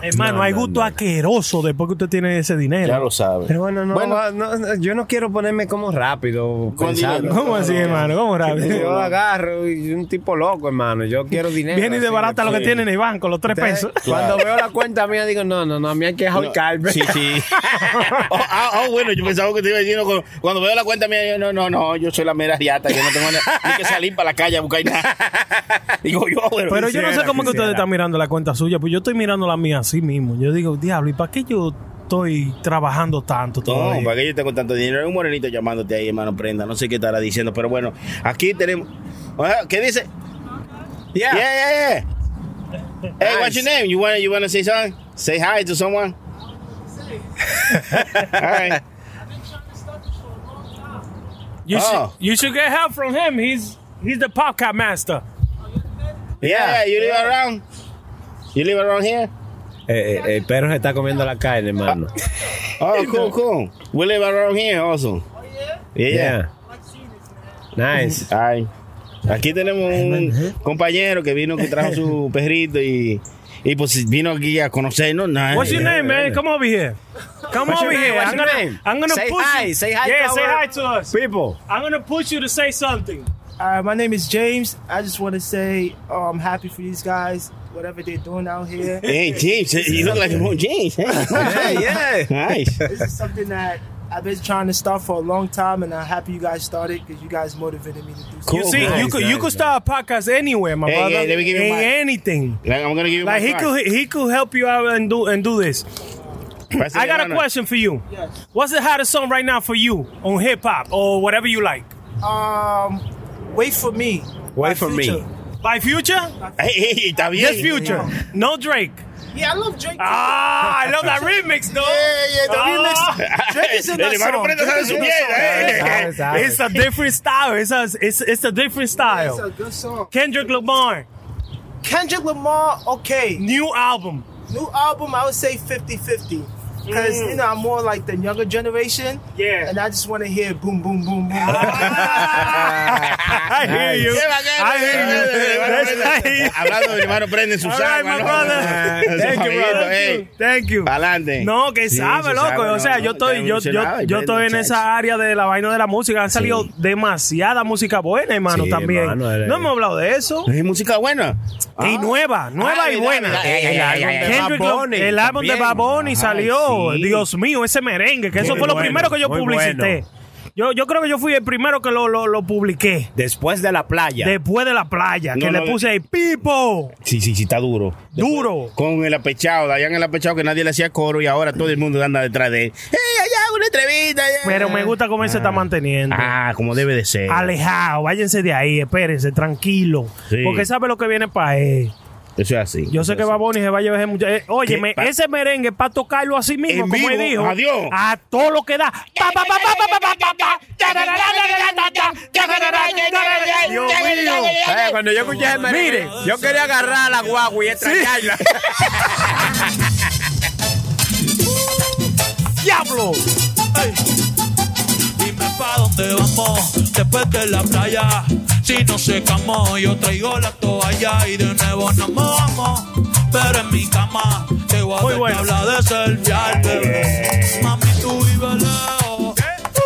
A: Hermano, hay gusto asqueroso después que usted tiene ese dinero.
F: Ya lo sabe.
B: Pero bueno, no, va- no, no, yo no quiero ponerme como rápido.
A: ¿Cómo
B: pensando.
A: ¿Cómo así, hermano? ¿Cómo rápido?
B: Yo agarro y soy un tipo loco, hermano. Yo quiero dinero.
A: Viene y
B: así,
A: desbarata lo que
B: sí.
A: tiene en el banco, los tres
B: Entonces,
A: pesos.
B: Cuando veo la cuenta mía, digo, no, no, no, a mí hay que ahorcarme.
F: Sí, sí. Oh, ah, ah, bueno, yo pensaba que te iba diciendo cuando, cuando veo la cuenta mía, yo no, no, no, yo soy la mera riata, yo no tengo ni, ni que salir para la calle a buscar nada. Digo yo, bueno,
A: Pero yo no sé
F: quisiera,
A: cómo que ustedes
F: quisiera.
A: están mirando la cuenta suya, pues yo estoy mirando la mía así mismo. Yo digo, diablo, ¿y para qué yo estoy trabajando tanto
F: No,
A: todavía?
F: para que yo tengo tanto dinero. Hay un morenito llamándote ahí, hermano Prenda. No sé qué estará diciendo, pero bueno, aquí tenemos. Ah, ¿Qué dice? Yeah, yeah, yeah. Hey, what's your name? You want you wanna say something? Say hi to someone. All right.
A: You,
F: Oh.
A: should, you should get help from him. He's, he's the podcast master.
F: Yeah, you live around. You live around here?
B: Eh, eh, el perro se está comiendo la carne, hermano.
F: Oh, cool, cool. We live around here also. Yeah, yeah.
B: Nice.
F: Ay. Aquí tenemos un compañero que vino que trajo su perrito y, y pues vino aquí a conocernos. eh. Nice.
A: What's your name, man? Come over here. Come
F: What's your
A: over
F: name?
A: here.
F: What's
A: I'm
F: your
A: gonna,
F: name?
A: I'm gonna
F: Say
A: push
F: hi.
A: you.
F: Say hi
A: Yeah,
F: to
A: say
F: our
A: hi to us.
B: People.
A: I'm gonna push you to say something.
P: Uh, my name is James. I just want to say oh, I'm happy for these guys, whatever they're doing out here.
F: Hey, James, eh, you look like your own James. Hey,
P: Yeah,
F: Nice.
P: This is something that I've been trying to start for a long time, and I'm happy you guys started because you guys motivated me to do something.
A: you see, you could you could start a podcast anywhere, my
F: Hey,
A: brother.
F: hey, let me give you
A: In
F: my-
A: anything.
F: Like, I'm gonna give you
A: Like
F: my
A: he
F: card.
A: could he could help you out and do and do this.
F: Pásale
A: I got a
F: mano.
A: question for you.
P: Yes.
A: What's the hottest song right now for you on hip hop or whatever you like?
P: Um, wait for me.
B: Wait
P: for me. Future.
A: By Future?
F: Hey, hey, está bien.
A: Yes, Future. No Drake.
P: Yeah, I love Drake.
A: Ah, I love that remix, though.
P: Yeah, yeah, the
A: Ah.
P: remix. Drake is in
A: El
P: that
A: hermano
P: song.
A: Prenda
P: Drake
A: sabe
P: is
A: su
P: in that
A: mierda,
P: song.
A: eh. It's a different style. It's a, it's, it's a different
P: It's a
A: style.
P: good song.
A: Kendrick Lamar,
P: Kendrick Lamar, okay.
A: new album.
P: New album, I would say 50 50.
Q: Because you know I'm more like the younger generation. Yeah. And I just want to hear boom, boom, boom, boom.
A: Ah. I hear you. I hear you.
F: Hablando, hermano, prende su
A: All right,
F: sábado.
A: my brother. Thank you, brother. Thank you.
F: Pa'lante.
A: No, que
F: Sí,
A: sabe,
F: sí
A: loco.
F: sabe,
A: o sea,
F: no, no,
A: yo estoy,
F: está
A: yo, yo,
F: emocionado,
A: yo
F: ven,
A: estoy en esa área de la vaina de la música. Han salido demasiada música buena, hermano,
F: Sí,
A: también.
F: hermano, Ah. eres-
A: no hemos hablado de eso.
F: ¿Es música buena?
A: Y nueva, nueva
F: Ay,
A: y
F: dale,
A: buena.
F: dale, ay, ay, ay, ay, ay,
A: Kendrick
F: Bad
A: Lam-
F: Bunny
A: el álbum de
F: también.
A: Bad Bunny
F: Ajá,
A: salió.
F: sí.
A: Dios mío, ese merengue, que eso
B: Muy
A: fue lo
B: bueno,
A: primero que yo
B: muy
A: publicité.
B: bueno.
A: Yo, yo creo que yo fui el primero que lo, lo, lo publiqué.
B: Después de la playa.
A: Después de la playa, que
F: No,
A: le
F: no,
A: puse ahí, Pipo.
F: Sí, sí, sí, está duro.
A: Duro.
F: Con el apechado, Dayan el apechado que nadie le hacía coro y ahora todo el mundo anda detrás de él. una entrevista.
A: Pero me gusta cómo él se está manteniendo.
F: Ah, como debe de ser.
A: Alejado, váyanse de ahí, espérense, tranquilo.
F: Sí.
A: Porque sabe lo que viene para él.
F: Eso es así.
A: Yo
R: Eh,
A: sé que Baboni se va a llevar ese muchacho. Eh, óyeme,
F: pa-
A: ese merengue es para tocarlo así mismo,
F: En
A: como él
F: vivo,
A: dijo.
F: adiós.
A: A todo lo que da. Pa, pa, pa, pa, pa, pa, pa, pa. Dios mío.
R: Eh, cuando yo escuché el merengue,
A: Mire.
R: yo quería agarrar a la guagua y extrañarla.
A: ¡Diablo!
O: Dime pa' dónde vamos después de la playa. Si no se camó, yo traigo la toalla y de nuevo nos vamos. Pero en mi cama te voy a
A: Muy
O: ver
A: bueno.
O: tabla de surfear, bebé. Mami, tú vives lejos,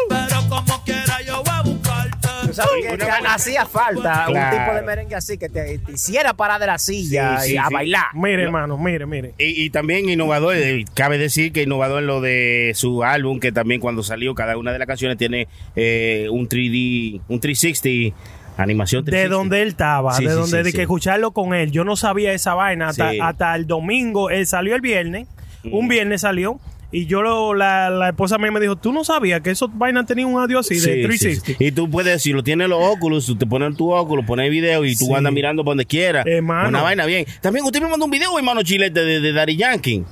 O: pero como quiera yo voy a buscarte.
S: ¿Sabes que, que hacía falta
A: Claro.
S: un tipo de merengue así que te, te hiciera parar de la silla
F: Sí,
S: y
F: sí,
S: a
F: sí.
S: bailar.
A: Mire, hermano, mire, mire.
F: Y, y también innovador, eh, cabe decir que innovador en lo de su álbum, que también cuando salió cada una de las canciones tiene eh, un 3D, un 360, animación 360.
A: De donde él estaba,
F: Sí,
A: de
F: sí,
A: donde
F: sí,
A: de
F: sí.
A: que escucharlo con él. Yo no sabía esa vaina hasta,
F: Sí.
A: hasta el domingo. Él salió el viernes, un viernes salió. Y yo, lo- la, la esposa mía me dijo, ¿tú no sabías que esos vainas tenían un audio así
F: Sí,
A: de
F: sí,
A: 360?
F: sí. Y tú puedes, si lo tienes los óculos, tú te pones tu óculos, pones video y tú
A: Sí.
F: andas mirando por donde quieras.
A: Hermano.
F: Una vaina bien. También usted me mandó un video, hermano Chilete, de, de Daddy Yankee.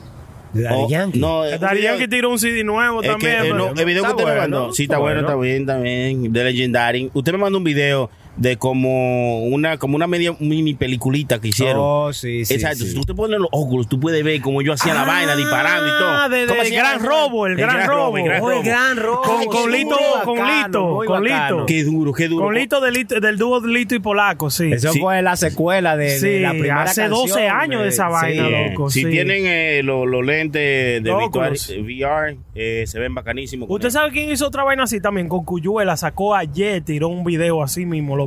F: ¿De
B: Daddy Yankee?
F: Oh, No, es Eh, un
A: Daddy
F: video-
A: Yankee tiró un CD nuevo
F: Es que,
A: también.
F: eh, no,
A: hermano.
F: el video que
A: Está
F: usted me
A: bueno,
F: mandó, sí, está bueno, está bien, también, de Legendary. Usted me mandó un video de como una como una media mini peliculita que hicieron.
B: Oh, sí, sí,
F: Exacto,
B: sí.
F: si tú te pones los óculos, tú puedes ver como yo hacía la
A: Ah,
F: vaina disparando y todo.
A: de-
F: ¿Cómo
A: de
F: se llama
A: Gran
F: esa
A: Robo, el
F: vaina?
A: Gran Robo.
F: el Gran
A: Oh, el
F: Robo.
A: Gran Robo. Con- con
F: Muy
A: Lito, con Lito,
F: muy
A: con
F: bacano.
A: Lito.
F: Qué duro, qué duro.
A: Con Lito de Lito- del dúo de Lito y Polaco, sí.
B: Eso
A: Sí.
B: fue la secuela de, de
A: Sí,
B: la primera
A: hace 12 años de esa vaina, loco,
F: si
A: sí.
F: tienen eh, los los lentes de
A: Óculos.
F: virtual- VR, eh, se ven bacanísimos. con
A: ¿Usted sabe quién hizo otra vaina así también? Con Cuyuela sacó ayer, tiró un video así mismo, loco.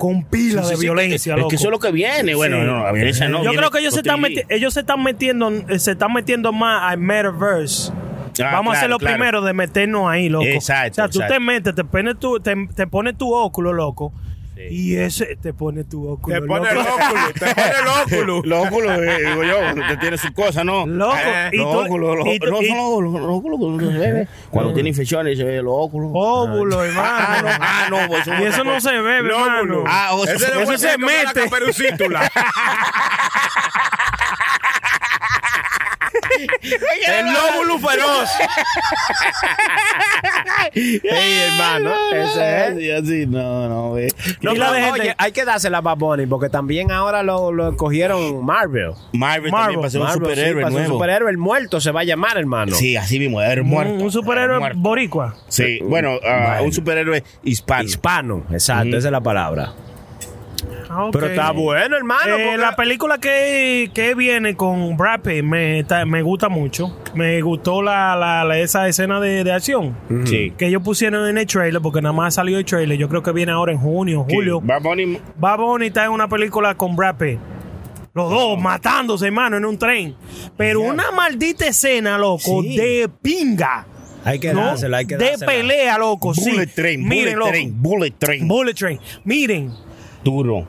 A: Con pila
F: Ah. Sí,
A: de
F: sí, sí,
A: violencia,
F: es que-
A: loco.
F: es que eso es lo que viene. Bueno, no, la violencia no,
A: Yo
F: viene
A: creo que ellos se, están
F: contigo.
A: meti- ellos se están metiendo eh, se están metiendo más al metaverse.
F: Ah,
A: Vamos
F: claro,
A: a ser los
F: claro.
A: primeros de meternos ahí, loco.
F: Exacto,
A: O sea, tú
F: exacto.
A: te metes, te pones tu, te, te pones tu óculo, loco. Y ese te pone tu óculo.
F: Te pone el
A: loco.
F: óculo, te pone el óculo. los óculos, eh, digo yo, usted tiene su cosa, ¿no?
A: Loco,
F: Eh,
A: y
F: los
A: tú-
F: óculos, los,
A: y tú-
F: no
A: y-
F: son los, los- los óculos cuando se bebe. Cuando tiene infecciones se ve los óculos.
A: Óvulo,
F: Ah,
A: hermano.
F: no, ah, no, pues,
A: Y eso no se
S: eh,
A: bebe,
F: Lóbulo.
A: hermano.
F: Ah, o sea,
A: Ese
F: eso
A: se mete.
R: El lóbulo feroz.
F: Ey, hermano,
B: ese es.
F: Así, así, no, no, ve.
B: No,
F: Pila
B: pero,
F: de gente-
B: oye, hay que dársela a Bad Bunny porque también ahora lo, lo escogieron Marvel.
F: Marvel también pasó un
B: Marvel, sí,
F: superhéroe
B: para ser un
F: nuevo.
B: superhéroe, el muerto se va a llamar, hermano.
F: Sí, así mismo, el muerto.
A: Un superhéroe boricua.
F: Sí, bueno, ah, un superhéroe hispano.
B: Hispano, exacto, esa es la palabra.
A: Ah, ok.
B: Pero está bueno, hermano,
A: Eh,
B: porque-
A: La película que, que viene con Brad Pitt me, está- me gusta mucho. Me gustó la, la- la- esa escena de, de acción
F: Sí.
A: que ellos pusieron en el trailer, porque nada más salió el trailer. Yo creo que viene ahora en junio, julio.
F: Bad Bunny.
A: Bad Bunny está en una película con Brad Pitt. Los dos matándose, hermano, en un tren. Pero una maldita escena, loco,
B: Sí.
A: de pinga.
B: Hay que
A: ¿no?
B: dársela, hay que
A: De
B: dársela.
A: pelea, loco.
F: Bullet
A: sí.
F: train, bullet
A: Miren, loco.
F: train, bullet train.
A: Bullet train. Miren
F: Duro.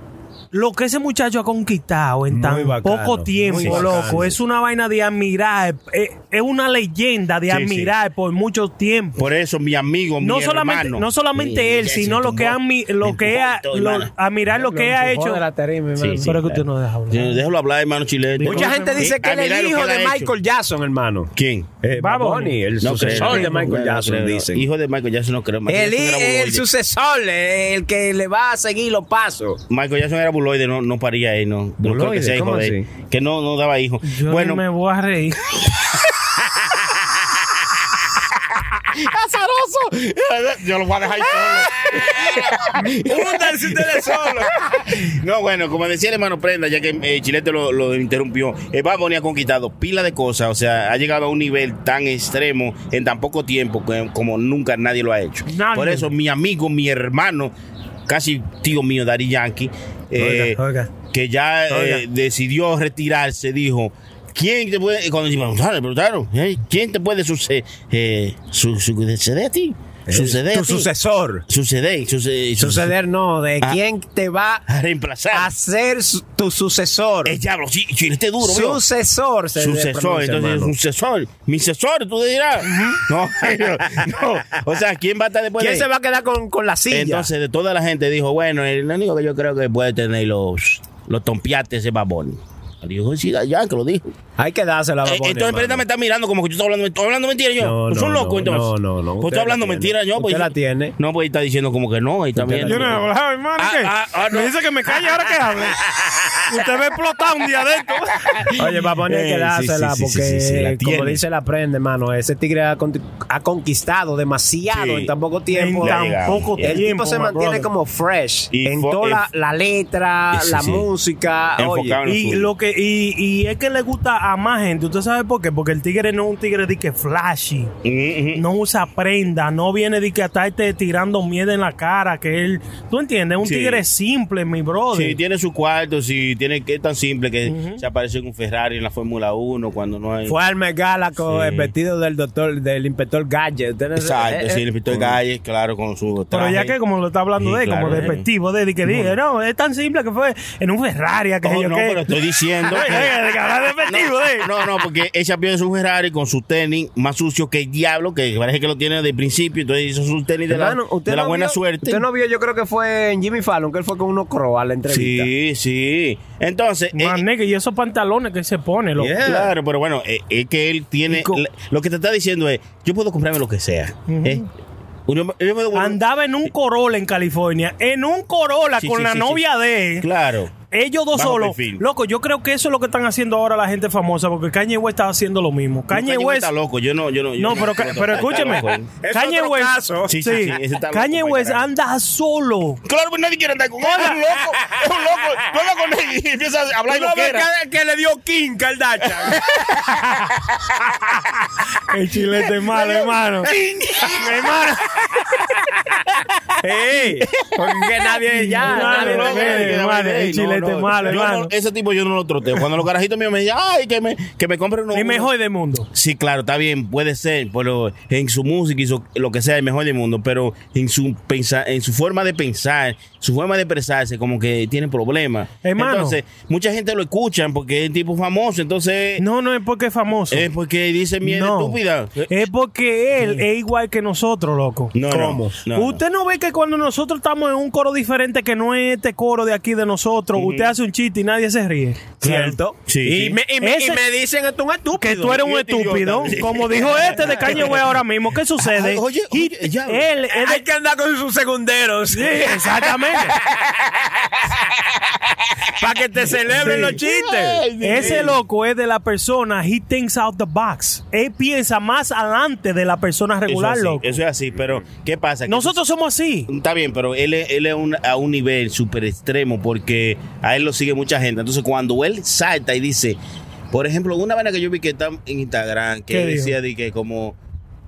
A: lo que ese muchacho ha conquistado en tan
B: bacano,
A: poco tiempo,
B: muy bacano.
A: loco, es una vaina de admirar, es, es una leyenda
F: Sí,
A: de admirar por mucho tiempo.
F: Por eso, mi amigo,
A: No
F: mi
A: solamente,
F: hermano.
A: no solamente él, sino lo que han mi- lo que ha,
F: todo,
A: lo-
F: hermana.
A: admirar lo que ha hecho.
F: Sí, sí,
A: Pero que usted no deja hablar.
F: Sí, Déjalo hablar, hermano chileno. eh,
B: Mucha gente dice que él es el hijo de Michael Jackson, hermano.
F: ¿Quién?
B: Eh, Bad Bunny, el sucesor de Michael Jackson, dicen.
F: Hijo de Michael Jackson, no creo. Michael
S: El,
F: Jackson era
S: el
F: buloide.
S: sucesor, el que le va a seguir los pasos.
F: Michael Jackson era buloide, no, no paría él, no. No creo
B: Buloide,
F: que sea hijo
B: ¿cómo
F: de él. Que no, no daba hijo.
A: Yo
F: bueno,
A: ni me voy a reír.
F: paso. Yo lo voy a dejar solo. Húndanse ustedes solos. No, bueno, como decía el hermano Prenda, ya que eh, Chilete lo, lo interrumpió, eh, Bad Bunny ha conquistado pila de cosas. O sea, ha llegado a un nivel tan extremo en tan poco tiempo que- como nunca nadie lo ha hecho.
A: Nadie.
F: Por eso, mi amigo, mi hermano, casi tío mío, Dari Yankee, eh,
B: Oiga, oiga.
F: que ya eh,
B: Oiga.
F: decidió retirarse, dijo. ¿Quién te puede, y cuando decimos, "Claro, pero claro, ¿eh? ¿quién te puede suceder a ti? Suceder
B: Eh, tu
F: a ti?
B: sucesor.
F: Suceder, suceder,
B: Suceder Ah, no, de
F: Ah.
B: quién te va a
F: reemplazar.
B: A ser su- tu sucesor.
F: El diablo, sí, chilete duro. veo.
B: Sucesor. se
F: Sucesor,
B: pronuncia,
F: entonces
B: hermano.
F: un sucesor. Mi sucesor, tú dirás. No, no, no. O sea, ¿quién va a estar después
B: ¿Quién
F: de
B: se va a quedar con, con la silla?
F: Entonces, de toda la gente dijo, bueno, el único que yo creo que puede tener los, los tompiates es babón. Dijo, sí, ya que lo dijo.
B: Hay que dársela a Bad Bunny,
F: eh, Entonces,
B: hermano.
F: Prenda me está mirando como que yo estoy hablando, estoy hablando mentira yo.
B: No,
F: Pues son
B: no,
F: locos,
B: no,
F: entonces.
B: no, no, no.
F: Pues
B: Usted
F: estoy hablando
B: la tiene.
F: mentira yo. Pues,
B: Usted la tiene.
F: No, pues está diciendo como que no. Ahí está bien. Ah,
A: Yo no he hablado,
B: Ah,
A: hermano. ¿qué? me dice que me calle ahora que hable. Usted me explota un día de esto.
B: Oye, va a poner
F: Eh,
B: que
F: sí, sí,
B: dársela
F: sí,
B: porque,
F: sí, sí, sí, la
B: como
F: tiene.
B: dice la prenda, hermano, ese tigre ha, conti- ha conquistado demasiado
F: Sí.
B: en tan poco tiempo.
F: En tan Ya poco
B: El
F: tiempo,
B: tipo se
F: my
B: mantiene
F: brother.
B: como fresh
F: Y
B: en
F: fo-
B: toda la,
F: eh,
B: la letra,
F: sí,
B: la
F: sí.
B: música. Oye,
F: Enfocado en lo
A: Y
F: suyo.
A: lo que y, y es que le gusta a más gente. ¿Usted sabe por qué? Porque el tigre no es un tigre de que flashy.
F: Mm,
A: No usa prenda, no viene de que a estarte tirando miedo en la cara, que él, ¿tú entiendes? Es un
F: Sí.
A: tigre simple, mi brother.
F: Sí, tiene su cuarto, sí, tiene que es tan simple que se apareció en un Ferrari en la Fórmula 1 cuando no hay.
B: Fue al Megala con el vestido del doctor, del inspector Gadget. Usted no sabe-
F: Exacto,
B: eh,
F: sí,
B: eh.
F: el Víctor Galle, claro, con su traje.
A: Pero ya que como lo está hablando
F: Sí,
A: de,
F: claro,
A: como
F: eh.
A: despectivo, de, de que dije, no, es tan simple que fue en un Ferrari, que
F: Oh,
A: yo
F: no,
A: qué.
F: pero estoy diciendo. que-
A: Oye, oye, de que hablar despectivo, eh.
F: No, no, porque ella pierde su Ferrari con su tenis más sucio que el diablo, que parece que lo tiene desde el principio, entonces hizo su tenis de la,
B: Hermano, usted
F: de la
B: no
F: buena
B: vio-
F: suerte.
B: Usted no vio, yo creo que fue en Jimmy Fallon, que él fue con unos croa a la entrevista.
F: Sí, sí. Entonces. eh,
A: Man, nigga, y esos pantalones que se pone, loco.
F: Claro, pero bueno, eh, es que él tiene. la- Lo que te está diciendo es: yo puedo comprarme lo que sea. ¿eh? Uno- yo me-
A: Andaba en un Corolla en California, en un Corolla
F: Sí,
A: con
F: sí,
A: la
F: sí,
A: novia
F: sí.
A: de él.
F: Claro.
A: Ellos dos
F: Bajo
A: solos.
F: perfil.
A: Loco, yo creo que eso es lo que están haciendo ahora la gente famosa, porque Kanye West está haciendo lo mismo. Kanye,
F: Kanye West
A: West.
F: está loco, yo no, yo no. yo no
A: No, pero,
F: sé
A: Ka-
F: cómo
A: pero
F: está- está
A: escúcheme.
F: loco, ¿eh?
A: Kanye West.
F: Sí, sí, sí, ese está loco,
A: Kanye
F: para
A: West
F: carajo.
A: anda solo.
F: Claro, pues nadie quiere andar con él. Es un loco. Es un loco. Tú hablas con él y empiezas a hablar y
B: ¿Tú no
F: lo que
B: ves que, que le dio King al Dacha?
A: El chilete es malo, hermano. hermano.
B: ¡Ey! Porque nadie ya.
A: Hermano,
B: nadie
A: loco,
B: te ve.
A: eh, hermano, el chilete
F: este
A: malo,
F: yo no-
A: hermano.
F: ese tipo yo no lo troteo. Cuando los carajitos míos me dicen, ay, que me, que me compren uno.
A: El mejor
F: uno".
A: del mundo.
F: Sí, claro, está bien, puede ser, pero en su música y su- lo que sea, el mejor del mundo, pero en su pensa- en su forma de pensar, su forma de expresarse, como que tiene problemas.
A: Hermano.
F: Entonces, mucha gente lo escucha porque es tipo famoso, entonces
A: No, no es porque es famoso.
F: Eh. es porque dice mierda
A: No.
F: estúpida.
A: Es porque él es igual que nosotros, loco.
F: No, no,
A: ¿Cómo?
F: no, no.
A: Usted no ve que cuando nosotros estamos en un coro diferente que no es este coro de aquí de nosotros, usted hace un chiste y nadie se ríe.
B: ¿Cierto?
F: Sí,
B: y,
F: sí.
B: Me, y me- y
A: Ese-
B: me dicen, tú un estúpido.
A: Que tú eres un
B: Idiota.
A: estúpido, como dijo este de Kanye West ahora mismo. ¿Qué sucede?
F: Ah, Oye, oye,
A: Y
F: ya.
A: él es
B: Hay
A: de...
B: que andar con sus segunderos.
A: Sí, exactamente.
B: Para que te celebren
A: Sí.
B: los chistes.
A: Ese loco es de la persona, he thinks out the box. Él piensa más adelante de la persona
F: Eso
A: regular,
F: es así,
A: loco.
F: Eso es así, pero ¿qué pasa? Que
A: Nosotros somos así.
F: Está bien, pero él es, él es un- a un nivel súper extremo porque a él lo sigue mucha gente. Entonces, cuando él salta y dice, por ejemplo, una vaina que yo vi que está en Instagram, que
A: ¿Qué dijo?
F: decía de que como,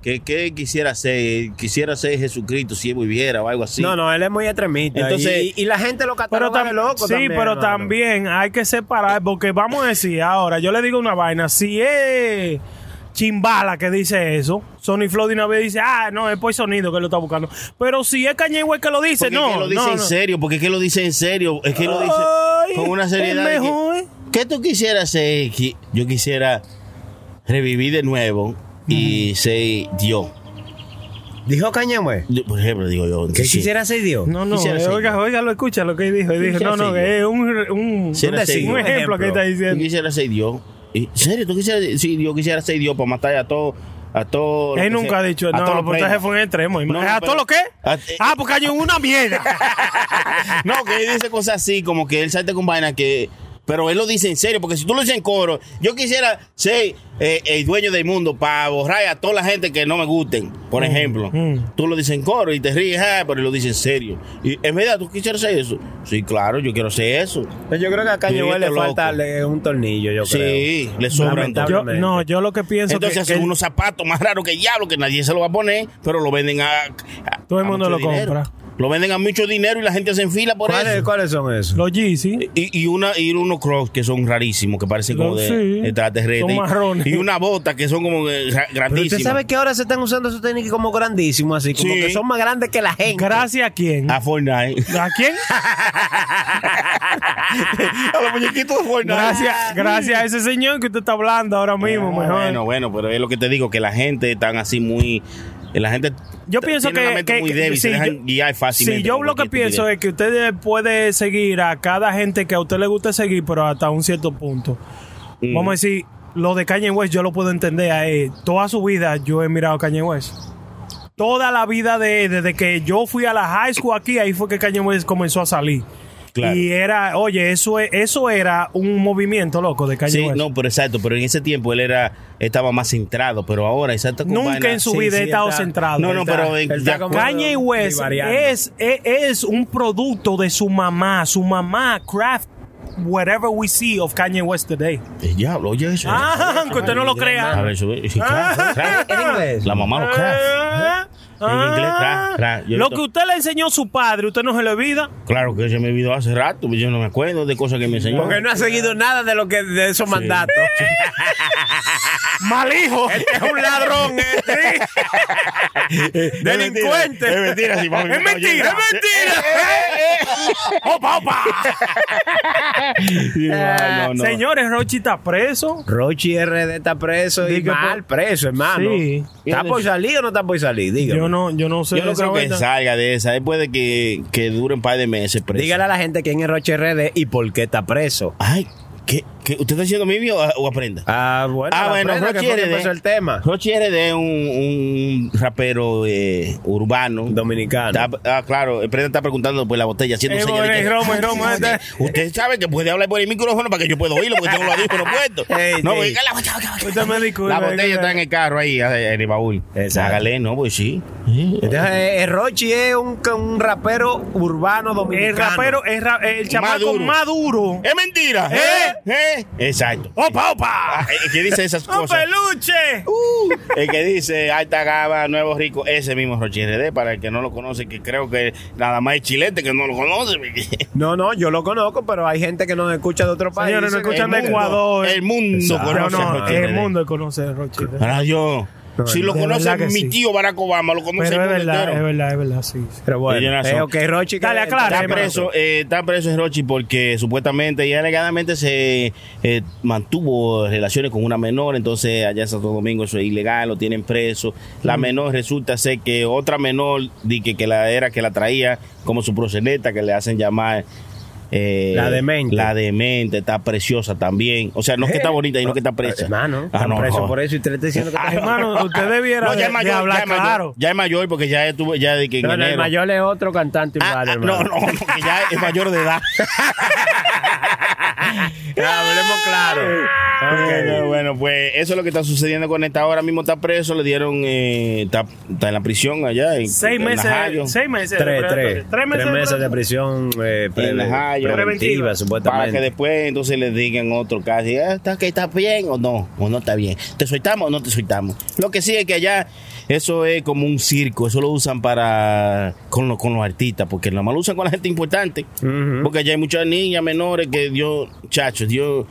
F: que, que quisiera ser, quisiera ser Jesucristo si él viviera o algo así.
B: No, no, él es muy extremista.
F: Entonces-
B: y, y la gente lo
A: Pero
B: cataloga de
A: tam-
B: loco
A: sí,
B: también.
A: pero
B: hermano.
A: también hay que separar, porque vamos a decir ahora, yo le digo una vaina, si es Chimbala que dice eso, Sony Flow de una vez dice, ah, no, es por sonido que lo está buscando. Pero si es Kanye West que lo dice,
F: Porque es
A: no,
F: que lo dice
A: no,
F: en
A: no.
F: serio, porque es que lo dice en serio, es que lo dice
A: Ay,
F: con una seriedad. de
A: el
F: que-
A: mejor. eh.
F: ¿Qué tú quisieras ser? Qui- Yo quisiera revivir de nuevo y ser Dios.
B: Dijo Kanye West.
F: Yo, Por ejemplo, digo yo.
B: Que
F: sí.
B: quisiera ser Dios.
A: No, no,
F: Quisiera
A: eh,
F: ser
A: oiga, oiga, lo escucha lo que él dijo. Él dijo,
F: Quisiera
A: no, no,
F: ser
A: que es un, un, un
F: Quisiera ser
A: ejemplo,
F: yo.
A: que está
F: Yo
A: diciendo.
F: quisiera ser Dios. ¿En serio? ¿Tú quisieras ser sí, Yo quisiera ser Dios para matar a todos. A todo
A: Él nunca ha dicho, no, los puntajes fue un extremo.
F: No,
A: ¿A
F: pero-
A: todo lo que?
F: A-
A: Ah, porque hay una mierda.
F: No, que él dice cosas así, como que él salte con vaina que pero él lo dice en serio, porque si tú lo dices en coro, yo quisiera ser eh, el dueño del mundo para borrar a toda la gente que no me gusten,
A: Mm,
F: por ejemplo. Tú lo dices en coro y te ríes, ah, pero él lo dice en serio. Y en verdad, ¿tú quisieras ser eso? Sí, claro, yo quiero ser eso.
B: Yo creo que a Kanye
F: Sí,
B: West le
F: está
B: falta le- un tornillo, yo creo.
F: Sí, le sobran dos.
B: Lamentablemente.
A: no, yo lo que pienso
F: Entonces
A: que-
F: hacen
A: que-
F: unos zapatos más raros que el diablo que nadie se lo va a poner, pero lo venden a. a-
A: Todo el
F: a
A: mundo
F: mucho
A: lo
F: dinero.
A: compra.
F: Lo venden a mucho dinero y la gente se enfila por
A: ¿Cuáles-
F: eso.
B: ¿Cuáles son esos?
A: Los Yeezy.
F: Y, y una, y unos crocs que son rarísimos, que parecen como de
B: Sí.
F: extraterrestres.
B: Son
F: Y-
B: marrones.
F: Y una bota que son como eh, ra-
B: Pero usted
F: grandísimas.
B: sabe que ahora se están usando esos técnicos como grandísimos, así como
F: Sí.
B: que son más grandes que la gente.
A: Gracias a quién.
F: A Fortnite.
A: ¿A quién?
F: a los muñequitos de Fortnite.
A: Gracias, gracias a ese señor que usted está hablando ahora mismo, mejor.
F: Bueno, bueno, pero es lo que te digo, que la gente están así muy. La gente.
A: Yo pienso
F: tiene la
A: que,
F: mente
A: que-
F: muy débil,
A: sí,
F: se dejan
A: yo-
F: guiar fácilmente.
A: sí, yo
F: por
A: lo que
F: cualquier
A: pienso es que usted puede seguir a cada gente que a usted le guste seguir, pero hasta un cierto punto.
F: Mm.
A: Vamos a decir, lo de Kanye West yo lo puedo entender. a él. toda su vida yo he mirado a Kanye West. Toda la vida de él, desde que yo fui a la high school aquí, ahí fue que Kanye West comenzó a salir.
F: Claro.
A: Y era, oye, eso, e- eso era un movimiento loco de Kanye
F: Sí,
A: West.
F: no, pero exacto, pero en ese tiempo él era estaba más centrado, pero ahora exacto
A: Nunca en su vida he estado centrado.
F: No, no, pero en- ya-
A: Kanye West es, es, es un producto de su mamá. Su mamá craft whatever we see of Kanye West today.
F: El diablo, oye eso.
A: Ah, aunque usted no lo crea.
F: A ver, sube- sí, claro, claro. La mamá
A: Ah.
F: lo crack. En inglés, crack, crack. Yo
A: Eh, Lo
F: to-
A: que usted le enseñó a su padre, usted no se lo olvida.
F: Claro que se me olvidó hace rato, yo no me acuerdo de cosas que me enseñó.
B: Porque no ha seguido nada de lo que de esos mandatos.
A: Mal hijo.
B: Este es un ladrón, este.
F: Delincuente. Es mentira, sí, mami,
B: Es
F: me está
B: mentira,
F: oyendo.
B: es Eh,
F: Oh,
A: ¡Opa, opa!
F: Sí, no, no, no.
A: Señores, Rochi está preso.
B: Rochi RD está preso y
A: Dije,
B: mal
A: por-
B: preso, hermano.
A: Sí.
B: ¿Está por salir o no está por salir? Dígame.
A: Yo no, yo no sé.
F: Yo no
A: de esa
F: creo que
A: vaina.
F: salga de esa. Él puede que, que dure un par de meses preso.
B: Dígale a la gente quién es Rochi RD y por qué está preso.
F: Ay, ¿qué, qué? usted está diciendo mimi o, o aprenda?
B: Ah, bueno,
F: Ah,
B: la
F: bueno,
B: prenda que
F: Rochi
B: fue que
F: RD.
B: empezó el tema.
F: Rochi RD es un, un rapero eh, urbano.
B: Dominicano.
F: Está- ah, claro, el prenda está preguntando por la botella, haciendo
A: Eh,
F: señas de
A: bueno,
F: que-
A: es romo, es romo, este.
F: Usted sabe que puede hablar por el micrófono para que yo pueda oírlo, porque tengo los audífonos puestos.
B: Ey,
F: no, porque-
B: ey.
F: la, botella-
A: Usted me disculpa,
F: la botella está en el carro ahí, eh, en el baúl.
B: Exacto.
F: Hágale, no, pues sí.
B: Entonces, eh, eh, Rochi es un, un rapero urbano dominicano.
A: El rapero, el, ra- el chamaco
F: Maduro.
A: más duro.
F: ¡Es mentira!
A: ¿Eh?
F: ¿Eh? Exacto.
A: ¡Opa, opa!
F: Ah, El que dice esas
A: ¡Un
F: cosas.
A: peluche!
F: El que dice alta gama, nuevo rico, ese mismo Rochi RD, para el que no lo conoce, que creo que nada más es chilete que no lo conoce.
B: No, no, yo lo conozco, pero hay gente que nos escucha de otro país.
A: Señores, nos
B: Dice que-
A: escuchan de
F: mundo,
A: Ecuador.
F: el mundo
A: Exacto.
F: conoce
A: No,
F: a
A: no,
F: Rochi
A: el
F: RD.
A: mundo conoce a Rochi RD.
F: Ahora yo, si lo
A: de
F: conoce
A: verdad que
F: mi
A: sí.
F: tío Barack Obama, lo conoce
A: Pero es
F: el mundo
A: verdad,
F: entero.
A: es verdad, es verdad, sí. sí.
B: Pero
F: Ella
B: bueno,
F: nació.
B: eh, ok, Rochi. que-
A: Dale, aclara,
B: está
F: Está
A: hermano.
B: preso.
F: preso, eh, está preso es Rochi porque supuestamente y alegadamente se eh, mantuvo relaciones con una menor, entonces allá en Santo Domingo eso es ilegal, lo tienen preso. La menor resulta ser que otra menor, di que, que la era que la traía como su proseleta, que le hacen llamar. eh,
B: La demente. Eh,
F: La demente, está preciosa también. O sea, no es que está bonita, sino que está presa.
B: Hermano,
F: Ah,
B: está
F: no,
B: preso
F: no.
B: por eso y te le está diciendo que
A: Ah, hermano, usted debiera
F: No, ya
A: de-
F: es mayor,
A: de hablar
F: ya es mayor,
A: claro.
F: ya es mayor porque ya estuvo, ya de que en
B: No, no, el
F: enero.
B: mayor es otro cantante igual,
F: Ah,
B: hermano.
F: no, no, porque ya es mayor de edad.
B: Ya, hablemos claro.
A: Ah,
F: Bueno, bueno, pues eso es lo que está sucediendo con esta. Ahora mismo está preso, le dieron. eh, está, está en la prisión allá. En,
A: Seis
F: en
A: meses,
F: Najayo.
A: seis meses. de
B: Tres,
A: predatoria.
B: tres. Tres meses, de prisión eh, pre-
F: En Najayo.
B: preventiva,
A: Preventiva.
F: Para que
B: supuestamente.
F: después entonces le digan otro caso. y, ah, ¿Está, que ¿Está bien o no? ¿O no está bien? ¿Te soltamos o no te soltamos? Lo que sí es que allá eso es como un circo. Eso lo usan para. con, los con los artistas, porque nada más lo usan con la gente importante.
A: Mm.
B: Ujú.
F: Porque allá hay muchas niñas menores que Dios, chachos, Dios.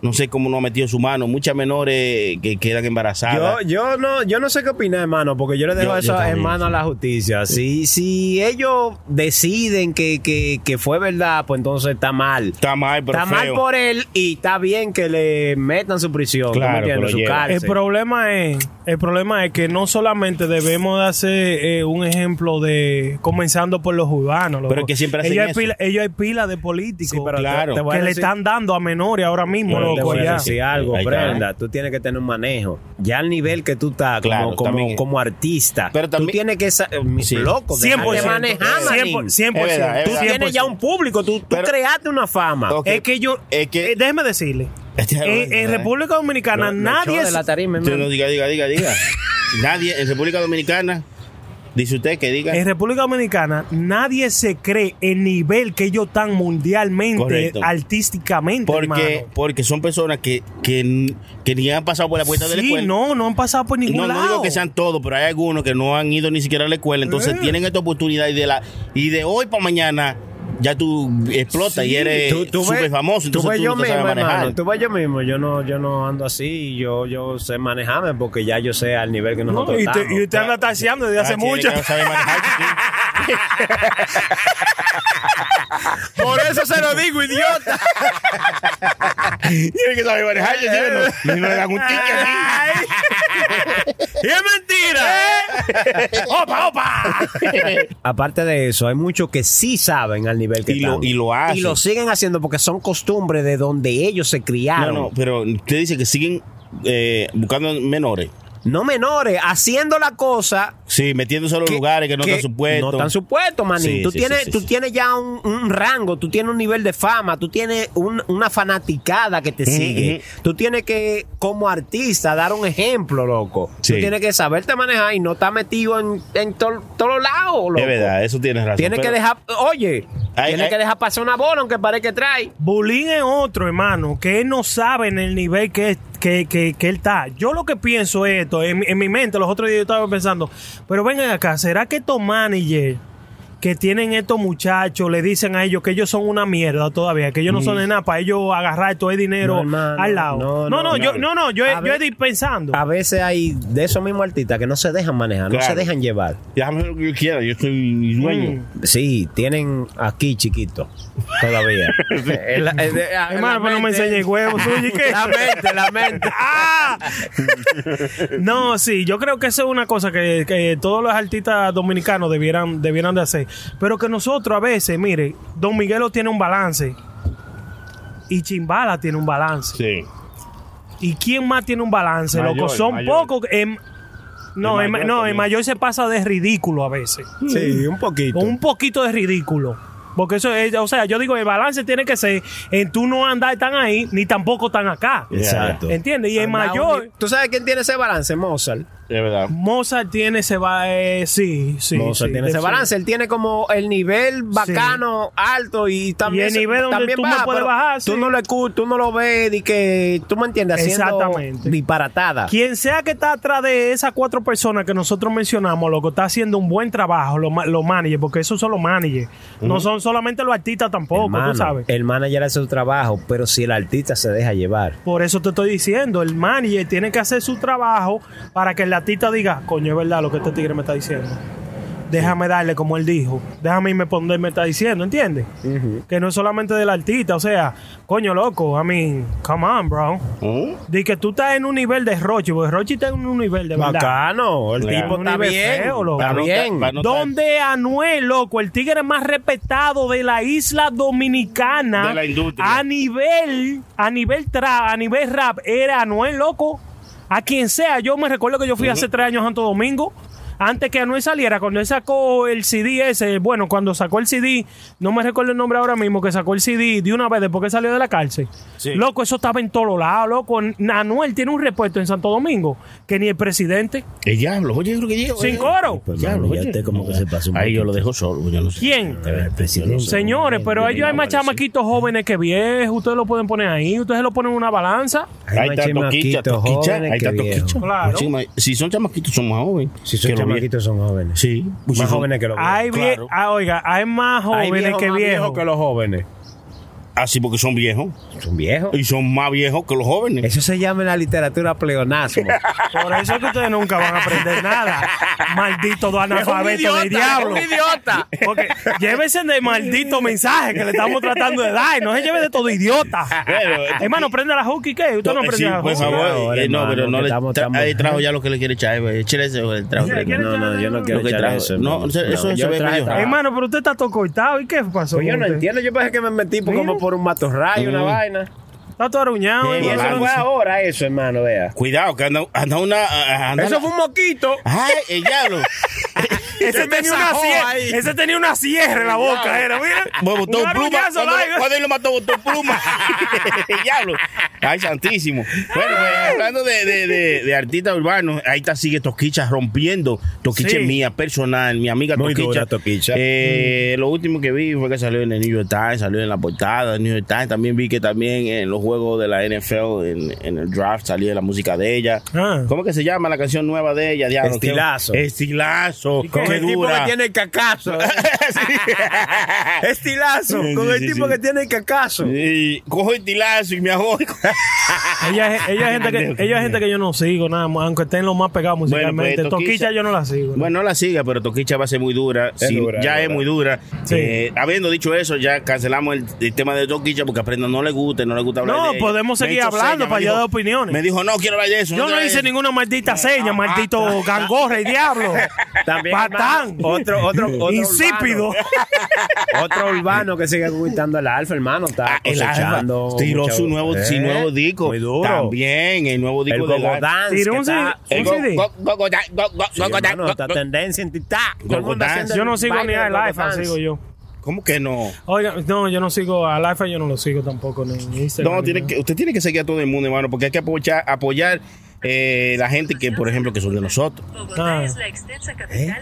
F: No sé cómo no ha metido su mano. Muchas menores que quedan embarazadas.
B: Yo, yo no, yo no sé qué opinar, hermano, porque yo le dejo
F: Yo-
B: eso
F: yo también,
B: en mano a la justicia. Si, si ellos deciden que, que, que fue verdad, pues entonces está mal.
F: Está mal, pero
B: Está mal
F: feo.
B: por él y está bien que le metan su prisión, ¿tú me
F: Claro,
B: entiendes?
F: que lo
B: su
F: lleven.
A: El
B: cárcel.
A: problema es, el problema es que no solamente debemos de hacer eh, un ejemplo de comenzando por los urbanos,
F: Pero es que siempre hacen
A: ellos hay
F: eso.
A: pila, ellos hay pila de políticos
B: Sí, pero
F: Claro.
B: te- te voy a
A: que le
B: decir-
A: están dando a menores ahora mismo
F: Pero
B: le
A: loco
B: voy a
A: ya.
B: decir algo,
A: Ahí está.
B: Brenda. Tú tienes que tener un manejo. Ya al nivel que tú estás como-
A: Claro,
B: como,
A: también.
B: como, artista, tú tienes que ser
A: Sí.
B: loco. déjate
A: 100%.
B: manejar,
A: Cien por-
B: manín.
A: cien por
B: Es verdad,
A: ciento.
B: Tú tienes ya un público. Tú, tú creaste una fama.
A: Es que yo. eh, déjeme decirle. Eh, En, en República Dominicana
O: Lo- lo
A: nadie.
O: echó de
A: es-
O: la Usted Este, no diga, diga, diga, diga. Nadie en República Dominicana dice usted que diga.
A: En República Dominicana nadie se cree el nivel que ellos están mundialmente,
O: Correcto.
A: artísticamente,
O: Porque,
A: hermano.
O: porque son personas que, que, que ni han pasado por la puerta de la
A: Sí,
O: escuela.
A: no, no han pasado por ningún
O: No,
A: lado.
O: no digo que sean todos, pero hay algunos que no han ido ni siquiera a la escuela, entonces
A: Eh.
O: tienen esta oportunidad y de la y de hoy para mañana ya tú explotas y eres
B: Tú- tú ves-
O: súper famoso,
B: Tú
O: entonces
B: ves
O: tú,
B: yo
O: no te
B: mismo,
O: sabes manejar.
B: hermano, tú ves yo mismo. Yo no, yo no ando así. Yo, yo sé manejarme porque ya yo sé al nivel que nosotros
A: y,
B: estamos.
A: te- y usted anda taseando desde
B: Ah,
A: hace
B: tiene
A: mucho.
B: que saber
K: Por eso se lo digo, idiota.
O: Tiene que saber manejar, yo digo, no, no le dan un ticket.
K: ¡Y es mentira!
O: ¡Opa, opa!
B: Aparte de eso, hay muchos que sí saben al nivel que
O: Y lo-
B: están.
O: y lo hacen.
B: Y lo siguen haciendo porque son costumbres de donde ellos se
O: No,
B: criaron.
O: no, pero usted dice que siguen eh, buscando menores.
B: No menores, haciendo la cosa.
O: Sí, metiéndose a los lugares que no están supuestos.
B: No están supuestos, manín.
O: Sí,
B: tú
O: sí,
B: tienes,
O: sí, sí,
B: tú
O: sí.
B: tienes ya un, un rango, tú tienes un nivel de fama, tú tienes un- una fanaticada que te sigue. Tú tienes que, como artista, dar un ejemplo, loco.
O: Sí.
B: Tú tienes que saberte manejar y no estar metido en, en tol- todos lados, loco.
O: Es verdad, eso tienes razón.
B: Tienes que
O: pero-
B: dejar, oye,
O: Ay,
B: tienes
O: ay.
B: que dejar pasar una bola aunque parezca que trae.
A: Bulín es otro, hermano, que él no sabe en el nivel que, que, que- que él está. Yo lo que pienso es esto, en, mi- en mi mente, los otros días yo estaba pensando, pero vengan acá, ¿será que estos managers que tienen estos muchachos le dicen a ellos que ellos son una mierda todavía, que ellos no son de nada para ellos agarrar todo el dinero
B: Mm. No, hermano,
A: al lado? No,
B: no,
A: no,
B: no,
A: yo, no,
B: no.
A: no, yo, he-
B: A
A: yo
B: ver.
A: estoy pensando.
B: A veces hay de esos mismos artistas que no se dejan manejar, no
A: Claro.
B: se dejan llevar.
O: Déjame lo que yo quiera, yo soy
B: Mm.
O: dueño.
B: Sí, tienen aquí chiquito todavía. Eh, El- el- el-
A: Hermano, pero no me enseñe el huevo suyo, ¿y qué? Ah.
B: La mente, la mente.
O: Eh,
A: No, sí, yo creo que eso es una cosa que, que todos los artistas dominicanos debieran, debieran de hacer. Pero que nosotros a veces, mire, Don Miguelo tiene un balance. Y Chimbala tiene un balance.
O: Sí.
A: ¿Y quién más tiene un balance,
O: Mayor,
A: loco? Son
O: mayor.
A: pocos. em, no,
O: El
A: el,
O: mayor
A: no, el
O: también.
A: mayor se pasa de ridículo a veces.
B: Sí, un poquito.
A: Un poquito de ridículo. Porque eso es, o sea, yo digo, el balance tiene que ser en tú no andar tan ahí, ni tampoco tan acá.
B: Exacto.
A: ¿Entiendes? Y el
B: Anda,
A: mayor.
B: un- ¿Tú sabes quién tiene ese balance? Mozart.
O: Es verdad.
A: Mozart tiene ese balance. Sí, sí.
B: Mozart
A: sí,
B: tiene ese
A: sí.
B: balance. Él tiene como el nivel bacano, alto y también.
A: Y el nivel donde
B: también
A: tú no puedes
B: pero
A: bajar,
B: Tú
A: sí.
B: no lo escuchas, tú no lo ves, y que tú me entiendes, haciendo
A: Exactamente.
B: disparatada.
A: Quien sea que está atrás de esas cuatro personas que nosotros mencionamos, loco, está haciendo un buen trabajo, los ma- los managers, porque esos son los managers. No
B: Ujú.
A: son solamente los artistas tampoco,
B: Hermano, eh.
A: tú sabes.
B: El manager hace su trabajo, pero si el artista se deja llevar.
A: Por eso te estoy diciendo, el manager tiene que hacer su trabajo para que el artista diga, coño, es verdad lo que este tigre me está diciendo. Déjame darle como él dijo. Déjame irme por donde él me está diciendo, ¿entiendes? Que no es solamente del artista, o sea, coño loco, I mean, come on, bro.
B: Mm.
O: ¿Oh?
A: Di que tú estás en un nivel de Rochi, porque Rochi está en un nivel de verdad.
B: Bacano, el
A: Claro.
B: tipo
A: Un
B: está
A: nivel
B: bien.
A: feo, loco.
B: Está
A: Para no
B: bien.
A: Donde Anuel, loco, el tigre más respetado de la isla dominicana.
O: De la industria.
A: A nivel, a nivel trap, a nivel rap, era Anuel, loco. A quien sea. Yo me recuerdo que yo fui hace tres años a Santo Domingo. Antes que Anuel saliera, cuando él sacó el CD ese, bueno, cuando sacó el CD, no me recuerdo el nombre ahora mismo, que sacó el CD de una vez después que salió de la cárcel.
O: Sí.
A: Loco, eso estaba en todos lados, loco. Anuel tiene un repuesto en Santo Domingo, que ni el presidente.
O: El diablo, oye, yo creo que llega.
A: Sin coro.
O: Diablo, oye. Ahí yo lo dejo solo, yo no sé.
A: ¿Quién?
O: El presidente.
A: Señores, pero ellos hay más chamaquitos jóvenes que viejos. Ustedes lo pueden poner ahí. Ustedes lo ponen en una balanza.
O: Ahí está Toquicha, Toquicha, ahí está Toquicha.
A: Claro.
O: Sí, ma- Si son chamaquitos, son más jóvenes.
B: Si son chamaquitos, son jóvenes.
O: Sí. pues
B: Más jóvenes que los
A: Hay vie-
O: Claro.
A: ah, oiga, hay más jóvenes que viejos.
B: los jóvenes.
O: Así porque son viejos.
B: Son viejos.
O: Y son más viejos que los jóvenes.
B: Eso se llama en la literatura pleonasmo.
A: Por eso es que ustedes nunca van a aprender nada. Maldito do analfabeto del diablo.
K: idiota.
A: Porque llévese del maldito mensaje que le estamos tratando de dar. No se lleve de todo idiota.
O: Pero-
A: Hermano, prende la hook y qué. Usted no
O: Eh,
A: prende
O: sí,
A: la hook.
O: por favor.
B: Ahora,
O: eh, no,
B: hermano,
O: pero no
B: que
O: le.
B: estamos-
O: tra-
B: estamos-
O: ahí trajo ya lo que le quiere echar. eh, Échale ese, le trajo.
A: Sí, ¿quiere
B: No, no, yo no quiero
O: Lo que
B: echar
O: trajo.
B: eso,
O: No,
B: hermano.
O: eso- eso
B: No,
O: se
B: yo
O: ve
B: traje
O: medio
B: trabajo.
A: Hermano, pero usted está todo cortado. ¿Y qué pasó?
B: Pues yo no
A: con usted?
B: entiendo, yo pensé que me metí por- como por un matorrayo, una
A: Mm.
B: vaina.
A: Está todo aruñado.
B: Y eso fue ahora, eso, hermano, vea.
F: Cuidado, que anda, anda una. anda
B: Eso
F: la-
B: fue un moquito.
F: Ay, el diablo.
A: Ese tenía, una sierra, ese tenía una sierra en la boca, era, mira.
B: Ah,
F: Bueno, botó
A: un
F: pluma.
A: aruñazo
F: Cuando,
A: largo.
F: cuando él lo mató, botó pluma. El diablo. Ay, santísimo. Bueno, pues, hablando de, de, de- de artistas urbanos, ahí está, sigue Toquicha rompiendo. Toquicha
B: Sí.
F: es mía, personal, mi amiga
B: Muy
F: Toquicha.
B: dura, Toquicha.
F: Eh, Lo último que vi fue que salió en el New York Times, salió en la portada del New York Times. También vi que también en los juegos de la NFL, en, en el draft, salía la música de ella. ¿Cómo que se llama la canción nueva de ella? diablo?
B: Ah. Estilazo.
F: Estilazo.
B: Con
F: Qué
B: el tipo
F: dura.
B: que tiene el cacazo. Estilazo.
F: Sí,
B: Con
F: sí,
B: el
F: sí,
B: tipo
F: sí.
B: que tiene el cacazo.
F: Y cojo el tilazo y me hago.
A: Ella, es- ella es gente que, ella es gente que yo no sigo, nada más, aunque estén los más pegados musicalmente.
F: pues, Toquicha-
A: Toquicha yo no la sigo.
F: Bueno, no la siga, pero Toquicha va a ser muy dura.
A: Es
F: Sí,
A: dura,
F: ya
A: es
F: es
A: dura.
F: muy dura.
A: Sí.
F: Eh, habiendo dicho eso, ya cancelamos el, el tema de Toquicha porque a Prenda no le gusta, no le gusta hablar
A: No,
F: de ella.
A: podemos
F: Me
A: seguir
F: hizo
A: hablando
F: señas,
A: para
F: me
A: yo
F: dijo-
A: dar opiniones.
F: Me dijo, no quiero hablar de eso.
A: Yo no
F: quiero
A: hice
F: hablar de
A: ninguna maldita seña, maldito gangorra y diablo.
B: También,
A: Patán.
B: hermano, otro- otro- otro
A: Insípido.
B: Otro urbano que sigue conquistando Ah, el alfa, hermano. Está
F: eso. Ah, El Alfa
B: cosechando.
F: tiró
B: mucha-
F: su nuevo,
B: Eh,
F: su nuevo disco.
B: Muy duro.
F: También el nuevo disco
B: El
F: de
B: Gogo Dance, Tiró que un está-
F: El
B: CD, un
F: Go-
B: CD.
F: Go- Gogo Dan- Go- Go-
B: Sí,
F: Gogo Dan-
B: hermano,
F: Go-
B: está
F: Go-
B: tendencia en TikTok. Todo el
F: Gogo
B: mundo
F: Dance.
B: haciendo
A: Yo
B: el
A: no sigo
B: baile
A: ni a
B: del Gogo
A: Life,
B: Dance.
A: sigo yo.
F: ¿Cómo que no?
A: Oiga, no, yo no sigo a Life, yo no lo sigo tampoco, ni en Instagram.
F: No,
A: ni
F: tiene
A: nada.
F: que, usted tiene que seguir a todo el mundo, hermano, porque hay que apoyar, apoyar eh, la gente que, por ejemplo, que son de nosotros.
A: Ah. ¿Eh?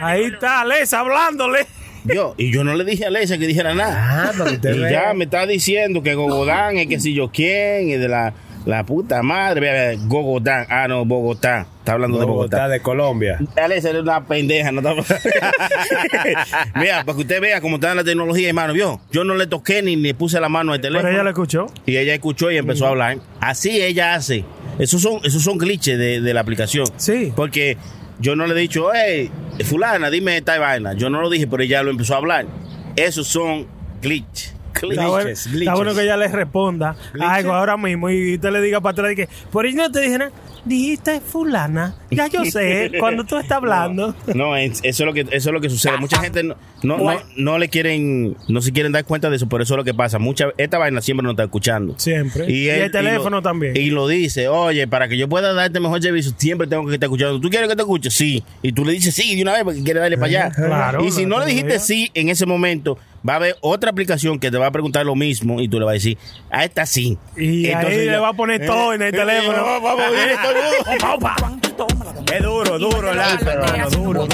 A: Ahí está Les hablándole.
F: Yo, y yo no le dije a Alexa que dijera
B: Ah,
F: nada. y
B: vea.
F: ya me está diciendo que Gogodán es que si yo quién, es de la, la puta madre. Vea, vea, Gogodán. Ah, no, Bogotá. Está hablando
B: Bogotá, de Colombia.
F: de Bogotá. Alexa era una pendeja, no está- Mira, para que usted vea cómo está la tecnología, hermano. Yo, yo no le toqué ni le puse la mano al teléfono.
A: Pero ella lo escuchó.
F: Y ella escuchó y empezó
A: Mm.
F: a hablar. Así ella hace. Esos son, esos son glitches de, de la aplicación. Sí. Porque yo no le he dicho, hey, fulana, dime esta vaina. Yo no lo dije, pero ella lo empezó a hablar. Esos son glitches.
A: Está bueno,
F: Glitches,
A: está bueno que ella les responda algo ahora mismo y usted le diga para atrás que por ahí no te dije nada. Dijiste fulana. Ya yo sé, cuando tú estás hablando.
F: No, es- eso es lo que eso es lo que sucede. Mucha gente no, no, no- no le quieren, no se quieren dar cuenta de eso, pero eso es lo que pasa. Mucha, esta vaina siempre nos está escuchando.
A: Siempre. Y el teléfono
F: lo-
A: también.
F: Y lo dice, oye, para que yo pueda darte mejor servicio, siempre tengo que estar escuchando. ¿Tú quieres que te escuche? Sí. Y tú le dices sí de una vez porque quieres darle para allá.
A: Claro,
F: y si
A: la
F: no le dijiste
A: tecnología.
F: sí en ese momento, va a haber otra aplicación que te va a preguntar lo mismo y tú le vas a decir, a esta sí.
A: Y ahí
F: ya-
A: le va a poner todo en el
F: Eh,
A: teléfono.
F: vamos, vamos, todo el mundo.
A: Opa, opa.
B: Es duro, duro el alfa, hermano. Duro.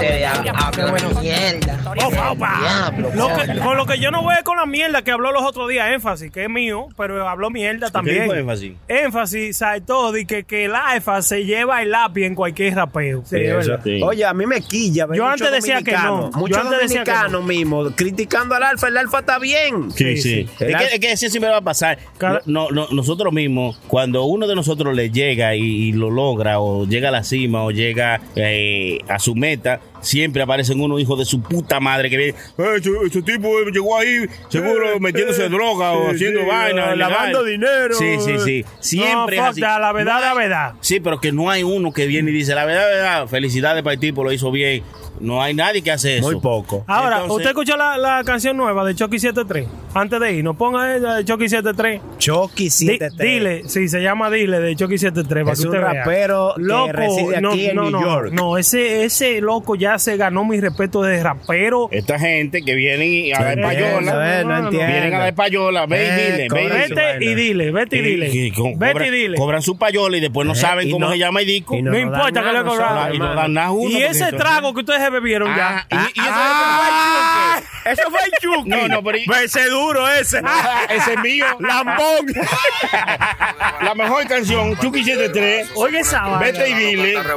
A: Opa, opa. Lo que- con lo que yo no voy es con la mierda que habló los otros días, énfasis, que es mío, pero habló mierda también.
F: dijo énfasis?
A: Énfasis, sabe todo, de que, que el alfa se lleva el lápiz en cualquier rapeo.
B: Sí,
A: es
B: eso.
A: verdad.
B: Oye, a mí me quilla. ver
A: Yo
B: muchos
A: antes decía que no.
B: dominicanos,
A: Yo
B: Muchos
A: antes decía que
B: dominicanos mismos criticando al alfa. El alfa está bien.
F: Sí, sí. Es, que, es que eso siempre va a pasar. No, no- nosotros mismos, cuando uno de nosotros le llega y, y lo logra, o llega a la cima, o llega eh, a su meta, siempre aparecen unos hijos de su puta madre que vienen. "Eh, ese, ese tipo eh, llegó ahí,
A: Eh,
F: seguro metiéndose droga o
B: sí,
F: haciendo
B: sí,
F: vaina.
B: eh, lavando
F: ilegal".
B: dinero.
F: Sí, sí, sí. Siempre.
A: No,
F: es
A: fuck
F: así.
A: that, la verdad,
F: No
A: la
F: hay-
A: verdad.
F: Sí, pero que no hay uno que viene y dice, la verdad, la verdad, felicidades para el tipo, lo hizo bien. No hay nadie que hace eso.
B: Muy poco.
A: Ahora,
F: Entonces-
A: ¿usted escuchó la, la canción nueva de Chucky 73? Antes de ir, no ponga esa de Chucky 73.
B: Chucky 73.
A: dile, sí, se llama Dile de Chucky 73. para
B: Es
A: que
B: un
A: usted vea.
B: rapero que reside
A: no,
B: aquí en
A: no,
B: New
A: no,
B: York.
A: No, ese, ese loco ya se ganó mi respeto de rapero.
B: Eh,
F: Esta gente que viene y a la
A: No entiendo,
F: payola.
A: eh, no entiendo.
F: Vienen a la payola. Ve
A: Eh,
F: y dile. Ve
A: correcto.
F: y dile.
A: Vete y dile, vete y dile.
F: que co-
A: Vete y
F: cobran-
A: dile.
F: Cobran su payola y después no
A: Eh,
F: saben
A: y
F: cómo
A: no-
F: se llama el disco.
A: y no No nos dan importa que nada le cobraron. nosotros,
F: Y no
A: hermano.
F: dan nada a uno
A: Y
F: porque
A: ese
F: eso-
A: trago que ustedes se bebieron
F: Ah,
A: ya.
F: y- y eso-
A: Ah,
B: Eso fue el Chucky.
F: No, no, pero.
B: Ese
A: ¿eh?
B: duro, ese.
F: ese es mío.
B: Lambón.
F: La mejor canción, Chucky 73.
A: Oye, esa vaina.
F: Vete y dile. No, no,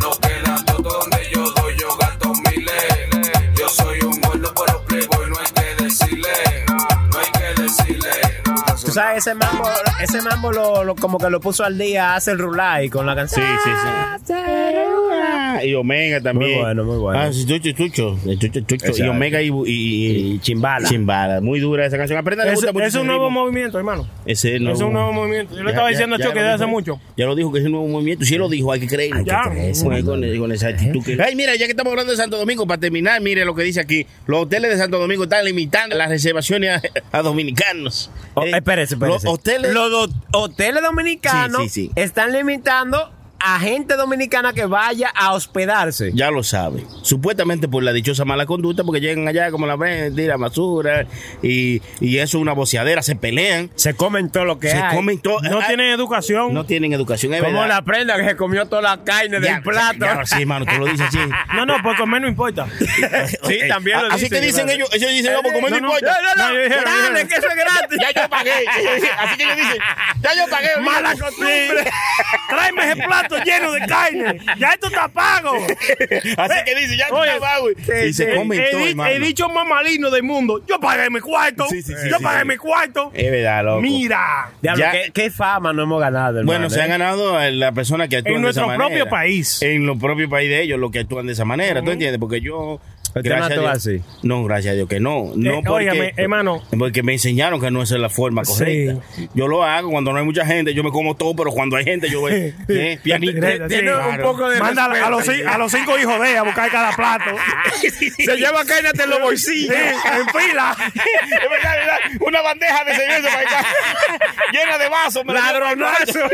O: no quedando donde yo doy, yo gasto miles. Yo soy un gordo, pero playboy, no hay que decirle, no hay que decirle.
B: Tú sabes, ese mambo, ese mambo lo, lo- como que lo puso al día hace el Rulay con la canción.
F: Sí, sí,
B: sí.
F: Ajá, Ah, y Omega también.
B: Muy bueno, muy bueno.
F: Ah, sí, Chucho, Chucho, eh, Chucho, Chucho, Y
B: Exacto.
F: Omega y, y-
B: Chimbala.
F: Chimbala, muy dura esa canción. Aprenda, le
A: Es,
F: gusta
A: es
F: muchísimo el
A: un nuevo
F: ritmo.
A: movimiento, hermano.
F: Ese
A: es un nuevo movimiento. Yo le estaba diciendo a Choque
F: lo
A: de hace
F: dijo.
A: mucho.
F: Ya lo dijo que es un nuevo movimiento. Si él lo dijo, hay que creerlo.
A: Ya.
F: Con, con- con esa actitud que- Ay, mira, ya que estamos hablando de Santo Domingo, para terminar, mire lo que dice aquí. Los hoteles de Santo Domingo están limitando las reservaciones a, a dominicanos. Eh,
B: espérese, espérese.
F: Los eh, hoteles.
B: Los do- hoteles dominicanos
F: Sí, sí, sí.
B: están limitando a gente dominicana que vaya a hospedarse.
F: Ya lo sabe. Supuestamente por la dichosa mala conducta, porque llegan allá como la ven, tiran basura y, y eso es una boceadera, se pelean.
B: Se comen todo lo que
F: se
B: hay.
F: comen todo.
A: No
F: Ah,
A: tienen educación.
F: no tienen educación. es
B: Como
F: verdad.
B: la prenda que se comió toda la carne
F: Ya,
B: del plato.
F: ya, sí, hermano, tú lo dices así.
A: No, no, por comer no importa.
B: Sí,
F: Eh,
B: también lo
F: Así
B: dicen,
F: que dicen
B: hermano.
F: ellos, ellos dicen, no, por
A: Eh,
F: comer no
B: No, no,
F: importa.
B: no, no, no,
A: yo dije, yo
B: dale,
A: dije.
B: que eso es gratis.
F: Ya yo pagué. Así que ellos dicen, ya yo pagué.
B: Mala
F: mira.
B: costumbre.
A: Tráeme ese plato lleno de carne. Ya esto está pago.
F: Así que dice, ya yo
A: Oye, eh,
F: pagué. Y se comen todo,
A: he,
F: hermano.
A: dicho más maligno del mundo. Yo pagué mi cuarto.
F: Sí, sí, sí,
A: yo
F: sí,
A: pagué
F: sí.
A: mi cuarto.
F: Es verdad, loco.
A: Mira.
B: Diablo,
F: Ya-
B: ¿qué, qué fama no hemos ganado,
F: Bueno,
B: hermano,
F: se
B: eh.
F: han ganado a la persona que actúan
A: En nuestro
F: de esa manera.
A: propio país.
F: En los propios país de ellos, los que actúan de esa manera. ¿Tú entiendes? Porque yo.
B: Pero usted no
F: a
B: actúa
F: Dios,
B: así.
F: No, gracias a Dios que no. No
A: Eh,
F: porque,
A: óigame, hermano.
F: Porque me enseñaron que no esa es la forma
A: Sí.
F: correcta. Yo lo hago cuando no hay mucha gente, yo me como todo, pero cuando hay gente, yo voy. eh, pianito.
A: Tiene
F: Claro.
A: Manda a los, ci- a los cinco hijos de ella a buscar cada plato.
F: Se lleva carne en los bolsillos.
A: Sí, en fila.
F: Es verdad, es verdad. Una bandeja de cerveza para acá. Llena de vasos. me la llevo para el baño.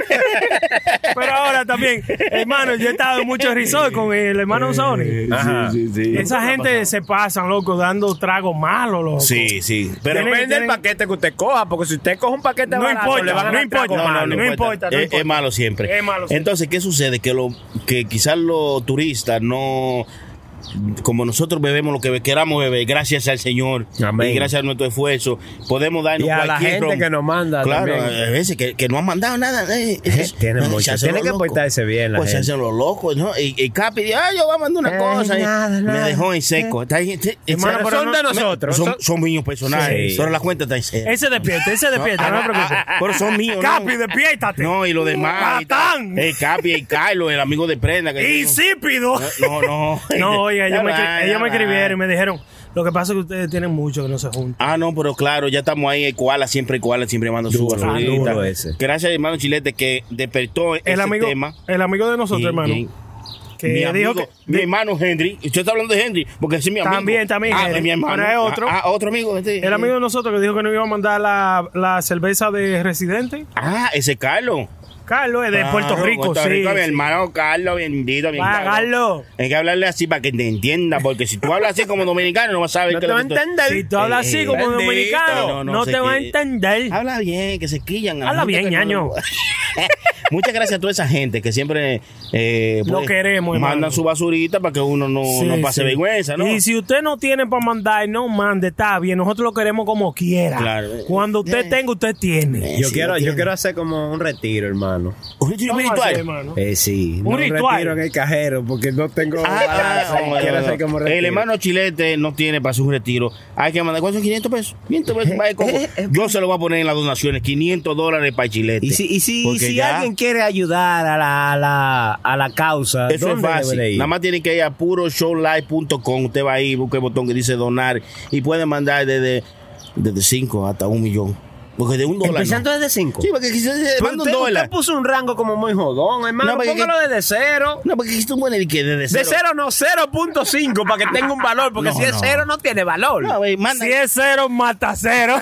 A: Pero ahora también, hermano, yo he estado en muchos resorts con el hermano Sony.
F: Ajá.
B: Sí, sí, sí.
A: Esa gente se pasan, loco, dando tragos malos, loco.
F: Sí, sí. Pero
A: Tienen-
B: Depende del
A: tienen-
B: paquete que usted coja, porque si usted coge un paquete
A: No
B: barato,
A: importa,
B: le van a
A: no
B: dar
A: importa,
B: trago
A: no, no,
B: malo.
A: no importa, no
F: es,
A: importa.
F: es malo siempre.
A: Es malo siempre.
F: Entonces, ¿qué sucede? Que lo que quizás los turistas no como nosotros bebemos lo que queramos beber, gracias al Señor
B: Amén.
F: y gracias a nuestro esfuerzo, podemos darnos
B: Y a la
F: cualquier
B: gente
F: ron.
B: que nos manda
F: Claro, eh.
B: también.
F: a veces que, que no han mandado nada. eh, eh,
B: Tienen
F: eh,
B: mucho.
F: se hacen
B: Tienen
F: los
B: que
F: locos.
B: portarse bien la
F: Pues se
B: gente. Eh,
F: hacen los locos, ¿no? Y, y Capi dice, ah, yo voy a mandar una cosa. y me dejó en seco. Está ahí, está-
A: Hermano,
F: está-
A: pero
F: son
A: no-
F: de nosotros. Son, son míos personales.
B: Sí.
F: Pero la cuenta está en cero.
A: Ese despierta, ese despierta, no, me preocupes.
F: ah, Pero son míos. ¿no?
A: Capi, despiértate.
F: No, y Eh, lo demás.
A: Patán.
F: El Capi, el Carlos, el amigo de prenda. Que
A: Insípido.
F: No, no.
A: No, oye, ellos, me,
F: Ya va,
A: escri- ellos
F: ya
A: me
F: va.
A: escribieron y me dijeron, lo que pasa es que ustedes tienen mucho que no se juntan.
F: Ah, no, pero claro, ya estamos ahí. Ecuala, siempre Ecuala, siempre mando su
B: Duro,
F: barriguita.
B: duro ese.
F: Gracias, hermano Chilete, que despertó el
A: El amigo,
F: tema.
A: el amigo de nosotros,
F: Y-
A: hermano,
F: y-
A: que
F: mi
A: dijo
F: amigo,
A: que...
F: mi hermano Henry. Usted está hablando de Henry, porque ese es mi amigo.
A: También, también,
F: Ah,
A: Henry.
F: es mi hermano.
A: Pero es otro.
F: Ah, ah, otro amigo. este.
A: El amigo de nosotros que dijo que no iba a mandar la, la cerveza de residente.
F: Ah, ese Carlos.
A: Carlos es de
F: Claro,
A: Puerto Rico,
F: Puerto
A: sí.
F: Rico, mi
A: sí.
F: hermano Carlos, bendito, mi
A: Va,
F: hermano.
A: Carlos.
F: Hay que hablarle así para que te entienda, porque si tú hablas así como dominicano, no vas a saber
B: No
F: que
B: te va a
F: que tú-
B: entender.
A: Si tú hablas así como
B: Bendito.
A: dominicano, no,
F: No, no, sé Ah,
A: te va a
F: que-
A: entender.
F: Habla bien, que se quillan. a la
A: Habla
F: gente
A: bien,
F: que no-
A: ñaño.
F: Muchas gracias a toda esa gente que siempre eh,
A: Lo queremos, hermano.
F: mandan su basurita para que uno no,
A: Sí,
F: no pase
A: sí.
F: vergüenza, ¿no?
A: Y si usted no tiene para mandar, no mande, está bien. Nosotros lo queremos como quiera.
F: Claro. Eh.
A: Cuando usted tenga, usted tiene.
B: Yo,
F: Sí,
B: quiero,
F: lo
B: yo
F: tiene.
B: quiero hacer como un retiro, hermano.
F: Un retiro
A: Vamos a hacer,
F: espiritual.
A: hermano.
B: Eh, sí. no,
A: ritual.
B: retiro en el cajero porque no tengo.
F: Ah,
B: balance.
F: no, no,
B: Quiero
F: no.
B: hacer como retiro.
F: El hermano Chilete no tiene para su retiro. Hay que mandar. ¿Cuántos son 500 pesos? 500 pesos. vaya, cojo. Yo se lo voy a poner en las donaciones. 500 dólares para el Chilete.
B: Y si, y si,
F: Porque
B: si
F: ya
B: alguien quiere ayudar a la, a la, a la causa,
F: Eso es
B: ¿dónde debe de
F: fácil.
B: ir?
F: Nada más tiene que ir a puroshowlive.com. Usted va ahí, busca el botón que dice donar y puede mandar desde 5 hasta un millón. Porque de un dólar.
B: Empezando
F: no.
B: desde 5.
F: Sí, porque quizás se manda un
B: usted,
F: dólar.
B: usted puso un rango como muy jodón, hermano.
F: No, porque-
B: Póngalo desde cero.
F: No, porque quizás tú pones de que desde
B: De cero no, 0.5 para que tenga un valor, porque
F: No,
B: si es
F: no.
B: cero no tiene valor.
F: No, güey, manda,
A: Si es cero, mata cero.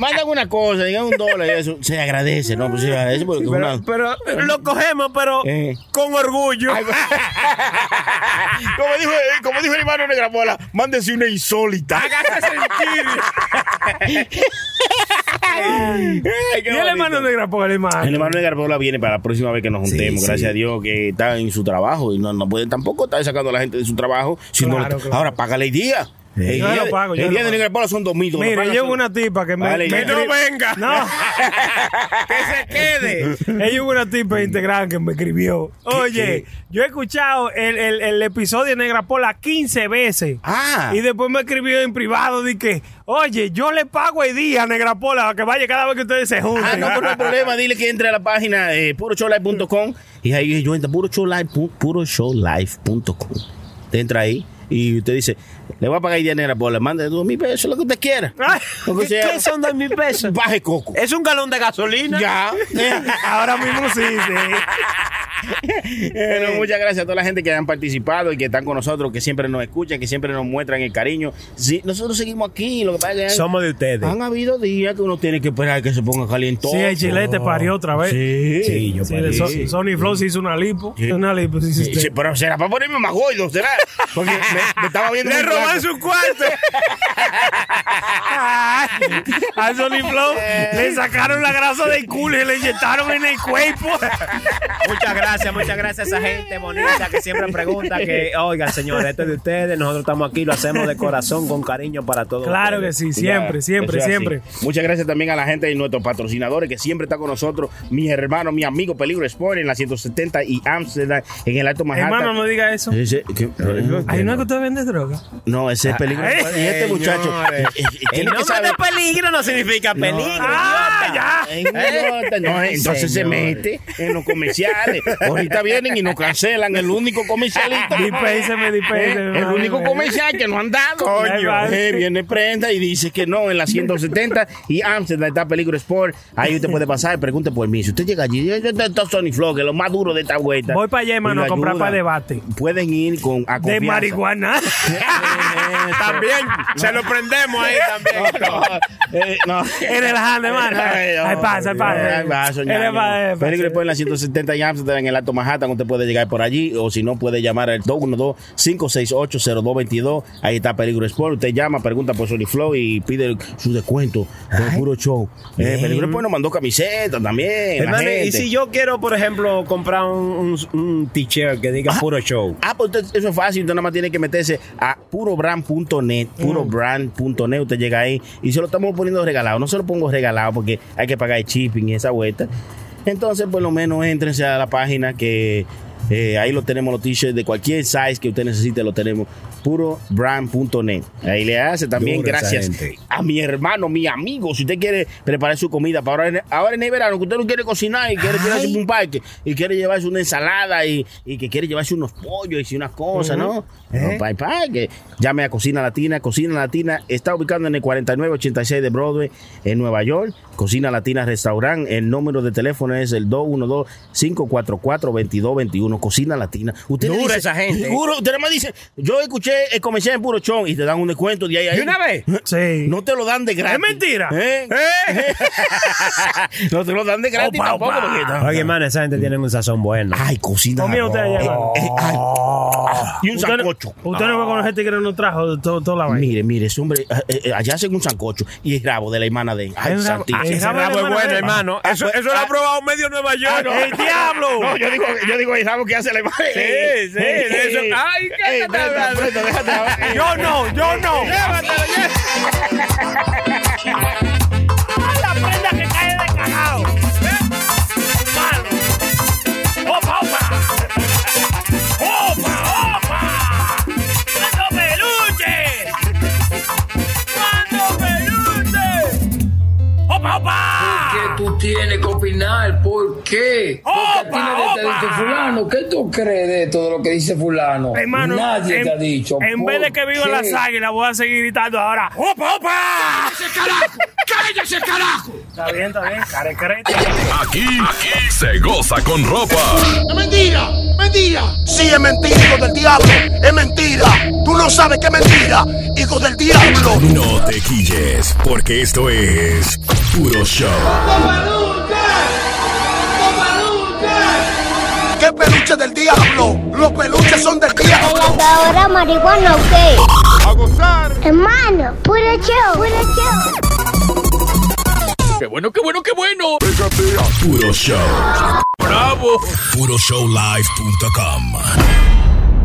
F: mandan una cosa, digan un dólar y eso. Se agradece, ¿no? Pues se agradece porque es
B: pero,
F: una-
B: pero eh, lo cogemos, pero
F: Eh.
B: con orgullo.
F: como, dijo, como dijo el hermano Negra Bola, mándese una insólita. Hágase sentir.
A: y el hermano de Grapo, el hermano.
F: El hermano Edgar Bola viene para la próxima vez que nos juntemos.
B: sí.
F: Gracias a Dios que está en su trabajo y no, no puede tampoco estar sacando a la gente de su trabajo. Si no
A: Claro,
F: lo-
A: claro.
F: Ahora, págale el día. El
A: Yo
F: día,
A: se lo pago, yo
F: el
A: se
F: día
A: lo
F: de Negro
A: pago.
F: al Palo son dos mil. tú lo
A: Mire,
F: pagas
A: llegó
F: solo.
A: una tipa que me.
F: Vale,
A: me
F: ya. No
A: venga. No. que se quede. Ella hubo una tipa integral que me escribió. Oye, yo he escuchado el, el, el episodio de Negra Pola 15 veces.
F: Ah.
A: Y después me escribió en privado de que, oye, yo le pago el día a Negra Pola que vaya cada vez que ustedes se junten.
F: Ah, no, pero no hay problema. Dile que entre a la página eh, puroshowlife.com y ahí yo entro puroshowlife, pu- puroshowlife.com. Te entra ahí y usted dice, le voy a pagar dinero por la manda de dos mil pesos, lo que usted quiera. Lo que sea.
B: son dos mil pesos?
F: Baje coco.
B: Es un galón de gasolina.
F: Ya.
A: Ahora mismo sí,
F: Bueno, muchas gracias a toda la gente que han participado y que están con nosotros, que siempre nos escuchan, que siempre nos muestran el cariño. Sí, nosotros seguimos aquí, lo que pasa es que
B: Somos de ustedes.
F: han habido días que uno tiene que esperar a que se ponga calientoso.
A: Sí, el chilete parió otra vez.
F: Sí,
A: sí
F: yo parí.
A: Sony, Sony Flow se hizo una lipo. Una lipo se hizo
F: Sí, sí,
A: usted.
F: pero será para ponerme más gordo, será. Porque me, me estaba viendo.
A: Le robaron
F: su
A: cuarto. A Sony Flow le sacaron la grasa del culo y le inyectaron en el cuerpo.
B: Muchas gracias, muchas gracias a esa gente bonita que siempre pregunta que, oigan, señores, esto es de ustedes, nosotros estamos aquí, lo hacemos de corazón, con cariño para todos.
A: Claro que
B: ustedes.
A: sí, siempre, siempre,
F: Eso es
A: siempre.
F: así. Muchas gracias también a la gente y nuestros patrocinadores que siempre está con nosotros. Mis hermanos, mi amigo Peligro Sport en la 170 y Amsterdam en el Alto Manhattan.
A: Hermano, no diga eso.
F: Ese- que-
A: Ahí no es que usted vende droga.
F: No, ese es Peligro
A: Ah, Ay,
F: Sport. Y este muchacho.
A: señores.
F: eh, eh,
B: El
F: tiene que
B: nombre
F: saber-
B: de peligro no significa peligro.
A: ¡Ah,
F: ya! Eh. No, entonces se mete en los comerciales. Ahorita vienen y nos cancelan el único comercialista.
A: Dispénseme, dispénseme,
F: Eh, El
A: madre
F: único
A: mía.
F: comercial que no han dado.
A: Coño.
F: Eh, viene prenda y dice que no en la 170 y Amsterdam está Peligro Sport. Ahí usted puede pasar, pregunte por mí. Si usted llega allí, yo- yo- yo- está Sony Flow, que es lo más duro de esta vuelta.
A: Voy para allá,
F: Y
A: hermano,
F: lo
A: a comprar
F: ayudan.
A: para debate.
F: Pueden ir con a
A: De
F: confianza.
A: marihuana.
T: También se lo prendemos ahí también.
F: Eh, no.
A: En el hand, hermano.
F: Ay, no.
A: Ahí pasa, ahí pasa.
F: Ay, va, soñar,
A: Ahí pasa, ahí
F: no.
A: pasa.
F: Peligro después en la 170 y Amsterdam, en el Alto Manhattan. Usted puede llegar por allí o si no, puede llamar al 212-568-0222. Ahí está Peligro Sport. Usted llama, pregunta por Sony Flow y pide su descuento con puro show. Eh, Peligro Sport nos mandó camisetas también. la
B: Hermano, y
F: gente.
B: si yo quiero, por ejemplo, comprar un, un- un t-shirt que diga puro show.
F: Ah, pues usted- eso es fácil. Usted nada más tiene que meterse a purobrand.net. Purobrand.net. Usted llega ahí y se lo estamos poniendo regalado. No se lo pongo regalado porque hay que pagar el shipping y esa vuelta. Entonces, por lo menos, éntrense a la página que eh, ahí lo tenemos los t-shirts de cualquier size que usted necesite. Lo tenemos. Purobrand.net. Ahí le hace también.
B: Dura esa
F: gracias
B: gente.
F: a mi hermano, mi amigo. Si usted quiere preparar su comida para ahora en, ahora en el verano, que usted no quiere cocinar y quiere llevarse un parque y quiere llevarse una ensalada y, y que quiere llevarse unos pollos y unas cosas, ¿no?
B: Eh.
F: No, pa- pa, que llame a Cocina Latina. Cocina Latina está ubicado en el 4986 de Broadway en Nueva York. Cocina Latina Restaurant. El número de teléfono es el 212-544-2221. Cocina Latina. Usted le
B: Dura
F: dice,
B: esa gente. ¿eh?
F: Duro, usted nada más dice, yo escuché el comercial en Puro Chon y te dan un descuento de ahí a
B: ¿De
F: ahí.
B: una vez?
A: Sí.
F: No te lo dan de gratis.
A: Es mentira.
F: ¿Eh? no te lo dan de gratis
B: Opa,
F: tampoco.
B: opa.
F: porque Ah, no.
B: Oh,
F: Ah,
B: Oye, hermano, esa gente tiene un sazón bueno.
F: Ay, cocina. Eh,
A: Comía usted allá, hermano.
F: Y un
A: Usted no-
F: sancocho.
A: Usted no va a conocer que no trajo todo- toda la vaina.
F: Mire, mire, ese hombre, eh, eh, allá hacen un sancocho y el rabo de la hermana de él. Ay,
A: El rabo-
F: santísimo.
A: ah, el rabo de la
T: Pues
A: hermana
T: bueno,
A: de él.
T: hermano,
F: Ah,
T: eso,
F: pues,
T: eso lo
F: ah,
T: ha probado medio Nueva York.
F: Ah, no.
A: ¡El diablo!
F: No, yo digo, yo digo el rabo que hace la hermana de él.
T: Sí,
F: Eh,
T: sí, de eso- Ay, ¿qué te está hablando?
A: Yo no, yo no.
T: Llévatelo,
A: la prenda que cae de cagao. ¡Opa, opa! ¡Opa, opa! ¡Cuando peluche! ¡Cuando peluche! ¡Opa, opa!
E: tú tienes que opinar? ¿Por qué? Porque a ti nadie te ha dicho, fulano, ¿qué tú crees de todo lo que dice fulano?
A: Hermano,
E: nadie
A: en,
E: te ha dicho.
A: en vez de que viva
E: la
A: las águilas, voy a seguir gritando ahora. ¡Opa, opa!
E: carajo! ¡Cállese, carajo!
A: Está bien, está bien, carecrete.
U: Aquí, aquí se goza con ropa.
O: ¡Es mentira! ¡Mentira! Sí, es mentira, hijo del diablo. Es mentira. Tú no sabes qué es mentira, hijo del diablo.
U: No te quilles, porque esto es puro show.
O: ¡Qué peluche del diablo! ¡Los peluches son del diablo!
V: Ahora marihuana, ok. A gozar. Hermano, puro show, puro show.
U: Qué bueno, qué bueno, qué bueno. Puro show. Bravo. PuroShowLive.com.